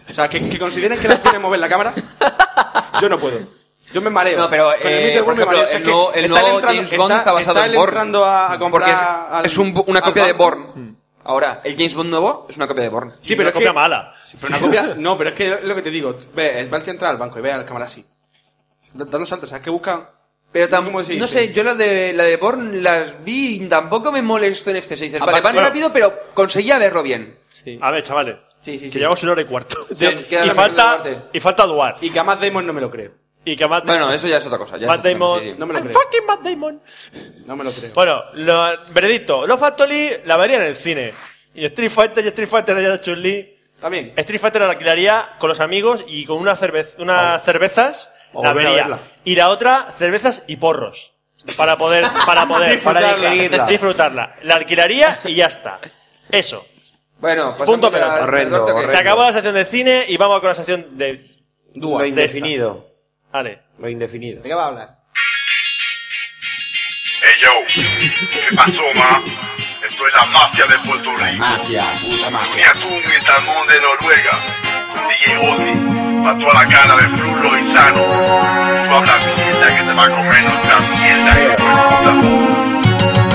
S3: O sea, que, que consideren que la acción es mover la cámara. Yo no puedo. Yo me mareo.
S5: No, pero,
S3: Con el
S5: eh,
S3: mito de
S5: por
S3: Burr me
S5: ejemplo,
S3: mareo. O sea,
S5: el
S3: que
S5: nuevo- el
S3: está
S5: nuevo
S3: entrando-
S5: James Bond está basado en
S3: él
S5: Bourne.
S3: entrando a, a comprar
S5: Porque es,
S3: al-
S5: es un bu- una
S3: al
S5: copia de
S3: banco.
S5: Bourne. Ahora, el James Bond nuevo es una copia de Bourne.
S3: Sí, pero
S4: Una
S3: es
S4: copia
S3: que...
S4: mala.
S3: Sí, pero una copia... No, pero es que lo que te digo. Ve, va el central al banco y ve a la cámara así. Da, da los saltos. O sea, que buscan...
S5: Pero tam-
S3: ¿Cómo se dice?
S5: no sé, yo la de la de Born las vi y tampoco me molesto en exceso. Dices, vale,
S3: Aparte-
S5: van
S3: bueno.
S5: rápido, pero conseguía verlo bien.
S4: A ver, chavales.
S5: Sí, sí,
S4: Que
S5: sí.
S4: llevamos una hora y cuarto.
S5: Sí, queda
S4: y,
S5: la
S4: falta,
S5: segunda parte.
S4: y falta Duar.
S3: Y que a Matt Damon no me lo creo.
S4: Y que Matt,
S5: Bueno, eso ya es otra cosa. Ya es
S4: Matt
S5: otra cosa,
S4: Damon.
S5: sí.
S3: No me lo
S4: I'm
S3: creo.
S4: fucking Matt Damon.
S3: No me lo creo.
S4: Bueno, lo, veredicto. Los Factory la vería en el cine. Y Street Fighter y Street Fighter de Chun-Li.
S3: También.
S4: Street Fighter la alquilaría con los amigos y con una cerveza, unas cervezas la
S9: volver a
S4: vería.
S9: verla.
S4: Y la otra, cervezas y porros. Para poder, para poder, para
S3: Disfrutarla.
S4: digerirla. disfrutarla. La alquilaría y ya está. Eso.
S5: Bueno, pasamos
S4: Punto
S5: a la-
S4: pelota.
S5: Eduardo,
S9: Horrendo,
S5: que-
S9: horrendo.
S4: Se acabó la sección del cine y vamos con la sección de.
S9: Lo
S3: Dua.
S4: de esta.
S9: indefinido.
S4: Vale.
S9: Lo indefinido.
S3: ¿De qué va a hablar?
S14: Hey yo, ¿qué pasó, ma? Esto es la mafia de Puerto Rico.
S1: Mafia, puta mafia.
S14: Mira tú, mi salmón de Noruega. DJ Ozzy, pa' toda la cara de Flulo y Sano. Tú hablas mierda que te va a comer nuestra mierda, hijo de puta.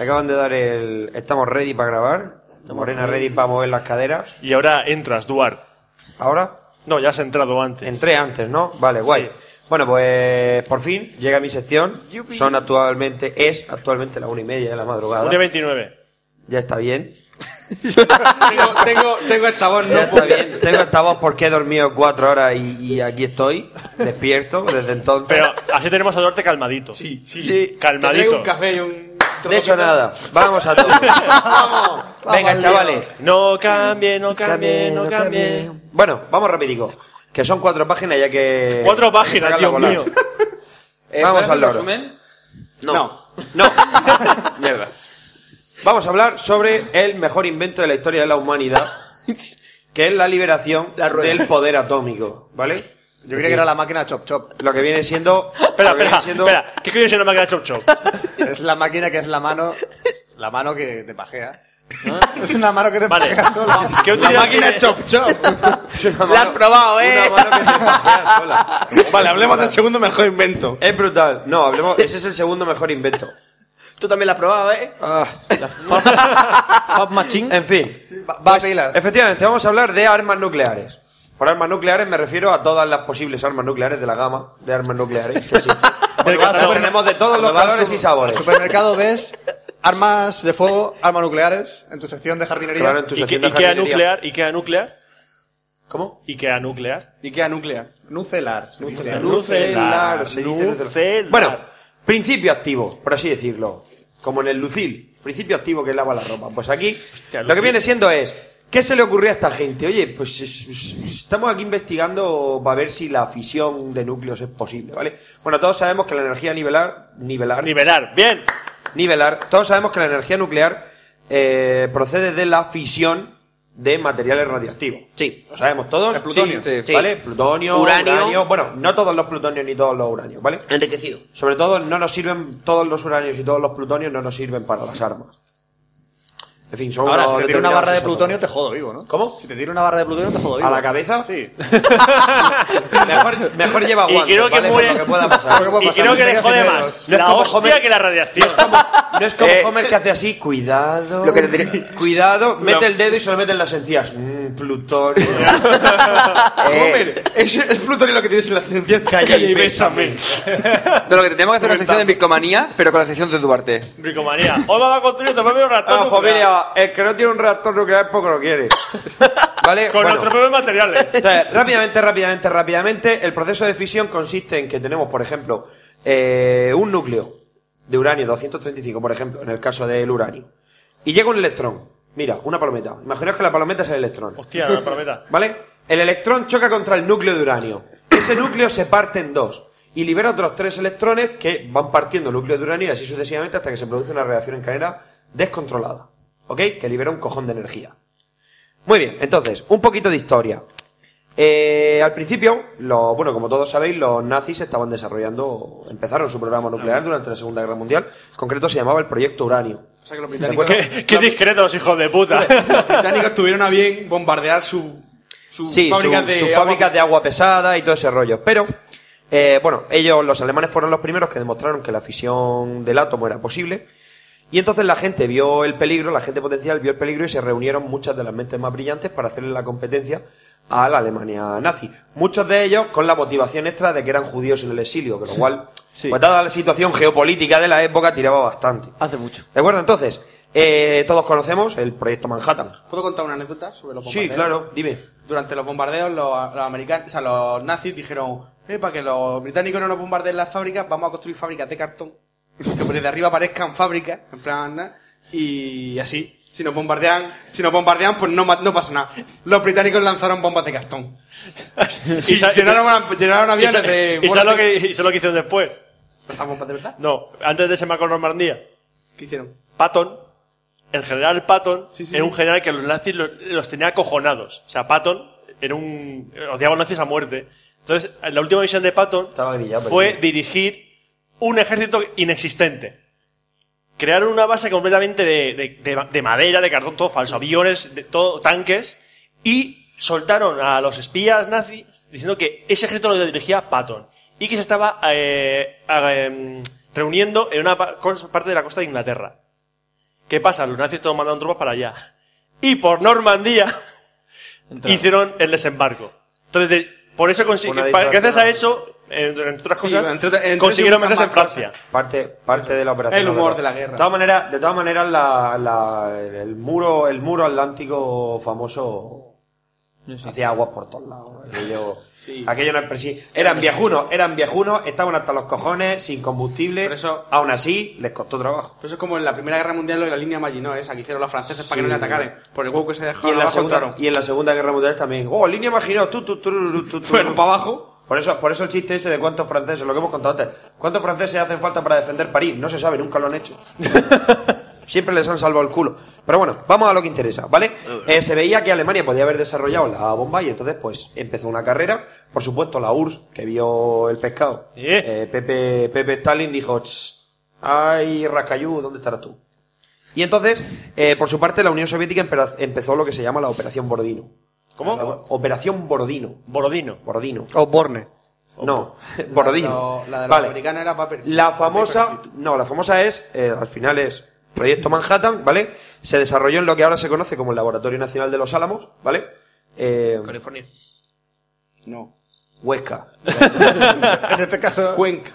S9: Acaban de dar el. Estamos ready para grabar. Morena ready para mover las caderas.
S4: Y ahora entras, Duar.
S9: Ahora.
S4: No, ya has entrado antes.
S9: Entré antes, ¿no? Vale, guay. Bueno, pues por fin llega mi sección. Son actualmente, es actualmente la una y media de la madrugada.
S4: 1.29.
S9: Ya está bien.
S3: tengo, tengo, tengo esta voz, no
S9: Ya está
S3: puedo-
S9: bien. Tengo esta voz porque he dormido cuatro horas y, y aquí estoy, despierto desde entonces.
S4: Pero así tenemos a Duarte calmadito.
S3: Sí, sí.
S4: Calmadito.
S3: Te traigo un café y un...
S9: de eso nada. Vamos a todo. Venga, chavales.
S4: No cambie, no cambie, no cambie.
S9: Bueno, vamos rapidico. Que son cuatro páginas ya que...
S4: Cuatro
S9: que
S4: páginas,
S9: sacan
S4: Dios
S9: la
S4: mío.
S9: bola.
S5: Eh,
S9: Vamos
S5: ¿puedes hacer
S9: al
S5: un
S9: loro.
S5: resumen?
S2: No.
S9: No. Mierda. Vamos a hablar sobre el mejor invento de la historia de la humanidad, que es la liberación del poder atómico, ¿vale?
S7: Yo creía que era la máquina Chop Chop.
S9: Lo que viene siendo...
S4: Espera,
S9: lo que
S4: espera,
S9: viene siendo-
S4: espera. ¿Qué coño es una máquina chop chop?
S7: Es la máquina que es la mano. La mano que te pajea. Es una mano que te
S4: Vale.
S7: pajea sola.
S4: ¿Qué utilidad tiene-
S9: Una
S2: La has
S9: mano-
S2: probado, eh.
S9: una mano que se pasea sola.
S3: Vale, hablemos del segundo mejor invento.
S9: Es brutal. No, hablemos... Ese es el segundo mejor invento.
S2: Tú también la has probado, ¿eh?
S9: Ah,
S8: Fab Machine.
S9: en fin.
S7: Va, va a
S9: Pues, eh,
S7: pilas.
S9: Efectivamente, vamos a hablar de armas nucleares. Por armas nucleares me refiero a todas las posibles armas nucleares de la gama de armas nucleares. que existen.
S4: Del
S9: Claro,
S4: catálogo.
S9: tenemos de todos los
S7: Cuando vas al
S9: valores
S7: super-
S9: y sabores.
S7: Al supermercado ves armas de fuego, armas nucleares en tu sección de jardinería.
S9: Claro, en tu
S4: ¿Y qué-
S9: sección de
S4: Ikea
S9: jardinería.
S4: nuclear? Ikea nuclear?
S9: ¿Cómo?
S4: Ikea nuclear.
S3: ¿Y queda nuclear?
S7: Nucelar. se dice.
S9: Nucelar. se dice
S4: Nucelar.
S9: nucelar. Bueno, principio activo, por así decirlo. Como en el lucil. Principio activo que lava la ropa. Pues aquí lo que
S4: lucil.
S9: viene siendo es... ¿Qué se le ocurrió a esta gente? Oye, pues es- es- estamos aquí investigando para ver si la fisión de núcleos es posible, ¿vale? Bueno, todos sabemos que la energía nivelar... Nivelar...
S4: Nivelar. Bien.
S9: nivelar. Todos sabemos que la energía nuclear eh, procede de la fisión de materiales radioactivos.
S2: Sí.
S9: Lo sabemos todos.
S7: El plutonio.
S5: Sí, sí.
S9: ¿Vale? Plutonio,
S2: Uranio.
S9: uranio. Bueno, no todos los plutonios ni todos los uranios, ¿vale?
S2: Enriquecido.
S9: Sobre todo no nos sirven todos los uranios y todos los plutonios no nos sirven para las armas. En fin, son
S7: Ahora,
S9: unos
S7: si te tiro una
S9: determinados
S7: barra de
S9: isótopos.
S7: plutonio, te jodo vivo, ¿no?
S9: ¿Cómo?
S7: Si te tiro una barra de plutonio, te jodo vivo.
S9: ¿A la cabeza?
S7: Sí.
S9: Mejor, mejor lleva
S4: Y
S9: guantes,
S4: creo que
S9: ¿vale? Por
S4: muere-
S9: lo que pueda pasar.
S7: Porque puede
S4: Y
S7: pasar,
S4: creo
S7: si
S4: que
S7: me
S4: le
S7: quedas
S4: jode
S7: sin
S4: más
S7: dedos.
S9: No es
S4: la
S9: como
S4: hostia
S9: Homer.
S4: que la radiación.
S9: No es como
S5: Eh,
S9: Homer que hace así, cuidado.
S5: Lo que te diré-
S9: Cuidado, mete el dedo y se lo mete en las encías. Mmm, plutonio.
S5: Eh,
S3: Homer, es, es Plutonio lo que tienes en la ciencia.
S4: Calla y bésame.
S5: no, lo que tenemos que hacer es la sección de Bitcomanía, pero con la sección de Duarte.
S4: Bricomanía. Hoy vamos a construir otro propio reactor
S9: Ah,
S4: nuclear.
S9: familia, el que no tiene un reactor nuclear poco lo quiere. ¿Vale?
S4: Con
S9: Bueno,
S4: nuestros propios materiales.
S9: entonces, rápidamente, rápidamente, rápidamente. El proceso de fisión consiste en que tenemos, por ejemplo, eh, un núcleo de uranio 235, por ejemplo, en el caso del uranio. Y llega un electrón. Mira, una palometa. Imaginaos que la palometa es el electrón.
S4: Hostia, la palometa.
S9: ¿Vale? El electrón choca contra el núcleo de uranio. Ese núcleo se parte en dos y libera otros tres electrones que van partiendo el núcleo de uranio y así sucesivamente hasta que se produce una reacción en cadena descontrolada. ¿Ok? Que libera un cojón de energía. Muy bien, entonces, un poquito de historia. Eh, al principio, lo, bueno, como todos sabéis, los nazis estaban desarrollando, empezaron su programa nuclear durante la Segunda Guerra Mundial. En concreto se llamaba el Proyecto Uranio.
S3: O sea que los británicos,
S4: Qué, qué discretos, los hijos de puta.
S3: los británicos tuvieron a bien bombardear su, su
S9: sí,
S3: fábrica
S9: su-
S3: de
S9: sus
S3: agua
S9: fábricas
S3: que-
S9: de agua pesada y todo ese rollo. Pero, eh, bueno, ellos, los alemanes, fueron los primeros que demostraron que la fisión del átomo era posible. Y entonces la gente vio el peligro, la gente potencial vio el peligro y se reunieron muchas de las mentes más brillantes para hacerle la competencia a la Alemania nazi. Muchos de ellos con la motivación extra de que eran judíos en el exilio, con lo cual, pues dada la situación geopolítica de la época, tiraba bastante.
S8: Hace mucho.
S9: ¿De acuerdo? Entonces, eh, todos conocemos el proyecto Manhattan.
S3: ¿Puedo contar una anécdota sobre los
S9: Sí,
S3: bombardeos?
S9: claro, dime.
S3: Durante los bombardeos, los, los americanos, o sea, los nazis dijeron, eh, para que los británicos no nos bombardeen las fábricas, vamos a construir fábricas de cartón. Que por de arriba parezcan fábricas, en plan, ¿no? y así. Si nos bombardean, si nos bombardean, pues no, ma- no pasa nada. Los británicos lanzaron bombas de cartón. Y
S4: sa-
S3: llenaron, a- llenaron aviones
S4: y sa-
S3: de...
S4: ¿Y sabes
S3: bolas
S4: lo
S3: de-
S4: que, y sabes lo que hicieron después?
S3: ¿Lanzaron bombas de verdad?
S4: No, antes de ese macro Normandía.
S3: ¿Qué hicieron?
S4: Patton, el general Patton,
S3: sí,
S4: era
S3: sí.
S4: un general que los nazis lo- los, tenía acojonados. O sea, Patton era un. odiaba a los nazis a muerte. Entonces, la última misión de Patton
S9: Estaba grillado. pero-
S4: fue dirigir un ejército inexistente. Crearon una base completamente de, de- de- de madera, de cartón, todo falso, aviones, de, todo, tanques, y soltaron a los espías nazis diciendo que ese ejército lo dirigía Patton y que se estaba eh, a- em, reuniendo en una pa- cos- parte de la costa de Inglaterra. ¿Qué pasa? Los nazis todos mandaron tropas para allá. Y por Normandía hicieron el desembarco. Entonces, de- por eso consi-
S9: Una
S4: pa- gracias a
S9: disfrace,
S4: eso, entre, entre otras
S3: Sí,
S4: cosas,
S3: entre- entre
S4: consiguieron
S3: muchas
S4: meterse en
S3: más cosas.
S4: Francia.
S9: Parte, parte de la operación.
S3: El humor
S9: Overlord.
S3: de la guerra.
S9: De todas maneras, de todas maneras la- la- el, muro, el muro atlántico famoso hacía aguas por todos lados. Aquello,
S3: Sí.
S9: aquello no es presi- Eran viejunos, eran viejunos, estaban hasta los cojones, sin combustible.
S3: Por eso-
S9: aún así, les costó trabajo.
S3: Pero eso es como en la Primera Guerra Mundial lo de la línea Maginot, esa que hicieron los franceses para que no le
S9: Sí.
S3: atacaran. Por el hueco que se
S9: Y en,
S3: dejaron,
S9: la
S3: abajo
S9: segunda,
S3: entraron.
S9: y en la Segunda Guerra Mundial también. ¡Oh, línea Maginot! Tú, tú, tú, tú, tú, tú.
S3: Fueron para abajo.
S9: Por eso, por eso el chiste ese de cuántos franceses, lo que hemos contado antes, cuántos franceses hacen falta para defender París, no se sabe, nunca lo han hecho. Siempre les han salvado el culo. Pero bueno, vamos a lo que interesa, ¿vale? Eh, se veía que Alemania podía haber desarrollado la bomba y entonces pues empezó una carrera. Por supuesto, la URSS, que vio el pescado,
S4: Eh.
S9: eh, Pepe, Pepe Stalin dijo, "Tss, ay, Rascayú, ¿dónde estarás tú? Y entonces, eh, por su parte, la Unión Soviética empe- empezó lo que se llama la Operación Bordino.
S4: ¿Cómo?
S3: Ah,
S9: La Operación Bordino.
S4: Borodino.
S9: Bordino.
S7: O Borne.
S9: No, Borodino.
S3: La, la de los
S9: Vale.
S3: americanos era papel.
S9: La famosa, no, la famosa es, eh, al final es Proyecto Manhattan, ¿vale? Se desarrolló en lo que ahora se conoce como el Laboratorio Nacional de los Álamos, ¿vale? Eh,
S2: California.
S3: No.
S9: Huesca.
S7: En este caso.
S3: Cuenca.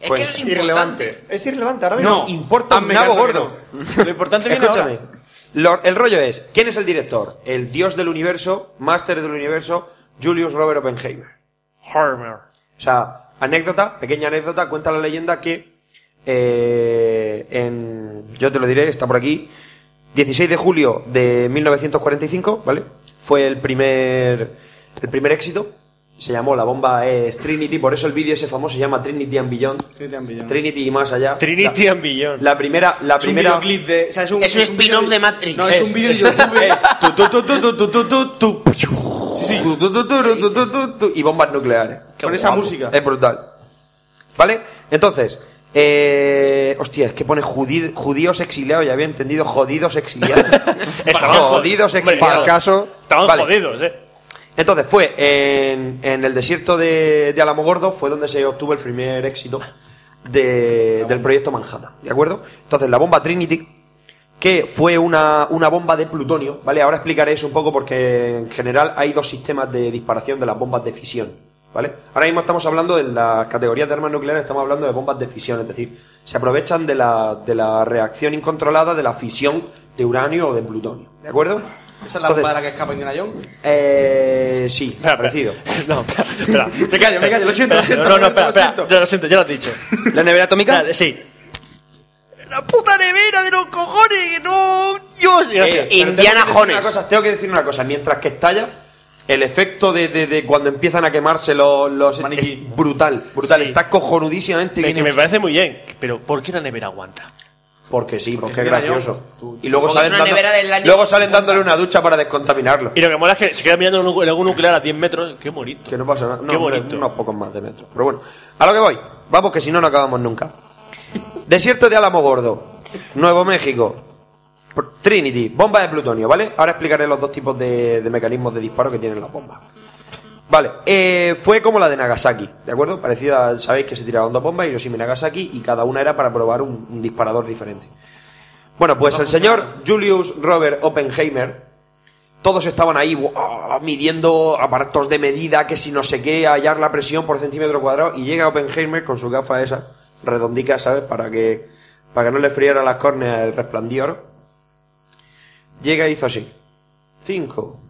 S2: Es
S9: Pues,
S2: que eso es
S7: irrelevante.
S2: irrelevante.
S7: Es irrelevante, ahora mismo.
S9: No, Ah, importa un
S3: hazme
S9: nabo
S3: caso que
S9: gordo.
S8: Lo importante viene
S9: Escúchame.
S8: ahora.
S9: Lo- el rollo es, ¿quién es el director? El dios del universo, máster del universo, Julius Robert Oppenheimer.
S4: Harmer.
S9: O sea, anécdota, pequeña anécdota, cuenta la leyenda que eh, en, yo te lo diré, está por aquí, 16 de julio de 1945, ¿vale? Fue el primer, el primer éxito, se llamó la bomba es Trinity, por eso el vídeo ese famoso se llama Trinity and Beyond,
S3: Sí, te han pillado.
S9: Trinity y más allá.
S4: Trinity
S9: La-
S4: and Beyond.
S9: La primera, la
S3: Es un
S9: primera...
S3: videoclip de. O sea, es un,
S2: Es un
S3: video
S2: spin-off de Matrix.
S3: No, es un vídeo de YouTube.
S9: Es tu, tu, tu, tu, tu, tu, tu, tu, tu. Tu, tu, tu, tu, tu, tu, tu, tu. Y bombas nucleares.
S3: Con esa música.
S9: Es brutal. ¿Vale? Entonces, eh, hostia, es que pone judi- judíos exiliados, ya había entendido jodidos exiliados.
S4: Estaban jod-
S9: jodidos
S4: hombre,
S7: Para el
S9: exiliados.
S7: caso.
S4: Estaban
S9: Vale.
S4: jodidos, eh.
S9: Entonces fue en, en el desierto de, de Alamogordo, fue donde se obtuvo el primer éxito de- del proyecto Manhattan, ¿de acuerdo? Entonces la bomba Trinity, que fue una, una bomba de plutonio, ¿vale? Ahora explicaré eso un poco porque en general hay dos sistemas de disparación de las bombas de fisión, ¿vale? Ahora mismo estamos hablando de las categorías de armas nucleares, estamos hablando de bombas de fisión, es decir, se aprovechan de la, de la reacción incontrolada de la fisión de uranio o de plutonio, ¿de acuerdo?
S3: Esa es la
S9: Entonces,
S3: bomba de la que escapa Indiana Jones.
S9: eh, sí,
S4: Espera, espera.
S9: parecido.
S4: No, espera, espera.
S3: Me callo, me callo, lo siento, lo siento,
S4: Espera, No, no,
S3: Roberto,
S4: espera,
S3: lo
S4: espera.
S3: siento.
S4: Ya lo siento, ya lo has dicho.
S5: ¿La nevera atómica?
S4: Dale, Sí.
S9: Eh, pero tengo que
S2: Indiana
S9: decir una
S2: Jones.
S9: cosa, tengo que decir una cosa. Mientras que estalla, el efecto de, de- de cuando empiezan a quemarse los, los es brutal, brutal.
S4: Sí.
S9: Está cojonudísimamente
S4: Me-
S9: bien
S4: que me
S9: hecho.
S4: parece muy bien, pero ¿por qué la nevera aguanta?
S9: Porque sí, porque,
S3: sí,
S9: es
S3: era
S9: gracioso.
S3: yo. Tú-
S9: Y luego
S2: Porque
S9: salen,
S2: es una
S9: dando-
S2: nevera del año
S9: luego salen dándole una ducha para descontaminarlo.
S4: Y lo que mola es que se queda mirando en un- en algún nuclear a 10 metros. Qué bonito.
S9: Que no pasa nada. No,
S4: Qué
S9: hombre,
S4: bonito.
S9: unos pocos más de metros. Pero bueno, a lo que voy. Vamos, que si no, no acabamos nunca. Desierto de Álamo Gordo, Nuevo México, Pr- Trinity, bomba de plutonio, ¿vale? Ahora explicaré los dos tipos de, de mecanismos de disparo que tienen las bombas. Vale, eh, fue como la de Nagasaki, ¿de acuerdo? Parecida, sabéis que se tiraron dos bombas, Hiroshima y Nagasaki, y cada una era para probar un, un disparador diferente. Bueno, pues el señor Julius Robert Oppenheimer Todos estaban ahí ¡buah! midiendo aparatos de medida, que si no sé qué, hallar la presión por centímetro cuadrado. Y llega Oppenheimer con su gafa esa, redondica, ¿sabes? Para que, para que no le friera las córneas el resplandor. Llega y hizo así. 5,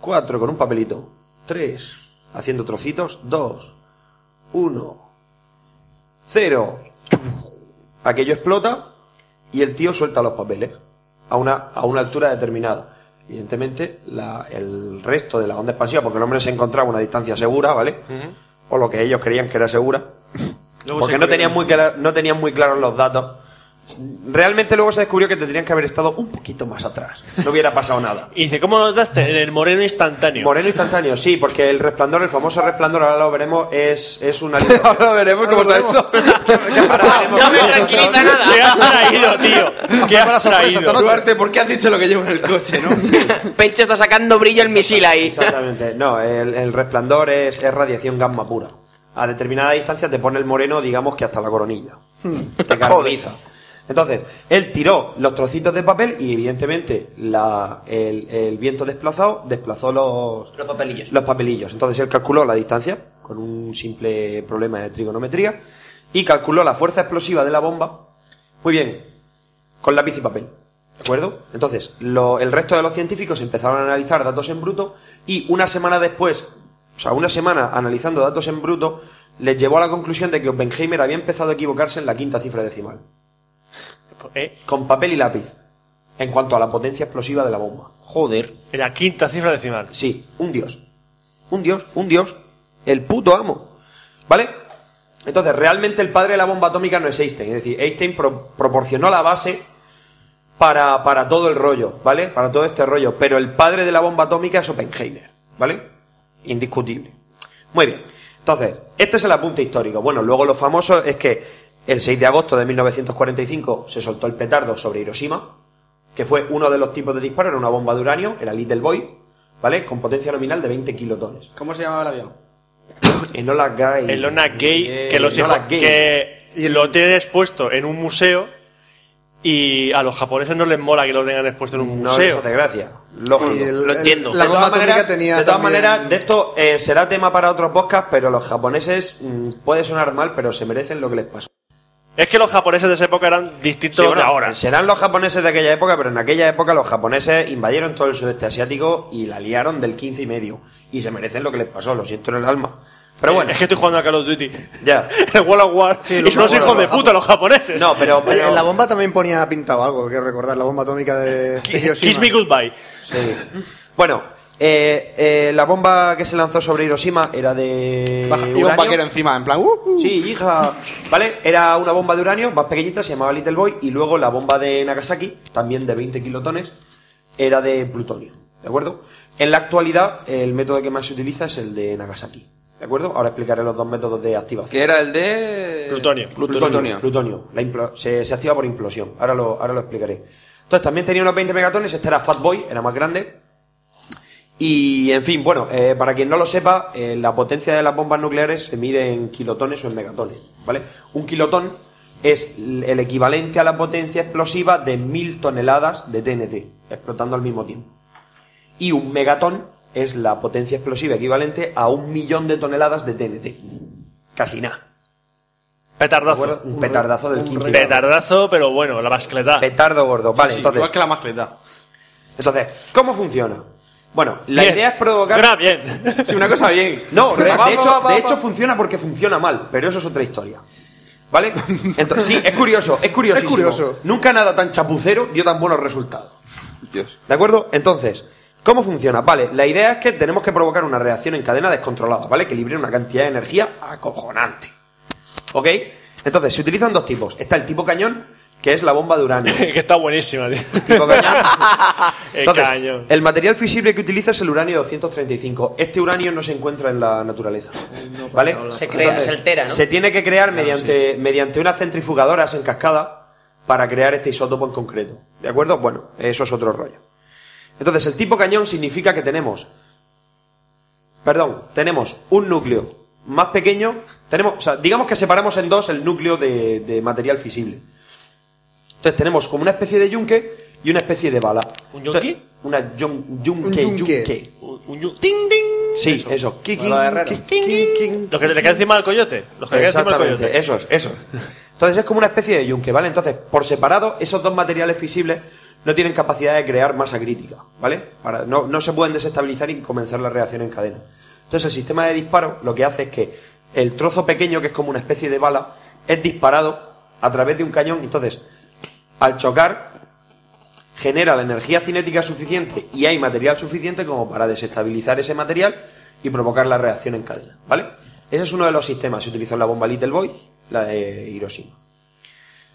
S9: 4 con un papelito, 3 haciendo trocitos, 2, 1, 0. Aquello explota y el tío suelta los papeles a una, a una altura determinada. Evidentemente, la- el resto de la onda expansiva, porque el hombre se encontraba a una distancia segura, ¿vale? O lo que ellos creían que era segura,
S6: Luego
S9: porque
S6: se
S9: no
S6: creó-
S9: tenían, muy clara- no tenían muy claros los datos. Realmente luego se descubrió que tendrían que haber estado un poquito más atrás. No hubiera pasado nada.
S4: Y dice, ¿cómo nos daste? En el moreno instantáneo.
S9: Moreno instantáneo, sí, porque el resplandor, el famoso resplandor, ahora lo veremos, es, es una...
S5: ahora veremos cómo está eso.
S2: No me tranquiliza
S4: ¿Qué has
S2: nada.
S4: traído, tío? ¿Qué has traído?
S3: Duarte, ¿por qué has dicho lo que llevo en el coche, no?
S2: Pencho está sacando brillo el misil ahí.
S9: Exactamente. No, el, el resplandor es, es radiación gamma pura. A determinada distancia te pone el moreno, digamos que hasta la coronilla. Te carboniza. Entonces, él tiró los trocitos de papel y evidentemente la- el, el viento desplazado desplazó los,
S2: Los papelillos.
S9: los papelillos. Entonces él calculó la distancia con un simple problema de trigonometría y calculó la fuerza explosiva de la bomba. Muy bien, con lápiz y papel. ¿De acuerdo? Entonces, lo- el resto de los científicos empezaron a analizar datos en bruto y una semana después, o sea, una semana analizando datos en bruto, les llevó a la conclusión de que Oppenheimer había empezado a equivocarse en la quinta cifra decimal,
S4: Eh,
S9: con papel y lápiz, en cuanto a la potencia explosiva de la bomba.
S2: Joder.
S4: en la quinta cifra decimal.
S9: Sí, un dios. Un dios, un dios. El puto amo. ¿Vale? Entonces, realmente el padre de la bomba atómica no es Einstein. Es decir, Einstein pro- proporcionó la base para, para todo el rollo, ¿vale? Para todo este rollo. Pero el padre de la bomba atómica es Oppenheimer, ¿vale? Indiscutible. Muy bien. Entonces, este es el apunte histórico. Bueno, luego lo famoso es que el 6 de agosto de 1945 se soltó el petardo sobre Hiroshima, que fue uno de los tipos de disparo, era una bomba de uranio, era Little Boy, ¿vale? Con potencia nominal de 20 kilotones.
S3: ¿Cómo se llamaba el avión?
S9: En Ola Guy.
S4: El Ona Gay,
S9: Eh,
S4: que, los
S9: Enola
S4: hijos-
S9: Gay.
S4: que lo tienen expuesto en un museo y a los japoneses no les mola que lo tengan expuesto en un
S9: No les
S4: museo.
S9: hace gracia. Lógico.
S7: Y el-
S2: Lo
S7: el-
S2: entiendo.
S7: La
S9: de
S7: bomba
S9: todas
S7: atómica
S9: maneras,
S7: tenía
S9: de todas
S7: también-
S9: maneras, de esto eh, será tema para otro podcast, pero los japoneses mm, puede sonar mal, pero se merecen lo que les pasó.
S4: Es que los japoneses de esa época eran distintos
S9: Sí, bueno,
S4: de ahora.
S9: Serán los japoneses de aquella época, pero en aquella época los japoneses invadieron todo el sudeste asiático y la liaron del 15 y medio. Y se merecen lo que les pasó, lo siento en el alma. Pero bueno,
S4: Eh, Es que estoy jugando a Call of Duty.
S9: ya.
S4: El World of War. y son los hijos de puta los japoneses.
S9: No, pero...
S7: Oye,
S9: pero-
S7: en la bomba también ponía pintado algo, quiero recordar, la bomba atómica de, de
S4: Ki-
S7: Hiroshima.
S4: Kiss me goodbye.
S9: Sí. Bueno, eh, eh, la bomba que se lanzó sobre Hiroshima era de.
S3: Baja- iba un
S9: Eh, uranio.
S3: vaquero encima, en plan, "Uh, uh".
S9: Sí, hija. Vale, era una bomba de uranio más pequeñita, se llamaba Little Boy. Y luego la bomba de Nagasaki, también de 20 kilotones, era de plutonio. ¿De acuerdo? En la actualidad, el método que más se utiliza es el de Nagasaki. ¿De acuerdo? Ahora explicaré los dos métodos de activación.
S5: Que era el de.
S4: Plutonio.
S5: Plutonio.
S9: Plutonio. La implo- se, se activa por implosión. Ahora lo, ahora lo explicaré. Entonces también tenía unos 20 megatones. Este era Fat Boy, era más grande. Y en fin, bueno, eh, para quien no lo sepa, eh, la potencia de las bombas nucleares se mide en kilotones o en megatones. ¿Vale? Un kilotón es l- el equivalente a la potencia explosiva de mil toneladas de TNT, explotando al mismo tiempo. Y un megatón es la potencia explosiva equivalente a un millón de toneladas de TNT. Casi nada. ¿De acuerdo?
S4: Petardazo.
S9: Un petardazo del 15.
S4: Petardazo, pero bueno, la bascleta.
S9: Petardo gordo. Vale,
S3: Sí, sí,
S9: entonces,
S3: Igual que la mascleta.
S9: entonces, ¿cómo funciona? Bueno, la
S4: Bien.
S9: idea es provocar.
S4: Suena bien.
S3: Sí, una cosa bien.
S9: No, re-
S3: Va, va,
S9: de, hecho,
S3: va, va,
S9: de
S3: va.
S9: hecho funciona porque funciona mal, pero eso es otra historia. ¿Vale? Entonces, sí, es curioso, es curioso.
S7: Es curioso.
S9: Nunca nada tan chapucero dio tan buenos resultados.
S5: Dios.
S9: ¿De acuerdo? Entonces, ¿cómo funciona? Vale, la idea es que tenemos que provocar una reacción en cadena descontrolada, ¿vale? Que libre una cantidad de energía acojonante. ¿Ok? Entonces, se utilizan dos tipos. Está el tipo cañón, que es la bomba de uranio.
S4: que está buenísima, tío.
S9: Tipo cañón.
S4: El
S9: Entonces,
S4: cañón.
S9: el material fisible que utiliza es el uranio 235. Este uranio no se encuentra en la naturaleza. ¿Vale?
S2: Se crea, se altera, ¿no?
S9: Se tiene que crear mediante, mediante unas centrifugadoras en cascada para crear este isótopo en concreto. ¿De acuerdo? Bueno, eso es otro rollo. Entonces, el tipo cañón significa que tenemos. Perdón, tenemos un núcleo más pequeño. Tenemos, o sea, digamos que separamos en dos el núcleo de, de material fisible. Entonces tenemos como una especie de yunque y una especie de bala.
S4: ¿Un
S9: Entonces,
S4: yonki?
S9: Una yun- yunque,
S6: Un yunque.
S9: yunque.
S4: Un yu- ¡Ting, ting!
S9: Sí, eso.
S6: Kikin, kikin, kikin.
S4: Los que le caen encima al coyote. Los que le caen encima al
S9: Exactamente,
S4: coyote.
S9: eso es, eso. es. Entonces es como una especie de yunque, ¿vale? Entonces, por separado, esos dos materiales fisibles no tienen capacidad de crear masa crítica, ¿vale? Para- no, no se pueden desestabilizar y comenzar la reacción en cadena. Entonces, el sistema de disparo lo que hace es que el trozo pequeño, que es como una especie de bala, es disparado a través de un cañón. Entonces, al chocar, genera la energía cinética suficiente y hay material suficiente como para desestabilizar ese material y provocar la reacción en cadena, ¿vale? Ese es uno de los sistemas que utilizó la bomba Little Boy, la de Hiroshima.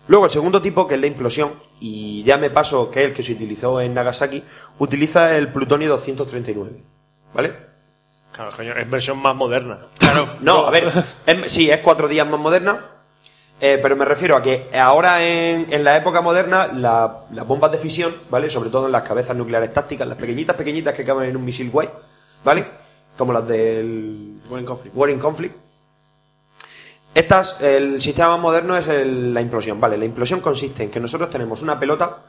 S9: Luego, el segundo tipo, que es la implosión, y ya me paso que es el que se utilizó en Nagasaki, utiliza el plutonio 239, ¿vale?
S4: Claro, coño, es versión más moderna.
S9: No, a ver, es- sí, es cuatro días más moderna, eh, pero me refiero a que ahora en, en la época moderna la- las bombas de fisión, ¿vale? Sobre todo en las cabezas nucleares tácticas, las pequeñitas, pequeñitas que caben en un misil guay, ¿vale? Como las del
S3: Buen conflicto.
S9: War in Conflict. Estas, el sistema más moderno es el- la implosión, ¿vale? La implosión consiste en que nosotros tenemos una pelota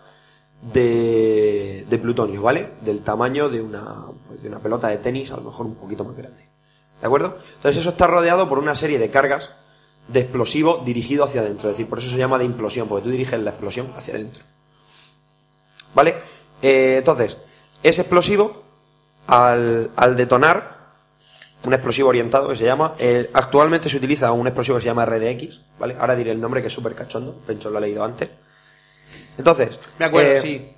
S9: de, de plutonio, ¿vale? Del tamaño de una, pues, de una pelota de tenis, a lo mejor un poquito más grande. ¿De acuerdo? Entonces eso está rodeado por una serie de cargas de explosivo dirigido hacia adentro. Es decir, por eso se llama de implosión, porque tú diriges la explosión hacia adentro. ¿Vale? Eh, entonces, ese explosivo, al, al detonar, un explosivo orientado que se llama, eh, actualmente se utiliza un explosivo que se llama RDX, ¿vale? Ahora diré el nombre que es súper cachondo, Pencho lo ha leído antes. Entonces,
S3: Me acuerdo,
S9: eh,
S3: sí.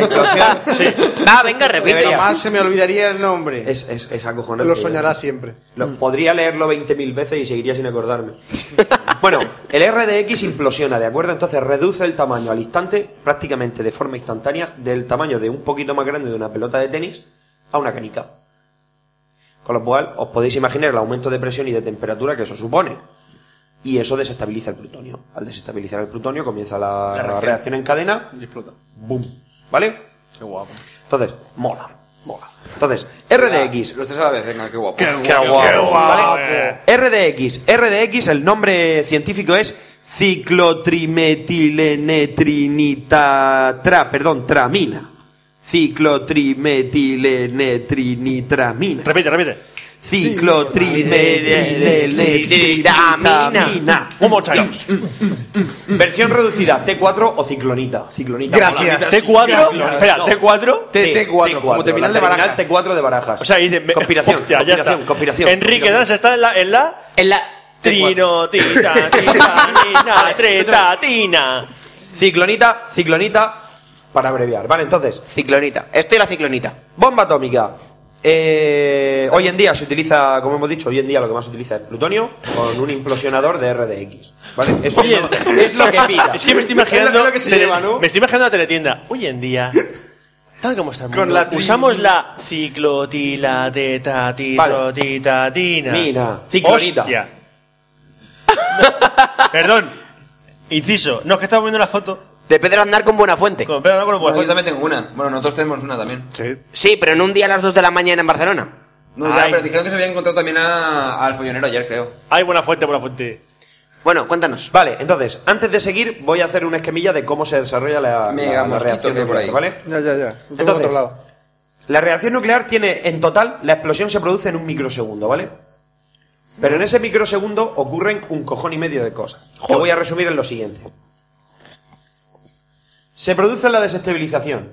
S9: explosión sí,
S2: Ah, venga, repite.
S9: Debería.
S3: Jamás se me olvidaría el nombre.
S9: es, es, es acojonante.
S7: Lo soñarás siempre.
S9: Lo- podría leerlo 20.000 veces y seguiría sin acordarme. bueno, el RDX implosiona, ¿de acuerdo? Entonces reduce el tamaño al instante, prácticamente de forma instantánea, del tamaño de un poquito más grande de una pelota de tenis a una canica. Con lo cual, os podéis imaginar el aumento de presión y de temperatura que eso supone. Y eso desestabiliza el plutonio. Al desestabilizar el plutonio comienza la,
S2: La reacción.
S9: reacción en cadena.
S3: Y explota.
S9: ¡Bum! ¿Vale?
S3: Qué guapo.
S9: Entonces, mola. Mola. Entonces, RDX.
S5: Ah, Los tres a la vez, venga, qué guapo.
S9: Qué guapo, ¿vale?
S4: eh.
S9: RDX. RDX, el nombre científico es ciclotrimetilenitrinitratra, perdón, tramina. Ciclotrimetilenitrinitraminas.
S4: Repite, repite.
S9: Ciclotrimetilenitrinitraminas.
S4: One more time.
S9: Versión reducida, T4 o ciclonita. Ciclonita.
S7: Gracias.
S4: T4. Espera, T4.
S3: T- T4, como terminal de
S9: la
S3: Barajas.
S9: terminal T4 de barajas.
S4: O sea, dice. me-
S9: conspiración,
S4: Hostia, ya
S9: conspiración,
S4: está.
S9: conspiración.
S4: Enrique
S9: conspiración.
S4: Danz está en la. En la
S2: En la...
S4: Trino, tita, tita, nina, treta, tina.
S9: Ciclonita, ciclonita, para abreviar. Vale, entonces,
S2: Ciclonita. Esto y la ciclonita.
S9: bomba atómica. Eh, hoy en día se utiliza, como hemos dicho, hoy en día lo que más se utiliza es plutonio con un implosionador de RDX. ¿Vale? Es,
S4: Oye,
S9: es lo que pida.
S4: Es que me estoy imaginando.
S3: Es lo- es lo que se
S4: tele-
S3: lleva, ¿no?
S4: Me estoy imaginando la teletienda. Hoy en día. Tal como está el
S3: Con
S4: mundo,
S3: la tri-
S4: usamos la ciclotila, teta, tiro,
S9: Vale.
S4: tita, tina.
S9: Mina, ciclonita.
S4: Hostia. Perdón. Inciso. No, es que estaba viendo la foto.
S2: De Pedro Aznar con buena fuente.
S4: Con, pero no con el
S5: Bueno,
S4: buen-
S5: yo también tengo una. Bueno, nosotros tenemos una también.
S2: Sí, pero en un día a las 2 de la mañana en Barcelona.
S5: No, ya,
S4: Ay.
S5: pero dijeron que se había encontrado también a- al follonero ayer, creo.
S4: Ay, buena fuente, buena fuente.
S2: Bueno, cuéntanos.
S9: Vale, entonces, antes de seguir, voy a hacer una esquemilla de cómo se desarrolla la,
S5: Mega
S9: la- la
S5: mosquito
S9: reacción.
S5: que hay por ahí.
S9: nuclear, ¿vale?
S7: Ya, ya, ya. Vamos a
S9: Entonces,
S7: otro lado.
S9: La reacción nuclear tiene, en total, la explosión se produce en un microsegundo, ¿vale? Pero en ese microsegundo ocurren un cojón y medio de cosas. Que voy a resumir en lo siguiente. Se produce la desestabilización.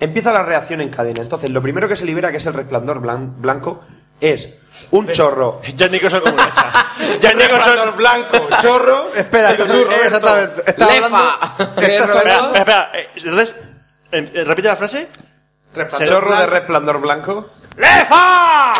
S9: Empieza la reacción en cadena. Entonces, lo primero que se libera, que es el resplandor blan- blanco, es un chorro.
S4: Jack Nicholson con un hacha. Jack Nicholson.
S3: Resplandor blanco, chorro.
S7: Espera,
S3: Digo,
S7: estás-
S3: tú, Roberto.
S7: exactamente. Estás
S2: Lefa.
S7: hablando.
S5: ¿Crees,
S7: Estás
S5: Roberto?
S7: hablando.
S4: Espera, espera. eh, Entonces, eh, eh, repite la frase.
S9: Un
S3: Resplandor
S9: chorro de
S3: blanco.
S9: resplandor blanco.
S4: ¡Lefa!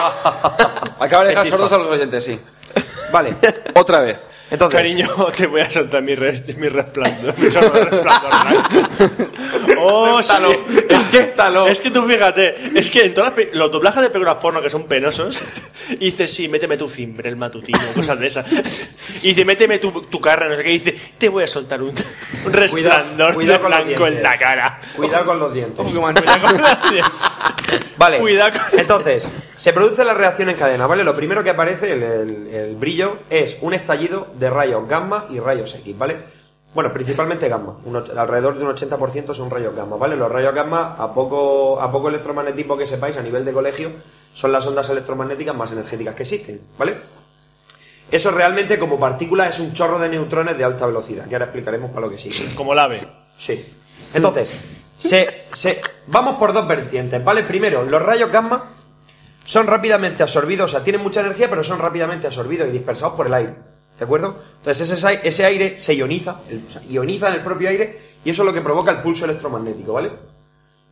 S5: Acaba de dejar sordos a los oyentes, sí.
S9: Vale.
S5: Otra vez.
S9: Entonces,
S4: Cariño, te voy a soltar mi, re, mi resplandor. Mi chorro de resplandor. blanco. oh, sí.
S3: Réstalo,
S4: Es que,
S3: réstalo.
S4: es que tú fíjate, es que en todas las pe- los doblajes de películas porno que son penosos, y dices, sí, méteme tu cimbre, el matutino, cosas de esas. Y dice, méteme tu, tu carne, no sé qué. Y dice, te voy a soltar un, un resplandor
S9: cuidado
S4: de
S9: con los
S4: blanco en
S9: dientes.
S4: la cara.
S9: cuidado con los dientes.
S3: Uy, qué mancha.
S9: Vale.
S4: Cuidado con-
S9: Entonces, se produce la reacción en cadena, ¿vale? Lo primero que aparece, el, el- el brillo, es un estallido de rayos gamma y rayos X, ¿vale? Bueno, principalmente gamma. Un och- alrededor de un 80% son rayos gamma, ¿vale? Los rayos gamma, a poco, a poco electromagnetismo que sepáis a nivel de colegio, son las ondas electromagnéticas más energéticas que existen, ¿vale? Eso realmente como partícula es un chorro de neutrones de alta velocidad, que ahora explicaremos para lo que sirve.
S4: Como el ave.
S9: Sí. Entonces, se, se- vamos por dos vertientes, ¿vale? Primero, los rayos gamma son rápidamente absorbidos, o sea, tienen mucha energía, pero son rápidamente absorbidos y dispersados por el aire, ¿de acuerdo? Entonces, ese, ai- ese aire se ioniza, el- o sea, ioniza en el propio aire, y eso es lo que provoca el pulso electromagnético, ¿vale?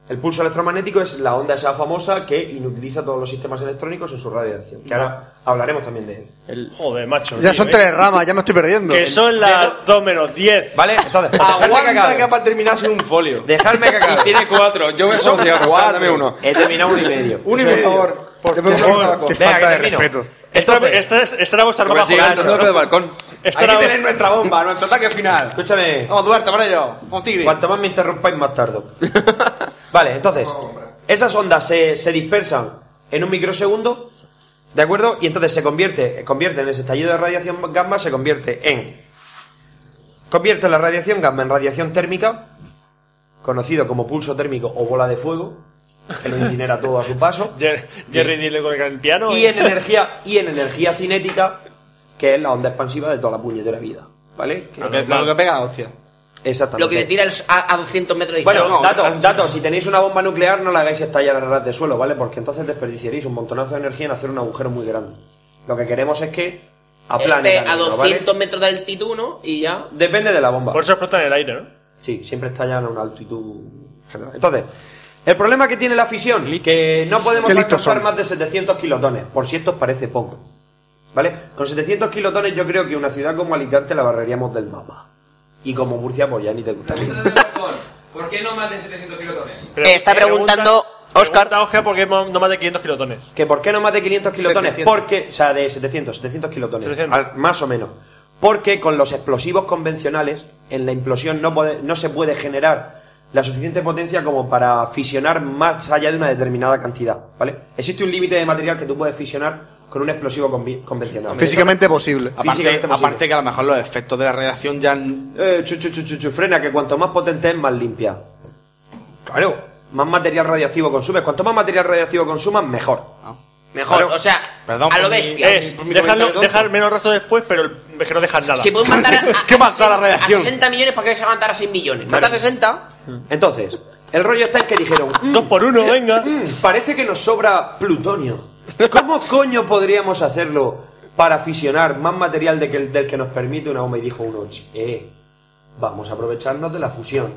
S9: El pulso electromagnético es la onda esa famosa que inutiliza todos los sistemas electrónicos en su radiación, que ahora hablaremos también de él.
S4: Joder, macho.
S7: Ya
S4: tío,
S7: son
S4: ¿eh?
S7: tres ramas, ya me estoy perdiendo.
S4: Que son las 2 menos 10.
S9: ¿Vale? Entonces, dejadme que
S3: Aguanta
S9: acabe.
S3: que para terminar sin un folio.
S9: Dejadme que acabe.
S5: Tiene cuatro. Yo voy a solucionar.
S3: cuatro.
S5: Dame uno.
S9: He terminado uno y medio.
S3: Un y
S5: Por
S3: medio.
S5: favor. Te pregunto
S7: favor.
S5: por favor.
S7: Qué
S9: Venga,
S7: falta
S9: que
S7: de
S9: termino.
S7: respeto.
S4: Esto,
S9: Entonces-
S4: esto es- esta era vuestra
S5: Que me
S4: bajo
S5: siga echando del balcón.
S4: Esta
S3: Aquí
S4: era-
S3: tenéis nuestra bomba, nuestro ataque final.
S9: Escúchame.
S7: Oh,
S3: Vamos, Duarte, para ello. Vamos, Tigre.
S9: Cuanto más me interrumpáis, más tardo. Vale, entonces,
S7: Oh,
S9: esas ondas se, se dispersan en un microsegundo, ¿de acuerdo? Y entonces se convierte, convierte en ese estallido de radiación gamma, se convierte en. Convierte la radiación gamma en radiación térmica, conocido como pulso térmico o bola de fuego, que lo incinera todo a su paso.
S4: Jer- Jerry, dile con el piano.
S9: y en energía y en energía cinética que es la onda expansiva de toda la puñetera vida vale
S3: Lo que, lo que pega la hostia.
S9: exactamente
S2: Lo que le tira el- a, a 200 metros de
S9: bueno,
S2: distancia.
S9: datos, datos, si tenéis una bomba nuclear no la hagáis estallar a ras de suelo, ¿vale? Porque entonces desperdiciaréis un montonazo de energía en hacer un agujero muy grande. Lo que queremos es que aplane
S2: Este
S9: el
S2: a
S9: camino,
S2: 200
S9: ¿vale?
S2: metros de altitud, ¿no? Y ya.
S9: Depende de la bomba.
S4: Por eso explota en el aire, ¿no?
S9: Sí, siempre estallan a una altitud general. Entonces, el problema que tiene la fisión, que no podemos
S7: Qué listos
S9: alcanzar
S7: son.
S9: más de 700 kilotones. Por si esto os parece poco. ¿Vale? Con 700 kilotones yo creo que una ciudad como Alicante la barreríamos del mapa. Y como Murcia, pues ya ni te gustaría.
S5: ¿Por qué no más de 700 kilotones?
S4: Pero-
S2: Está preguntando
S4: pregunta
S2: Óscar.
S4: Óscar por qué mo- no más de 500 kilotones.
S9: ¿Que por qué no más de 500 kilotones?
S3: 700.
S9: Porque, o sea, de 700, 700 kilotones,
S4: 700.
S9: al- más o menos. Porque con los explosivos convencionales, en la implosión no, puede- no se puede generar la suficiente potencia como para fisionar más allá de una determinada cantidad, ¿vale? Existe un límite de material que tú puedes fisionar con un explosivo convi- convencional.
S7: Físicamente posible.
S9: Físicamente
S3: Aparte,
S9: posible.
S3: aparte que a lo mejor los efectos de la radiación ya... n-
S9: Eh, chu, chu, chu, chu, chu, frena, que cuanto más potente es, más limpia. Claro, más material radioactivo consumes. Cuanto más material radioactivo consumas, mejor.
S2: Mejor,
S3: Claro.
S2: o sea,
S3: Perdón
S2: a
S3: por
S2: lo
S3: mi-
S2: bestia.
S3: Eh,
S4: Es
S3: por mi
S4: dejarlo,
S3: comentario tonto.
S4: dejar menos rastro después, pero el- es que no dejas nada.
S2: Si puedes matar a, a-
S3: ¿Qué pasa
S2: a,
S3: la radiación?
S2: a 60 millones, ¿para qué se va a matar a 6 millones? Mata a 60.
S9: Entonces, el rollo está en que dijeron... "Mm,
S4: Dos por uno, venga.
S9: Mm, parece que nos sobra plutonio. ¿Cómo coño podríamos hacerlo para fisionar más material de que el- del que nos permite una OMA? Y dijo uno, "Ch, eh, vamos a aprovecharnos de la fusión.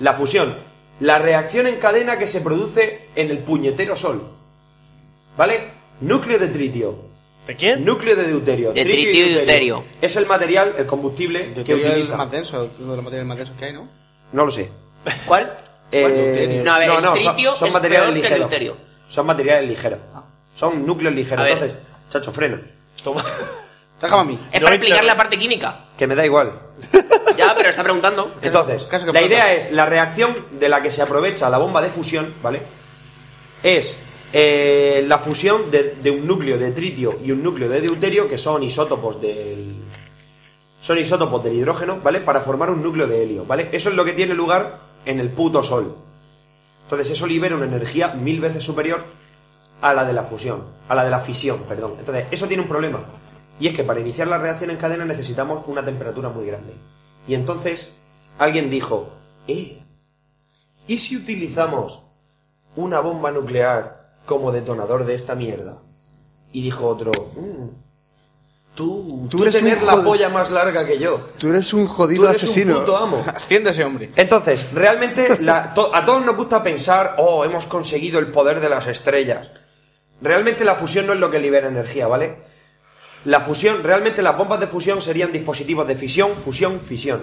S9: La fusión. La reacción en cadena que se produce en el puñetero sol. ¿Vale? Núcleo de tritio.
S4: ¿De quién?
S9: Núcleo de deuterio.
S2: De tritio y deuterio.
S9: Es el material, el combustible que
S3: Deuterio es el
S9: utiliza.
S3: más denso, uno de los materiales más densos que hay, ¿no?
S9: No lo sé.
S2: ¿Cuál?
S3: ¿Cuál
S9: Eh,
S3: deuterio?
S2: No, a ver, el
S9: son-
S2: tritio
S9: son
S2: es
S9: materiales
S2: peor que el
S9: ligeros.
S2: deuterio.
S9: Son materiales ligeros.
S3: Ah.
S9: Son núcleos
S2: A
S9: ligeros.
S2: ver.
S9: Entonces, chacho, frena.
S4: Toma.
S3: Déjame a mí.
S2: Es
S4: Yo
S2: para
S4: he
S2: explicar
S4: hecho-
S2: la parte química.
S9: Que me da igual.
S2: Ya, pero está
S7: Ah,
S2: preguntando.
S9: Entonces,
S3: casi que
S9: la
S3: explota.
S9: idea es la reacción de la que se aprovecha la bomba de fusión, ¿vale? Es eh, la fusión de, de un núcleo de tritio y un núcleo de deuterio, que son isótopos del. Son isótopos del hidrógeno, ¿vale? Para formar un núcleo de helio, ¿vale? Eso es lo que tiene lugar en el puto sol. Entonces, eso libera una energía mil veces superior a la de la fusión, a la de la fisión, perdón. Entonces, eso tiene un problema. Y es que para iniciar la reacción en cadena necesitamos una temperatura muy grande. Y entonces alguien dijo, eh, ¿y si utilizamos una bomba nuclear como detonador de esta mierda? Y dijo otro, "Mm, tú, tú,
S7: Tú eres un
S9: tener la
S7: joder-
S9: polla más larga que yo.
S7: Tú eres un
S9: Tú
S7: jodido
S9: eres un
S7: asesino. ¿eh?
S9: puto amo.
S3: Asciende ese hombre.
S9: Entonces, realmente la- to- a todos nos gusta pensar, oh, hemos conseguido el poder de las estrellas. Realmente la fusión no es lo que libera energía, ¿vale? La fusión, realmente las bombas de fusión serían dispositivos de fisión, fusión, fisión.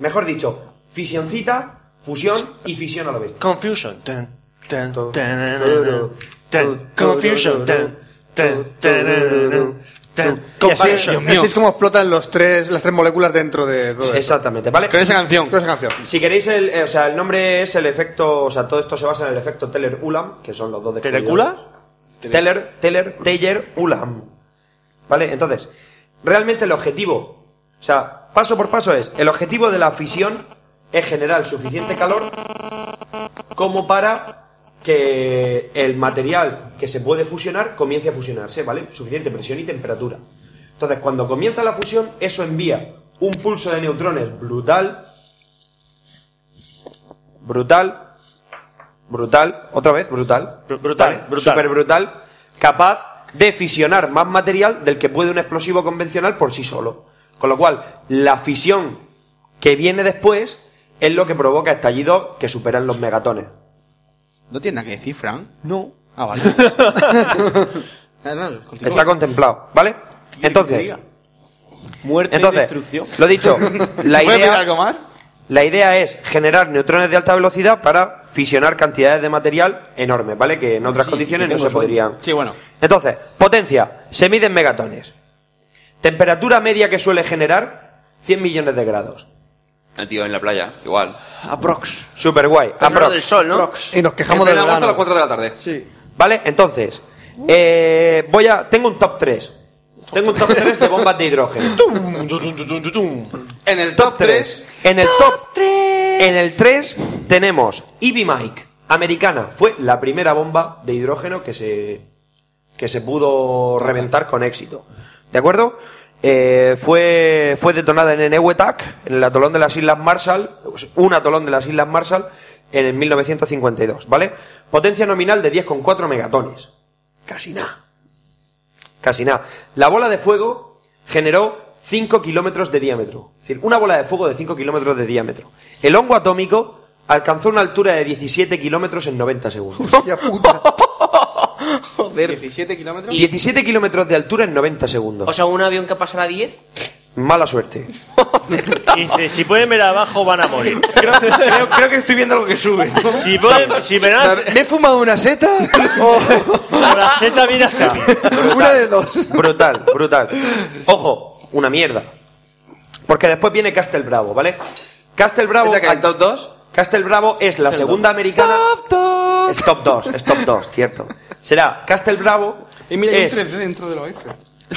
S9: Mejor dicho, fisioncita, fusión y fisión a la vez.
S4: Confusion. Tan, tan,
S9: Tu,
S4: tan,
S9: tu, tu,
S4: tan.
S9: tu,
S4: Confusion. Tan,
S9: tu,
S4: tan, tan, tan.
S7: Y así,
S4: Confusion.
S7: y así es como explotan los tres, las tres moléculas dentro de todo eso.
S9: Exactamente, ¿vale?
S3: Con esa canción.
S7: Con esa canción.
S9: Si queréis, el, eh, o sea, el nombre es el efecto, o sea, todo esto se basa en el efecto Teller-Ulam, que son los dos de
S4: ¿Telecula?
S9: Teller, Teller, Teller, Ulam. ¿Vale? Entonces, realmente el objetivo, o sea, paso por paso es, el objetivo de la fisión es generar suficiente calor como para que el material que se puede fusionar comience a fusionarse, ¿vale? Suficiente presión y temperatura. Entonces, cuando comienza la fusión, eso envía un pulso de neutrones brutal, brutal, brutal, otra vez brutal,
S4: brutal, brutal.
S9: super brutal, capaz de fisionar más material del que puede un explosivo convencional por sí solo. Con lo cual, la fisión que viene después es lo que provoca estallidos que superan los megatones.
S3: No tiene nada que decir, Frank.
S9: No.
S3: Ah, vale. Ah, no, continúa.
S9: Está contemplado, ¿vale? Entonces,
S8: Muerte
S9: entonces,
S8: y destrucción.
S9: lo dicho, la
S3: ¿Se puede pedir
S9: idea,
S3: algo más?
S9: la idea es generar neutrones de alta velocidad para fisionar cantidades de material enormes, ¿vale? Que en otras condiciones no se podrían.
S3: Sí, bueno.
S9: Entonces, potencia, se mide en megatones. Temperatura media que suele generar, 100 millones de grados.
S5: El tío en la playa, igual.
S8: Aprox.
S9: Super guay.
S2: Hablando del sol, ¿no?
S7: Y nos
S5: Dejamos
S7: quejamos
S5: de
S7: del
S5: agosto a las
S7: verano.
S5: 4 de la tarde.
S8: Sí.
S9: ¿Vale? Entonces, eh, voy a. Tengo un top 3. Tengo un top 3 de bombas de hidrógeno.
S3: En el top 3.
S9: En el top 3. En el 3 tenemos Ivy Mike, americana. Fue la primera bomba de hidrógeno que se, que se pudo reventar con éxito. ¿De acuerdo? Eh, fue, fue detonada en Enewetak, en el atolón de las Islas Marshall, un atolón de las Islas Marshall, en el 1952, ¿vale? Potencia nominal de 10,4 megatones. Casi nada. Casi nada. La bola de fuego generó 5 kilómetros de diámetro. Es decir, una bola de fuego de 5 kilómetros de diámetro. El hongo atómico alcanzó una altura de 17 kilómetros en 90 segundos.
S7: Hostia puta.
S3: 17 kilómetros.
S9: 17 kilómetros de altura en 90 segundos.
S2: O sea, un avión que pasará 10.
S9: Mala suerte.
S4: Y dice, si pueden ver abajo van a morir.
S9: Creo, creo- creo que estoy viendo algo que sube.
S4: Si pueden, si verás
S7: ¿Me he fumado una seta? ¿O
S4: por la seta viene acá.
S7: una de dos?
S9: Brutal, brutal. Ojo, una mierda. Porque después viene Castel Bravo, ¿vale? Castel Bravo,
S5: ¿Esa que es el top 2?
S9: Castel Bravo es la segunda americana. Es top 2, es top 2, cierto. Será Castel Bravo.
S3: Y mira, hay un
S9: es-
S3: 3 dentro del oeste.
S4: Eh,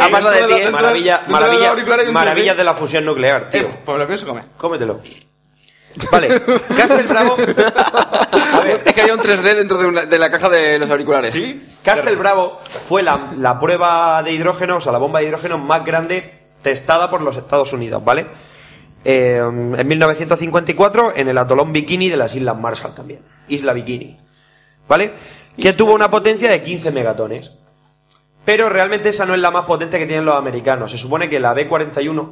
S2: Ha pasado de 10.
S3: Dentro dentro
S9: Maravilla,
S3: dentro de los
S9: maravilla,
S3: auriculares hay un
S9: maravillas
S3: tres.
S9: de la fusión nuclear, tío.
S3: Eh, pues lo pienso comer.
S9: Cómetelo. Vale, Castel Bravo. A ver,
S5: Es que había un 3D dentro de, una- de la caja de los auriculares.
S9: Sí. Castle Bravo fue la, la prueba de hidrógeno, o sea, la bomba de hidrógeno más grande testada por los Estados Unidos, ¿vale? Eh, en 1954 en el atolón Bikini de las Islas Marshall también, Isla Bikini, ¿vale? Que tuvo una potencia de 15 megatones. Pero realmente esa no es la más potente que tienen los americanos. Se supone que la B-41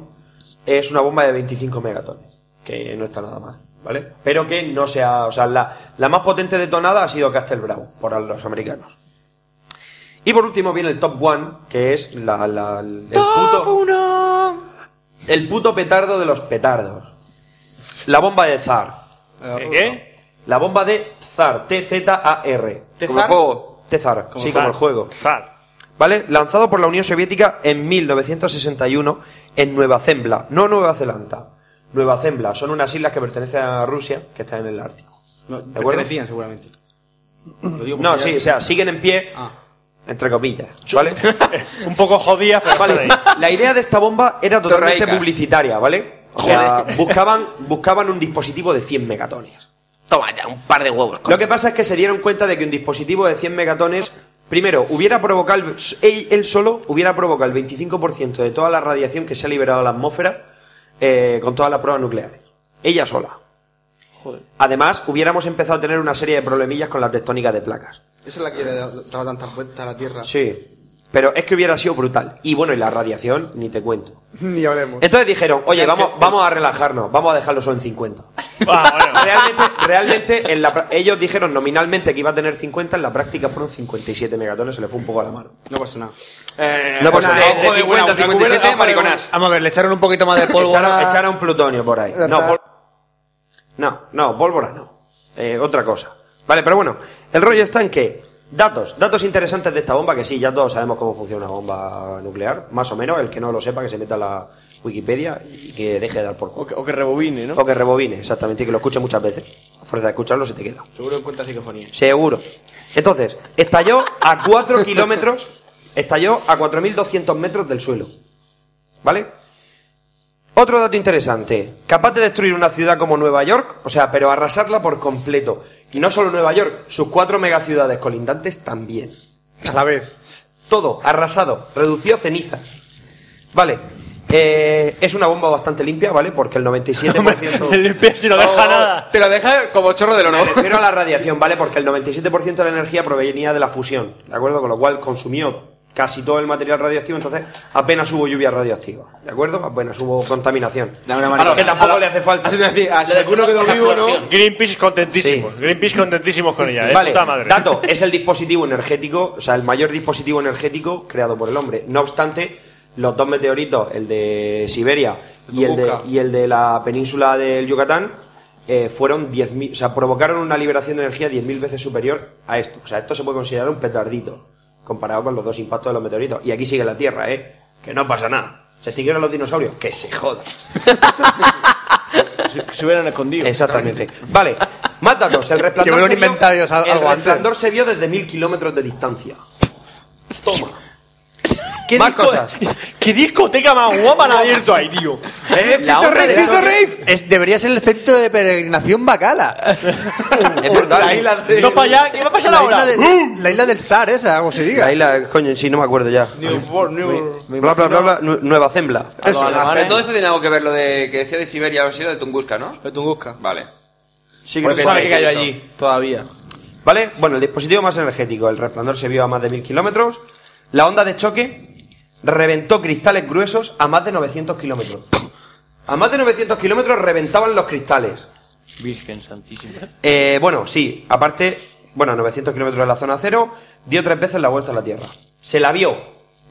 S9: es una bomba de 25 megatones, que no está nada mal, ¿vale? Pero que no sea, o sea, la, la más potente detonada ha sido Castle Bravo por los americanos. Y por último viene el Top One, que es la, la- el, puto, el puto petardo de los petardos. La bomba de Zar.
S4: ¿eh, ¿Qué?
S9: La bomba de Zar, T-Z-A-R.
S5: Como el juego.
S9: T-Zar, sí, como el juego.
S4: Zar.
S9: ¿Vale? Lanzado por la Unión Soviética en 1961 en Nueva Zembla, no Nueva Zelanda. Nueva Zembla, son unas islas que pertenecen a Rusia, que están en el Ártico.
S3: No,
S9: ¿De acuerdo?
S3: pertenecían seguramente. Lo digo
S9: No,
S3: porque
S9: sí,
S3: ya-
S9: o sea, siguen en pie,
S3: Ah.
S9: entre comillas, ¿vale?
S4: Un poco jodida, pero por
S9: Vale,
S4: ahí.
S9: la idea de esta bomba era totalmente
S5: Torraicas.
S9: publicitaria, ¿vale? O sea, buscaban, buscaban un dispositivo de 100 megatones.
S2: Toma ya, un par de huevos.
S9: Lo que pasa es que se dieron cuenta de que un dispositivo de 100 megatones, primero, hubiera provocado, el- él, él solo hubiera provocado el 25% de toda la radiación que se ha liberado a la atmósfera eh, con todas las pruebas nucleares. Ella sola. Además, hubiéramos empezado a tener una serie de problemillas con la tectónica de placas.
S3: Esa es la que le da- daba tantas vueltas a la Tierra.
S9: Sí. Pero es que hubiera sido brutal. Y bueno, y la radiación, ni te cuento.
S7: Ni hablemos.
S9: Entonces dijeron, oye,
S3: Claro
S9: vamos,
S3: que-
S9: vamos a relajarnos, vamos a dejarlo solo en 50.
S4: Ah, bueno.
S9: realmente, realmente en la pra- ellos dijeron nominalmente que iba a tener 50, en la práctica fueron 57 megatones, se le fue un poco a la mano.
S3: No pasa nada. Eh,
S9: No pasa
S5: De,
S9: nada.
S5: Pues de 50 a 57, mariconás.
S7: Vamos a ver, le echaron un poquito más de polvo.
S9: Echaron,
S7: a-
S9: echaron plutonio por ahí.
S7: Ya
S9: No,
S7: está.
S9: pol- no, no, pólvora no. Eh, otra cosa. Vale, pero bueno, el rollo está en que datos, datos interesantes de esta bomba, que sí, ya todos sabemos cómo funciona una bomba nuclear, más o menos, el que no lo sepa, que se meta a la Wikipedia y que deje de dar por culo.
S8: O que, o que rebobine, ¿no?
S9: O que rebobine, exactamente, y que lo escuche muchas veces. A fuerza de escucharlo se te queda.
S3: Seguro encuentra psicofonía.
S9: Seguro. Entonces, estalló a 4 kilómetros Estalló a 4.200 metros del suelo. ¿Vale? Otro dato interesante. Capaz de destruir una ciudad como Nueva York, o sea, pero arrasarla por completo. Y no solo Nueva York, sus cuatro megaciudades colindantes también.
S7: A la vez.
S9: Todo, arrasado, reducido a cenizas. Vale. eh, es una bomba bastante limpia, ¿vale? Porque el 97%...
S4: limpia si no
S7: Oh.
S4: deja nada.
S5: Te la deja como chorro del
S9: Me
S5: honor.
S9: refiero a la radiación, ¿vale? Porque el 97% de la energía provenía de la fusión, ¿de acuerdo? Con lo cual consumió casi todo el material radioactivo, entonces apenas hubo lluvia radioactiva, ¿de acuerdo? Apenas hubo contaminación. Ahora, que tampoco le hace falta.
S3: Así te decía, ah, si alguno quedó
S2: La
S3: vivo,
S2: explosión.
S3: ¿no?
S4: Greenpeace contentísimos. Greenpeace contentísimos con ella. ¿eh?
S9: Vale,
S4: Puta madre.
S9: dato, es el dispositivo energético, o sea, el mayor dispositivo energético creado por el hombre. No obstante, los dos meteoritos, el de Siberia y el de,
S3: Tunguska.
S9: y el de la península del Yucatán, eh, fueron 10.000, o sea, provocaron una liberación de energía 10.000 veces superior a esto. O sea, esto se puede considerar un petardito comparado con los dos impactos de los meteoritos. Y aquí sigue la Tierra, ¿eh? Que no pasa nada. Se extinguieron los dinosaurios, que se jodan.
S8: Que se hubieran escondido.
S9: Exactamente. Vale, más datos. El resplandor,
S7: Que hubieran
S9: se vio-
S7: inventado ellos al-
S9: el
S7: algo antes.
S9: resplandor se vio desde mil kilómetros de distancia. Toma.
S4: ¿Qué,
S9: más
S4: disco-
S9: cosas.
S4: ¿Qué discoteca más guapa la han abierto ahí, tío?
S9: Eh, la
S5: ¡Fiesta
S9: onda
S5: rave,
S9: de
S5: fiesta
S9: la-
S5: rave!
S7: Es, debería ser el centro de peregrinación Bacala.
S9: Es ¿eh? brutal.
S3: La isla de-
S4: No para allá, ¿qué va a pasar
S7: La
S4: ahora?
S7: isla, de- la isla del Sar, esa, como se diga.
S9: La isla, coño, sí, no me acuerdo ya.
S3: Newport, New...
S9: Bla, bla, bla, bla, nu- Nueva Zembla.
S7: Eso, la-
S5: Pero todo esto tiene pues algo que ver lo de que decía de Siberia, o si era de Tunguska, ¿no?
S3: De Tunguska.
S5: Vale.
S9: Sí,
S3: Por eso
S9: creo
S3: sabe
S9: sí.
S3: que cayó allí, todavía.
S9: ¿Vale? Bueno, el dispositivo más energético, el resplandor se vio a más de mil kilómetros. La onda de choque reventó cristales gruesos a más de 900 kilómetros. A más de 900 kilómetros reventaban los cristales.
S8: Virgen Santísima.
S9: Eh, bueno, sí, aparte, bueno, 900 kilómetros de la zona cero, dio tres veces la vuelta a la Tierra. Se la vio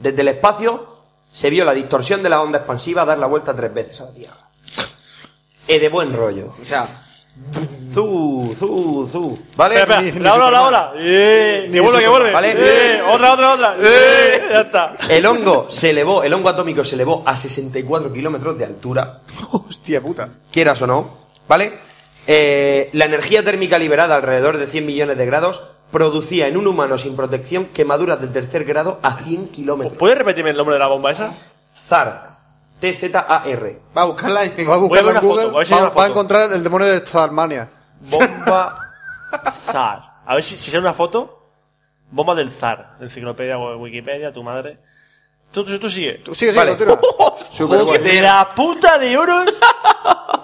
S9: desde el espacio, se vio la distorsión de la onda expansiva dar la vuelta tres veces a la Tierra. Es de buen rollo.
S3: O sea,
S9: Zu, zu, zu. ¿Vale?
S4: Espera,
S7: Ni-
S4: espera,
S7: ni
S4: la ola, la
S7: Superman.
S4: ola. Eh, que vuelve, que vuelve.
S9: Vale.
S4: Eh, otra, otra, otra. Eh, ya está.
S9: El hongo se elevó, el hongo atómico se elevó a 64 kilómetros de altura.
S7: Hostia puta.
S9: quieras o no, ¿vale? Eh, la energía térmica liberada alrededor de 100 millones de grados producía en un humano sin protección quemaduras del tercer grado a 100 kilómetros.
S4: ¿Puedes repetirme el nombre de la bomba esa?
S9: ZAR, T-Z-A-R,
S3: va a buscarla y...
S7: Va a
S4: Voy a ver
S7: buscarlo
S4: una
S7: en Google.
S4: foto, voy a ver si hay
S7: va,
S4: una
S7: va a
S4: foto.
S7: encontrar el demonio de Tasmania.
S4: Bomba Zar. A ver si, si sale una foto. Bomba del Zar. Enciclopedia o Wikipedia, tu madre. Tú, tú, tú sigue.
S7: Tú sigue, sigue,
S9: Vale.
S7: continúa.
S4: De la puta de oro.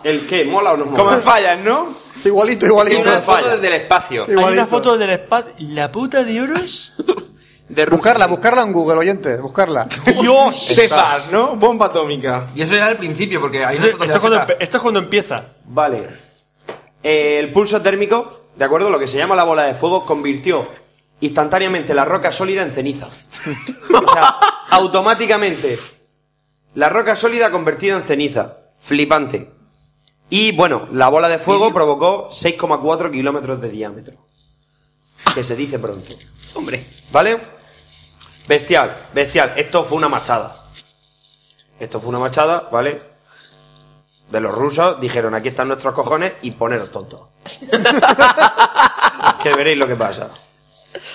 S9: ¿El qué? ¿Mola o no mola?
S3: Como en fallas, ¿no?
S7: Igualito,
S5: Y
S7: igualito.
S5: una foto desde el espacio.
S4: Hay una
S7: Igualito.
S4: foto del espacio. ¿La puta de oros?
S2: De Rusia.
S7: Buscarla, buscarla en Google, oyente, buscarla.
S4: ¡Dios!
S3: César, ¿no? Bomba atómica.
S5: Y eso era al principio, porque hay una
S4: Esto
S5: foto de
S4: es,
S5: la
S4: cuando,
S5: seta.
S4: empe- esto es cuando empieza.
S9: Vale. Eh, el pulso térmico, ¿de acuerdo? Lo que se llama la bola de fuego, convirtió instantáneamente la roca sólida en ceniza. o sea, automáticamente. La roca sólida convertida en ceniza. Flipante. Y bueno, la bola de fuego provocó 6,4 kilómetros de diámetro. Que se dice pronto.
S2: Hombre.
S9: ¿Vale? Bestial, bestial. Esto fue una machada. Esto fue una machada, ¿vale? De los rusos dijeron, aquí están nuestros cojones y poneros tontos. que veréis lo que pasa.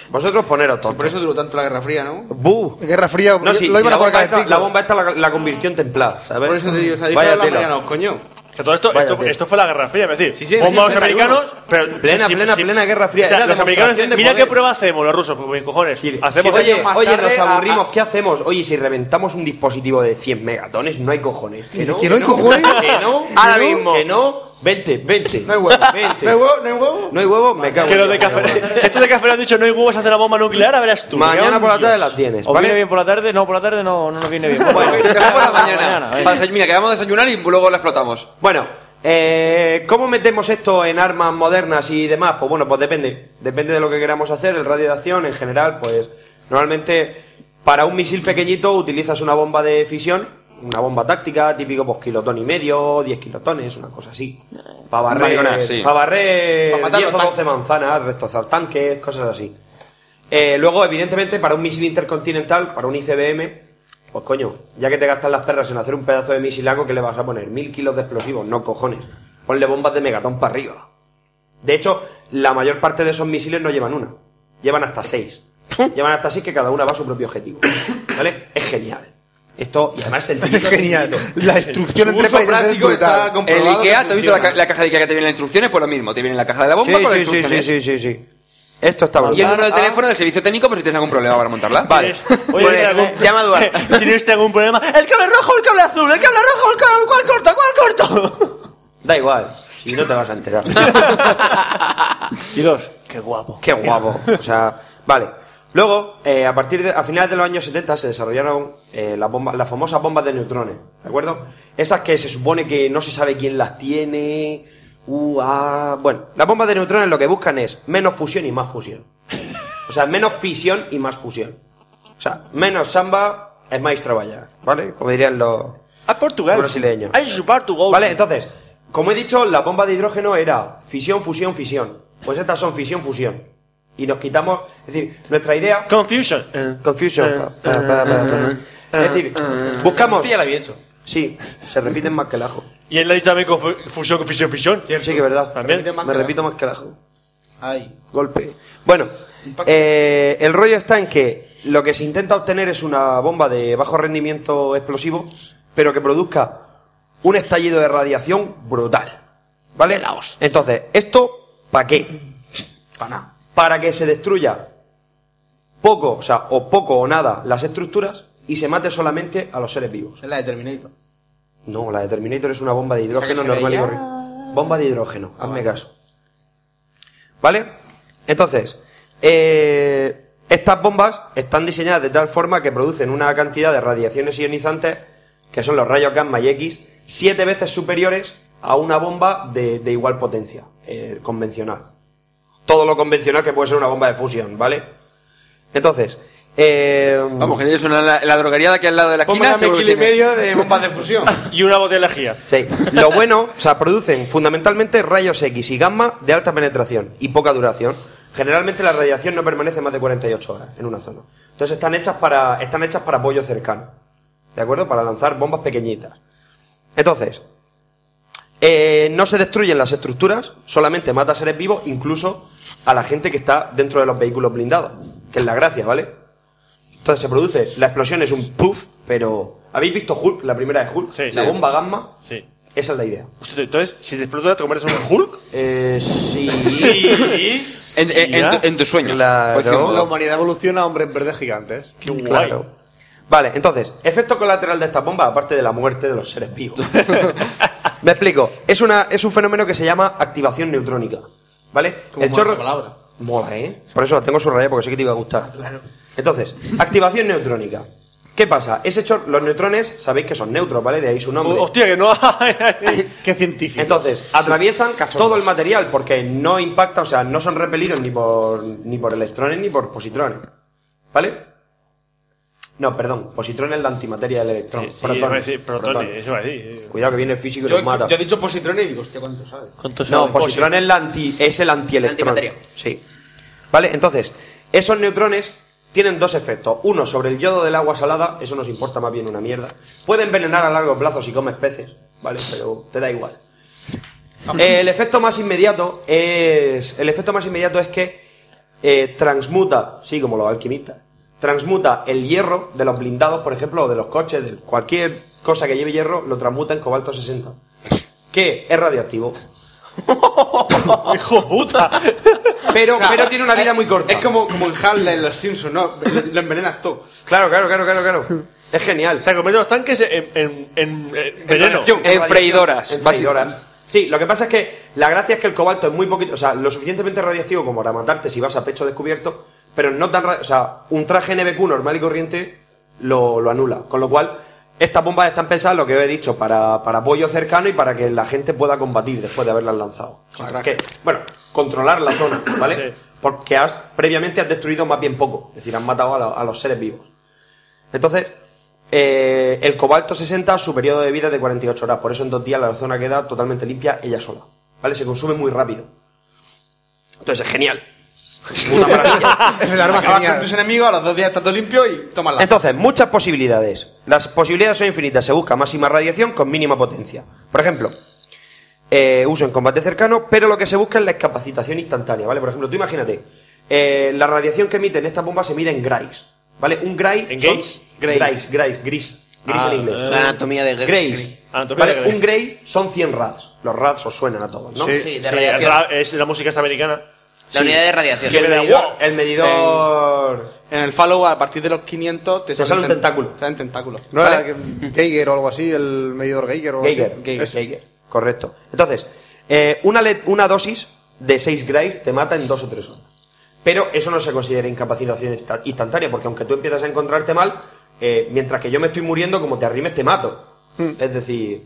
S9: Vosotros poneros
S3: Por
S9: tontos.
S3: eso duró tanto la Guerra Fría, ¿no?
S9: ¡Bu!
S7: Guerra Fría,
S9: No, sí,
S7: lo
S9: sí,
S7: iban
S9: la,
S7: a por
S9: bomba esta,
S7: calentico.
S9: la bomba esta la, la convirtió en templada, ¿sabes?
S3: Por eso te digo, o sea, dijo
S9: Vaya
S3: a la
S9: tela.
S3: mañana, os coño.
S4: Que todo esto,
S9: Vaya,
S4: esto,
S9: tío.
S4: esto fue la Guerra Fría, es decir,
S3: Sí, sí, sí,
S4: bomba a los
S3: 61.
S4: americanos, pero
S9: Plena, plena, plena Guerra Fría.
S4: O sea,
S9: Era
S4: los americanos
S9: demostración de
S4: dicen, mira
S9: poder".
S4: qué prueba hacemos los rusos, pues mis cojones.
S9: Sí,
S4: Hacemos
S9: sí, oye,
S4: ello.
S3: más
S9: oye,
S3: tarde
S9: nos
S3: a-
S9: aburrimos,
S3: a-
S9: ¿qué hacemos? Oye, si reventamos un dispositivo de 100 megatones, no hay cojones.
S7: Dice, ¿que no hay cojones?
S9: Que no,
S2: Ahora
S9: que no,
S2: mismo.
S9: Que no, vente, vente.
S3: No hay huevo.
S9: Vente.
S3: No hay huevo, no hay huevo.
S9: No hay huevo, me cago.
S4: que
S9: en
S4: los de
S9: Dios,
S4: café,
S9: me cago en Dios.
S4: que estos de café le han dicho no hay huevos a hacer la bomba nuclear, a verás tú. me cago
S9: Mañana
S4: en
S9: por la tarde
S4: Dios.
S9: las tienes,
S8: ¿Os viene
S9: ¿vale?
S8: bien por la tarde? No, por la tarde no, no nos viene bien.
S9: Bueno,
S5: Te la pongo a la
S8: Mañana,
S5: mañana.
S8: venga.
S5: Para desay- Mira, que vamos a desayunar y luego la explotamos.
S9: Bueno, eh, ¿cómo metemos esto en armas modernas y demás? Pues bueno, pues depende. Depende de lo que queramos hacer. El radio de acción, en general, pues normalmente para un misil pequeñito utilizas una bomba de fisión, una bomba táctica, típico pues kilotón y medio, 10 kilotones, una cosa así. Para barrer,
S5: Maricona, sí.
S9: pa' barrer
S3: Pa' matar
S9: 10 o
S3: los
S9: 12 manzanas, destrozar tanques, cosas así. Eh, luego, evidentemente, para un misil intercontinental, para un ICBM, pues coño, ya que te gastas las perras en hacer un pedazo de misilaco, ¿qué le vas a poner? Mil kilos de explosivos, no cojones. Ponle bombas de megatón para arriba. De hecho, la mayor parte de esos misiles no llevan una, llevan hasta seis. Llaman hasta así que cada una va a su propio objetivo. ¿Vale? Es genial. Esto, y además es sencillo.
S7: Genial. La instrucción entre países es brutal.
S5: El IKEA, ¿te has visto la, ca- la caja de IKEA que te viene las instrucciones? Pues lo mismo, te viene la caja de la
S9: Sí,
S5: bomba con las
S9: sí, sí, sí,
S5: instrucciones.
S9: sí, sí, sí. Esto está
S5: Y el
S9: brutal.
S5: número de teléfono del servicio técnico por si tienes algún problema para montarla.
S9: Vale.
S4: Oye,
S2: Pues,
S4: ¿tiene algún-
S2: llama a Duarte.
S4: ¿Tiene usted algún problema? ¡El cable rojo, el cable azul! ¡El cable rojo, el cable... ¿Cuál corto, cuál corto?
S9: Da igual. Si no te vas a enterar.
S8: Y dos, qué guapo.
S9: Qué guapo. O sea, vale. Luego, eh, a partir de, a finales de los años 70 se desarrollaron eh, las, bombas, las famosas bombas de neutrones, ¿de acuerdo? Esas que se supone que no se sabe quién las tiene. Uh, ah. Bueno, las bombas de neutrones lo que buscan es menos fusión y más fusión. O sea, menos fisión y más fusión. O sea, menos samba es más trabajar, ¿vale? Como dirían los,
S4: A Portugal.
S9: Brasileño.
S4: Hay su Portugal.
S9: Vale, entonces, como he dicho, la bomba de hidrógeno era fisión, fusión, fisión. Pues estas son fisión, fusión. Y nos quitamos. Es decir, nuestra idea.
S4: Confusion. Eh,
S9: Confusion.
S4: eh,
S9: Pa, pa, pa, pa, pa. Es decir, buscamos.
S3: Este ya lo había hecho.
S9: Sí, se repiten más que el ajo.
S4: Y él le dice también confu- fusión, confusión, fisión.
S9: Sí, que es verdad.
S4: También.
S3: Repite más
S9: Me
S3: que el
S9: repito más que el ajo.
S3: Ay.
S9: Golpe. Bueno, eh, el rollo está en que lo que se intenta obtener es una bomba de bajo rendimiento explosivo, pero que produzca un estallido de radiación brutal. ¿Vale?
S2: la hostia.
S9: Entonces, ¿esto para qué?
S3: Para nada.
S9: Para que se destruya poco, o sea, o poco o nada las estructuras y se mate solamente a los seres vivos.
S3: Es la de Terminator.
S9: No, la de Terminator es una bomba de
S3: sea, que
S9: hidrógeno
S3: se
S9: normal y
S3: veía. Ah,
S9: corriente. Bomba de hidrógeno, hazme caso. ¿Vale? Entonces, eh, estas bombas están diseñadas de tal forma que producen una cantidad de radiaciones ionizantes, que son los rayos gamma y X, siete veces superiores a una bomba de, de igual potencia, eh, convencional. Todo lo convencional que puede ser una bomba de fusión, ¿vale? Entonces, eh,
S5: Vamos, que tienes una, la, la droguería de aquí al lado de la esquina.
S3: Póngame
S5: seguro que
S3: kilo y
S5: tienes.
S3: medio de bombas de fusión.
S4: Y una botella de lejía.
S9: Sí. Lo bueno, o sea, producen fundamentalmente rayos X y gamma de alta penetración y poca duración. Generalmente la radiación no permanece más de 48 horas en una zona. Entonces están hechas para, están hechas para apoyo cercano. ¿De acuerdo? Para lanzar bombas pequeñitas. Entonces, eh, no se destruyen las estructuras, solamente mata a seres vivos, incluso a la gente que está dentro de los vehículos blindados. Que es la gracia, ¿vale? Entonces se produce, la explosión es un puff, pero... ¿Habéis visto Hulk, la primera de Hulk?
S4: Sí.
S9: la
S4: Sí.
S9: bomba gamma.
S4: Sí.
S9: Esa es la idea.
S4: Hostia, Entonces, si te explota, te conviertes en un Hulk.
S9: Eh, sí.
S5: En, en- en tu, en tus sueños.
S9: Claro.
S5: Pues, sin
S7: La
S5: duda.
S7: humanidad evoluciona a hombres verdes gigantes.
S4: Qué guay.
S9: Claro. Vale, entonces, efecto colateral de estas bombas, aparte de la muerte de los seres vivos. Me explico. Es, una, es un fenómeno que se llama activación neutrónica. ¿Vale?
S3: Como mola esa palabra.
S9: Mola, ¿eh? Por eso la tengo subrayada porque sé que te iba a gustar. Entonces, activación neutrónica. ¿Qué pasa? Ese chorro, los neutrones, sabéis que son neutros, ¿vale? De ahí su nombre.
S4: Oh, Hostia, que no
S7: Qué científico.
S9: Entonces, atraviesan
S7: Cachondos.
S9: todo el material porque no impacta, o sea, no son repelidos ni por, ni por electrones ni por positrones. ¿Vale? No, perdón, positrones es la antimateria del electrón.
S4: Sí, sí,
S9: protones,
S4: iba a decir protones,
S9: protones.
S4: eso iba a decir.
S9: Cuidado que viene el físico y
S3: Yo,
S9: los mata.
S3: yo he dicho positrones y digo, hostia, ¿cuánto sabes?
S9: No, positrón es, la anti, es el antielectrón.
S2: Antimateria.
S9: Sí. Vale, entonces, esos neutrones tienen dos efectos. Uno, sobre el yodo del agua salada, eso nos importa más bien una mierda. Puede envenenar a largo plazo si comes peces, ¿vale? Pero te da igual. Eh, el efecto más inmediato es. El efecto más inmediato es que eh, transmuta, sí, como los alquimistas, transmuta el hierro de los blindados, por ejemplo, o de los coches, de cualquier cosa que lleve hierro, lo transmuta en cobalto 60. Que es radioactivo.
S4: ¡Hijo puta!
S9: Pero,
S3: O sea,
S9: pero tiene una vida
S3: es-
S9: muy corta.
S3: Es como, como el Harley en los Simpsons, ¿no? Lo envenenas todo.
S9: Claro, claro, claro, claro, claro. Es genial.
S4: O sea, convierte los tanques en, en, en, en veneno.
S3: radiación.
S5: En freidoras.
S9: En freidoras. Sí, lo que pasa es que la gracia es que el cobalto es muy poquito, o sea, lo suficientemente radioactivo como para matarte si vas a pecho descubierto, pero no tan ra- o sea, un traje NBQ normal y corriente lo, lo anula. Con lo cual, estas bombas están pensadas, lo que os he dicho, para, para apoyo cercano y para que la gente pueda combatir después de haberlas lanzado. O sea,
S3: traje.
S9: que, bueno, controlar la zona, ¿vale?
S4: Sí.
S9: Porque has, previamente has destruido más bien poco, es decir, has matado a, la- a los seres vivos. Entonces, eh, el cobalto 60, su periodo de vida es de 48 horas. Por eso en dos días la zona queda totalmente limpia ella sola. ¿Vale? Se consume muy rápido. Entonces es genial. Puta maravilla.
S7: es el arma
S3: Acabas con
S7: genial.
S3: tus enemigos, a los dos días está todo limpio y tomas la.
S9: Entonces, muchas posibilidades. Las posibilidades son infinitas. Se busca máxima radiación con mínima potencia. Por ejemplo, eh, uso en combate cercano, pero lo que se busca es la capacitación instantánea, ¿vale? Por ejemplo, tú imagínate, eh, la radiación que emiten estas bombas se mide en grays. ¿Vale? Un gray. ¿En
S4: gays?
S9: Grays. Grays, grays, gris. Gris
S4: Ah,
S9: en inglés.
S4: eh. La
S2: anatomía de gr-
S9: Grays.
S2: gris.
S4: Anatomía
S9: ¿Vale?
S4: de gray.
S9: Un gray son 100 rads. Los rads os suenan a todos, ¿no?
S2: Sí. Sí, de radiación.
S4: el ra- es la música esta americana.
S2: La unidad de radiación.
S9: Y el medidor. El medidor.
S3: En el follow, a partir de los 500, te,
S9: sale un
S3: ten-
S9: tentáculo.
S3: Te salen tentáculos.
S7: No
S9: Vale.
S7: era que- Geiger o algo así, el medidor Geiger o algo
S9: Geiger,
S7: así.
S9: Geiger,
S7: Eso.
S9: Geiger. Correcto. Entonces, eh, una, le- una dosis de 6 grays te mata en 2 o 3 horas. Pero eso no se considera incapacitación insta- instantánea, porque aunque tú empiezas a encontrarte mal, eh, mientras que yo me estoy muriendo, como te arrimes, te mato. Es decir,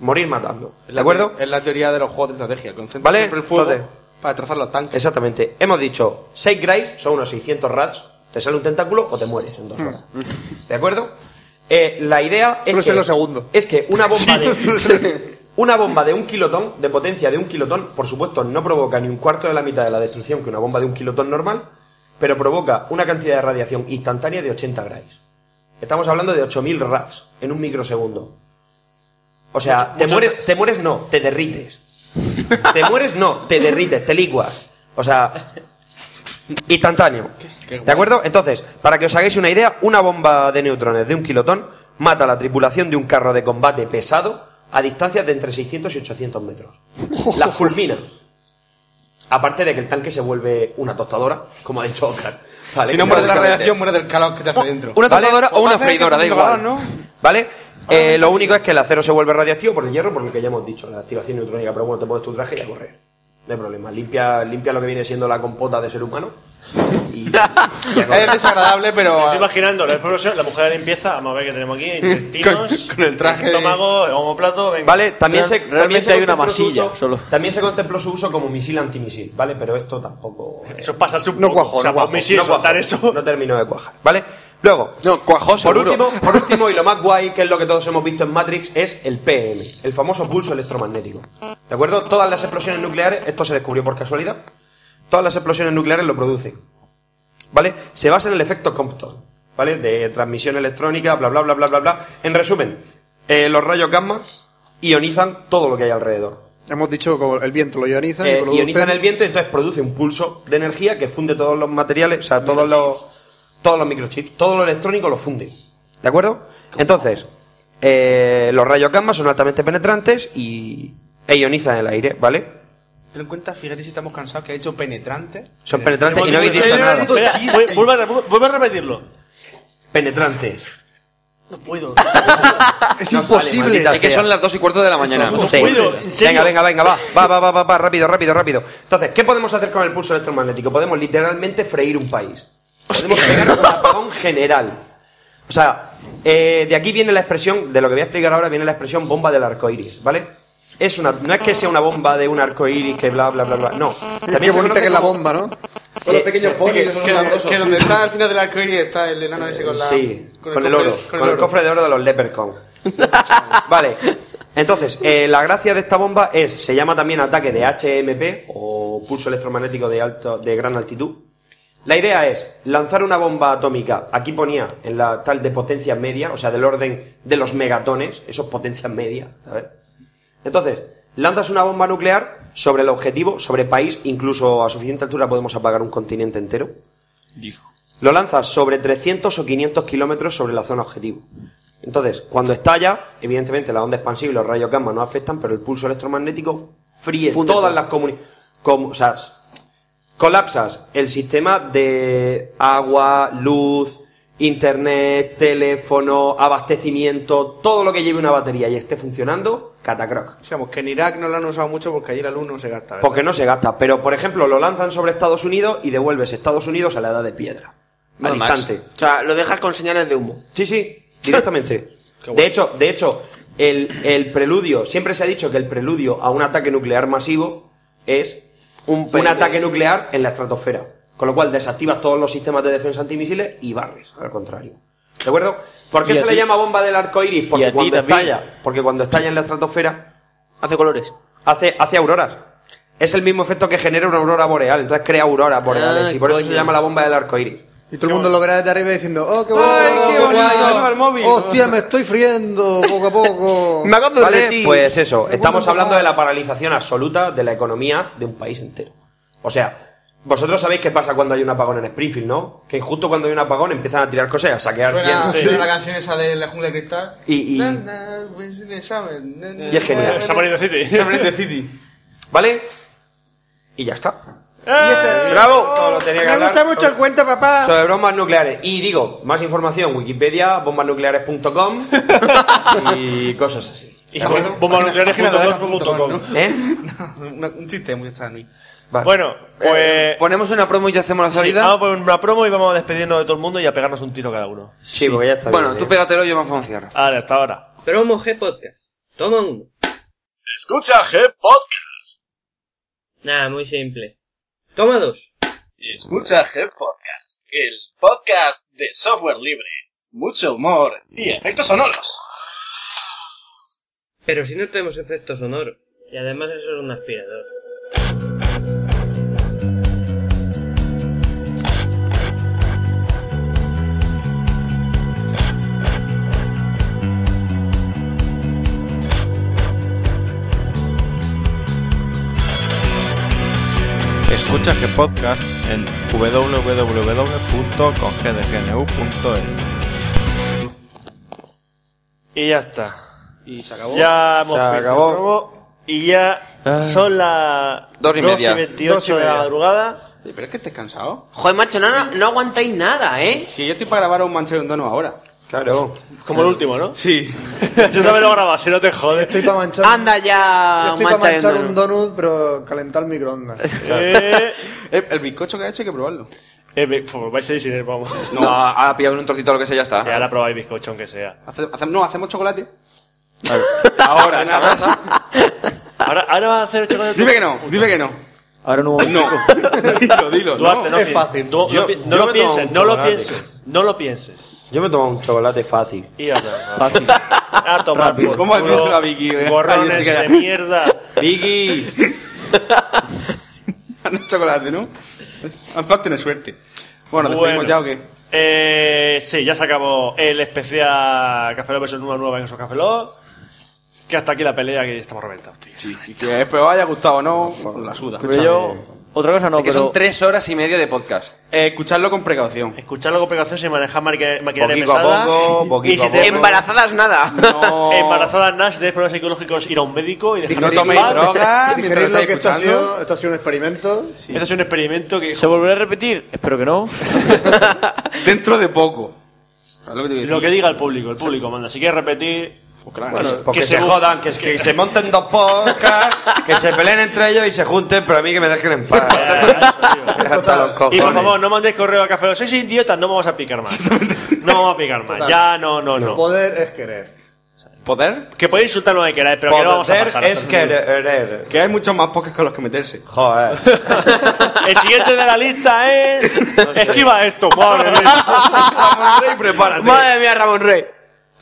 S9: morir matando.
S3: Es
S9: ¿De
S3: la
S9: acuerdo?
S3: te- Es la teoría de los juegos de estrategia. Concentra
S9: Vale,
S3: siempre el fuego
S9: entonces-
S3: para destrozar los tanques.
S9: Exactamente. Hemos dicho, 6 grays son unos 600 rats. Te sale un tentáculo o te mueres en dos horas. ¿De acuerdo? Eh, la idea es
S7: Solo sé
S9: que,
S7: lo segundo.
S9: es que una bomba de una bomba de un kilotón, de potencia de un kilotón, por supuesto no provoca ni un cuarto de la mitad de la destrucción que una bomba de un kilotón normal, pero provoca una cantidad de radiación instantánea de 80 grays. Estamos hablando de 8000 rats en un microsegundo. O sea, te mueres, te mueres no, te derrites. Te mueres no, te derrites, te licuas. O sea, instantáneo. ¿De acuerdo? Entonces, para que os hagáis una idea, una bomba de neutrones de un kilotón mata a la tripulación de un carro de combate pesado a distancias de entre 600 y 800 metros. La fulmina. Aparte de que el tanque se vuelve una tostadora, como ha dicho Oscar. ¿Vale?
S3: Si no mueres de la
S5: Básicamente.
S3: radiación, mueres del calor que te
S9: Oh,
S3: hace dentro.
S5: Una
S9: Vale,
S5: tostadora o
S3: Pues
S5: una
S3: parece que
S5: freidora, da
S3: está
S5: igual.
S3: haciendo calor,
S9: ¿Vale?
S3: Ah,
S9: Eh, lo único es que el acero se vuelve radioactivo por el hierro, por lo que ya hemos dicho, la activación neutrónica. Pero bueno, te pones tu traje y a correr. No hay problema. Limpia, limpia lo que viene siendo la compota de ser humano. Y, y a
S3: ¿no?
S9: correr.
S3: Es desagradable,
S4: Me
S3: pero.
S4: Estoy imaginando, la, explosión, la mujer de limpieza, vamos a ver qué tenemos aquí, intestinos,
S3: Con- con el traje de-
S4: estómago, estómago, venga.
S9: ¿Vale? También se,
S8: Realmente
S9: también se
S8: hay una
S9: contempló su
S8: masilla
S9: uso-
S8: solo.
S9: También se contempló su uso como misil antimisil, ¿vale? Pero esto tampoco. eh,
S4: Eso pasa un
S7: No
S4: poco.
S7: cuajó,
S4: o sea,
S7: no cuajó,
S4: con misiles
S9: no cuajó,
S4: soltar eso.
S9: No terminó de cuajar, ¿vale? Luego,
S5: No, cuajó
S9: Por
S5: seguro.
S9: último, por último, y lo más guay, que es lo que todos hemos visto en Matrix, es el PM, el famoso pulso electromagnético. ¿De acuerdo? Todas las explosiones nucleares, esto se descubrió por casualidad, todas las explosiones nucleares lo producen. ¿Vale? Se basa en el efecto Compton, ¿vale? De transmisión electrónica, bla, bla, bla, bla, bla, bla. En resumen, eh, los rayos gamma ionizan todo lo que hay alrededor.
S7: Hemos dicho como el viento lo ioniza
S9: Eh,
S7: y produce...
S9: ionizan el viento y entonces produce un pulso de energía que funde todos los materiales, o sea, todos los, todos los microchips, todo lo electrónico lo funde. ¿De acuerdo? Entonces, eh, los rayos gamma son altamente penetrantes y e ionizan el aire, ¿vale?
S3: Ten en cuenta, fíjate si estamos cansados, que ha hecho penetrante.
S9: Son penetrantes y no
S4: Hemos
S9: habéis dicho
S4: "Eh,
S9: nada.
S4: espera, vu- Vuelve a, vu- vuelve a repetirlo.
S9: Penetrantes.
S7: Es
S9: No sale,
S7: imposible.
S9: maldita
S5: Es que son las 2 y cuarto de la mañana.
S4: No
S9: Sí.
S4: puedo, en
S9: Venga,
S4: serio.
S9: venga, venga, va, va, va, va, va, va, rápido, rápido, rápido. Entonces, ¿qué podemos hacer con el pulso electromagnético? Podemos literalmente freír un país. Podemos crear un apagón general. O sea, eh, de aquí viene la expresión, de lo que voy a explicar ahora, viene la expresión bomba del arco iris, ¿vale? Es una, no es que sea una bomba de un arco iris que bla, bla, bla, bla. No. También
S7: Qué
S9: se
S7: bonita
S9: conoce
S7: que es la
S9: como-
S7: bomba, ¿no?
S9: Sí,
S6: los pequeños
S9: sí,
S6: ponis,
S9: sí,
S6: que son
S3: Que,
S6: sabrosos.
S3: que donde está al final del arco iris está el enano ese con la.
S9: Sí, con, el,
S3: cofre-
S9: oro, con el cofre de oro de los Leprechaun. vale, entonces, eh, la gracia de esta bomba es, se llama también ataque de HMP o pulso electromagnético de, alto, de gran altitud. La idea es lanzar una bomba atómica, aquí ponía en la tal de potencia media, o sea, del orden de los megatones, eso es potencia media, ¿sabes? Entonces, lanzas una bomba nuclear sobre el objetivo, sobre país, incluso a suficiente altura podemos apagar un continente entero. Lo lanzas sobre 300 o 500 kilómetros sobre la zona objetivo. Entonces, cuando estalla, evidentemente la onda expansiva y los rayos gamma no afectan, pero el pulso electromagnético fríe
S2: Funde
S9: todas
S2: todo.
S9: las comunidades. o sea, s- colapsas el sistema de agua, luz, internet, teléfono, abastecimiento, todo lo que lleve una batería y esté funcionando, catacroc.
S3: Digamos que en Irak no lo han usado mucho porque allí la luz no se gasta. ¿verdad?
S9: Porque no se gasta. Pero, por ejemplo, lo lanzan sobre Estados Unidos y devuelves Estados Unidos a la edad de piedra.
S5: Nada
S9: al
S5: más.
S9: instante.
S2: O sea, lo dejas con señales de humo.
S9: Sí, sí, directamente. De hecho, de hecho, el, el preludio, siempre se ha dicho que el preludio a un ataque nuclear masivo es
S2: Un
S9: un
S2: pene.
S9: ataque nuclear en la estratosfera. Con lo cual desactivas todos los sistemas de defensa antimisiles y barres, al contrario. ¿De acuerdo? ¿Por qué
S8: Y a
S9: se le
S8: ti-
S9: llama bomba del arco iris?
S8: y a
S9: Porque
S8: ti
S9: cuando
S8: también.
S9: estalla, porque cuando estalla en la estratosfera,
S2: Hace colores.
S9: hace, hace auroras. Es el mismo efecto que genera una aurora boreal, entonces crea auroras boreales
S2: Ah,
S9: y por eso se
S2: coño.
S9: llama la bomba del arco iris.
S7: Y todo el mundo lo verá desde arriba diciendo, ¡oh, qué bueno!
S5: ¡Ay, qué
S3: guay,
S5: bonito!
S3: ¡Arriba el móvil!
S7: ¡Hostia, me estoy friendo poco a poco!
S2: Me acabo de
S9: Vale,
S2: derretir.
S9: pues eso, estamos
S7: momento
S9: hablando
S7: más.
S9: de la paralización absoluta de la economía de un país entero. O sea, Vosotros sabéis qué pasa cuando hay un apagón en Springfield, ¿no? Que justo cuando hay un apagón empiezan a tirar cosas, a saquear
S15: Suena,
S9: tiendas.
S15: suena la canción esa de la jungla de cristal.
S9: Y- y-
S15: Na, na, we're
S3: pues,
S15: in the summer, na, na,
S9: Y es genial.
S15: na,
S4: Summer in the City.
S9: Summer in the City. ¿Vale? Y ya está.
S3: este-
S15: ¡Bravo!
S9: Todo lo tenía que
S15: Me
S9: hablar.
S15: gusta mucho el cuento, papá.
S9: Sobre bromas nucleares. Y digo, más información, Wikipedia, bombasnucleares.com y cosas así.
S4: Y bombasnucleares.com,
S9: ¿no? ¿Eh?
S3: Una- un chiste muy extraño.
S9: Vale.
S4: Bueno, pues.
S5: Eh, Ponemos una promo y ya hacemos la
S4: sí,
S5: salida.
S4: vamos a poner una promo y vamos a despedirnos de todo el mundo y a pegarnos un tiro cada uno.
S9: Sí, porque ya está.
S5: bueno,
S9: bien,
S5: tú
S9: eh.
S5: pégatelo y yo me pongo un cierre.
S4: Vale, hasta ahora.
S16: Promo G Podcast. Toma uno.
S14: Escucha G-Podcast.
S16: Nada, muy simple. Toma dos.
S14: Escucha G-Podcast, el podcast de software libre. Mucho humor y efectos sonoros.
S16: Pero si no tenemos efectos sonoros. Y además eso es un aspirador.
S17: Escucha G-Podcast en www.congdgnu.es.
S4: Y ya está.
S3: Y se acabó.
S4: Ya hemos
S3: Se
S4: visto
S3: acabó.
S4: el promo Y ya
S3: Ah.
S4: son las
S5: Dos y media.
S4: 28
S3: Dos y
S4: de la
S3: media.
S4: madrugada.
S3: Oye, Pero es que estés cansado.
S2: Joder, macho, no, no, no aguantáis nada, ¿eh?
S3: Si yo estoy para grabar un manchero en dono ahora.
S9: Claro.
S4: Como el último, ¿no?
S3: Sí. Este
S4: Yo también lo grababa, si no te jodes.
S7: Estoy para manchar.
S2: Anda ya,
S7: Yo estoy para
S2: mancha
S7: manchar
S2: yéndonos.
S7: un donut, pero calentar el microondas.
S4: Eh,
S3: El, el bizcocho que ha hecho hay que probarlo.
S4: eh, me- pues vais a decidir, vamos.
S5: No, ahora pillamos un trocito o lo que sea y ya está.
S4: Ya la probáis bizcocho, aunque sea.
S3: Hace- hace- no, hacemos chocolate.
S5: Ahora, ¿sabes?
S4: Ahora, ahora vas a hacer chocolate.
S3: Dime que no, dime que no.
S8: Ahora no
S3: No. dilo, dilo.
S4: Duarte,
S3: no,
S4: no,
S3: es
S4: pi-
S3: fácil.
S4: tú-
S9: Yo-
S4: no pi-
S9: yo
S4: no
S9: me he
S4: lo
S9: tomado
S4: pienses,
S9: un
S4: no lo
S9: chocolate.
S4: pienses. No lo pienses.
S9: Yo me tomo un chocolate fácil.
S4: Y ya está.
S8: Fácil.
S4: A tomar por
S3: ¿Cómo ha
S4: culo,
S3: dicho la Vicky? eh? Ayer
S4: Gorrones
S3: sí que
S4: de
S3: era-
S4: mierda.
S9: Vicky.
S3: No es chocolate, ¿no? Además tiene suerte. Bueno,
S4: Bueno.
S3: despedimos ya o qué.
S4: Eh, sí, ya se acabó el especial Café Lock versión 1 nueva en su Café Lock. Que hasta aquí la pelea que estamos reventados, tío.
S3: Sí, y que espero haya gustado o no, pues la suda.
S8: Pero yo. Otra cosa no,
S5: que
S8: pero.
S5: son tres horas y media de podcast.
S3: Eh, escuchadlo con precaución.
S4: Escucharlo con precaución sin manejar maquinaria maquinaria
S9: Poquito a
S4: pesada.
S9: poco,
S4: y
S9: poquito
S4: si
S9: a
S4: te
S9: poco.
S2: Embarazadas nada.
S3: No,
S4: embarazadas NAS, de problemas psicológicos, ir a un médico y dejar
S3: no toméis drogas mientras lo
S7: Digerir lo
S3: estáis
S7: que esto ha,
S3: escuchando.
S7: sido, esto ha sido un experimento.
S4: Esto es un experimento que
S8: ¿Se volverá a repetir? Espero que no.
S3: Dentro de poco. ¿Sabes lo que te quiero
S4: lo que
S3: decir?
S4: diga el público, el público manda. Si quieres repetir,
S3: Pues claro.
S9: Porque
S4: que
S9: se
S4: se bu-
S9: jodan, que, que se monten dos podcasts, que se peleen entre ellos y se junten, pero a mí que me dejen en paz. Hasta los
S4: Y
S9: cojones.
S4: por favor, no mandéis correo a Café Lock. Sois idiotas, no vamos a picar más. No vamos a picar más. Ya, no, no, no.
S7: Poder es querer.
S3: ¿Poder?
S4: Que podéis insultar lo que queráis, pero que no vamos a
S9: Poder
S4: pasar.
S9: es querer.
S3: Que hay muchos más podcasts con los que meterse.
S9: Joder.
S4: El siguiente de la lista es. Esquiva esto, madre mía.
S3: Ramón Rey, prepárate.
S2: Madre mía, Ramón Rey.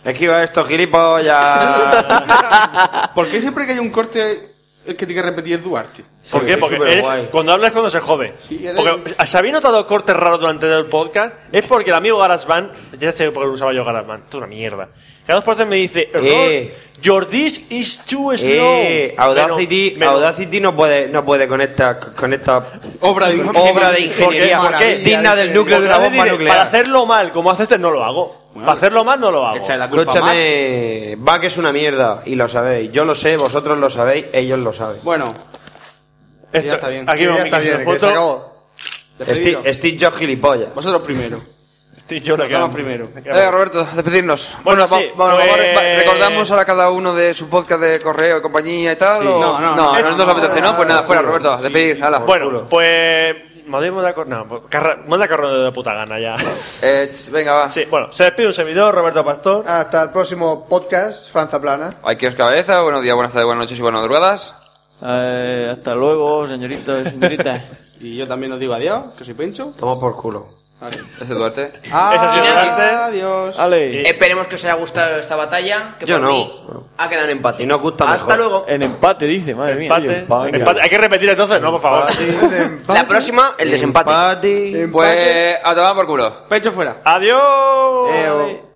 S9: Esquiva esto, gilipollas.
S3: ¿Por qué siempre que hay un corte el que tiene que repetir es Duarte?
S4: ¿Por qué?
S9: es
S4: Porque
S9: superguay.
S4: eres- cuando hablas cuando se jode.
S3: Sí, eres-
S4: Porque si habéis notado cortes raros durante el podcast, es porque el amigo Garasman, ya sé por qué usaba yo Garasman, tú una mierda. Cada dos por tres me dice,
S9: Eh.
S4: Rod, your this is too slow.
S9: Eh, Audacity,
S4: Me lo- me lo-
S9: Audacity no puede, no puede con esta, con esta
S3: Obra de
S9: obra de ingeniería
S4: ¿Por qué?
S9: porque digna del núcleo de una
S4: Porque
S9: bomba
S4: dice, Para
S9: nuclear.
S4: hacerlo mal, como haces, no lo hago.
S3: Bueno,
S4: para hacerlo mal, no lo hago.
S3: Echa la culpa a Mac.
S9: Escúchame, Bach eh, es una mierda y lo sabéis. Yo lo sé, vosotros lo sabéis, ellos lo saben.
S3: Bueno,
S4: Esto-
S3: ya está bien.
S4: Aquí
S7: Que
S4: vamos
S7: ya está bien, que se acabó.
S3: despediros.
S9: Steve, Steve Jobs gilipollas.
S3: Vosotros primero. Vamos primero.
S5: Eh, Roberto, despedirnos.
S4: Bueno,
S5: Bueno,
S4: sí,
S5: va- bueno, vamos
S4: pues-
S5: a- va- recordamos ahora cada uno de su podcast de correo y compañía y tal. o-
S3: No,
S5: no,
S3: no, no,
S4: no,
S5: nos
S4: no,
S5: apetece, ¿no? Pues nada, fuera, Roberto, a despedir. hala.
S4: Bueno, pues. Madrid manda corna. Manda carrón de puta gana ya.
S5: Eh, ch- venga, va.
S4: Sí, bueno, se despide un servidor, Roberto Pastor.
S3: Ah,
S7: Hasta el próximo podcast, Franza Plana.
S5: Hay que os cabeza, buenos días, buenas tardes, buenas noches y buenas madrugadas.
S8: Eh, hasta luego, señoritos y señoritas.
S3: Y yo también os digo adiós, que soy Pencho.
S9: Toma por culo.
S5: Este Duarte.
S3: Adiós.
S8: Ale,
S2: Esperemos que os haya gustado esta batalla, que
S9: Yo
S2: por
S9: no.
S2: mí ha quedado en empate.
S9: Si no os gusta,
S2: Hasta
S9: mejor.
S2: luego.
S8: en empate dice, madre mía.
S4: Empate.
S9: empate.
S4: Empate. Hay que repetir entonces, no, por favor.
S2: La próxima, el desempate.
S9: Party.
S5: Pues a tomar por culo.
S3: Pecho Pues, fuera.
S4: Adiós.
S9: Eo.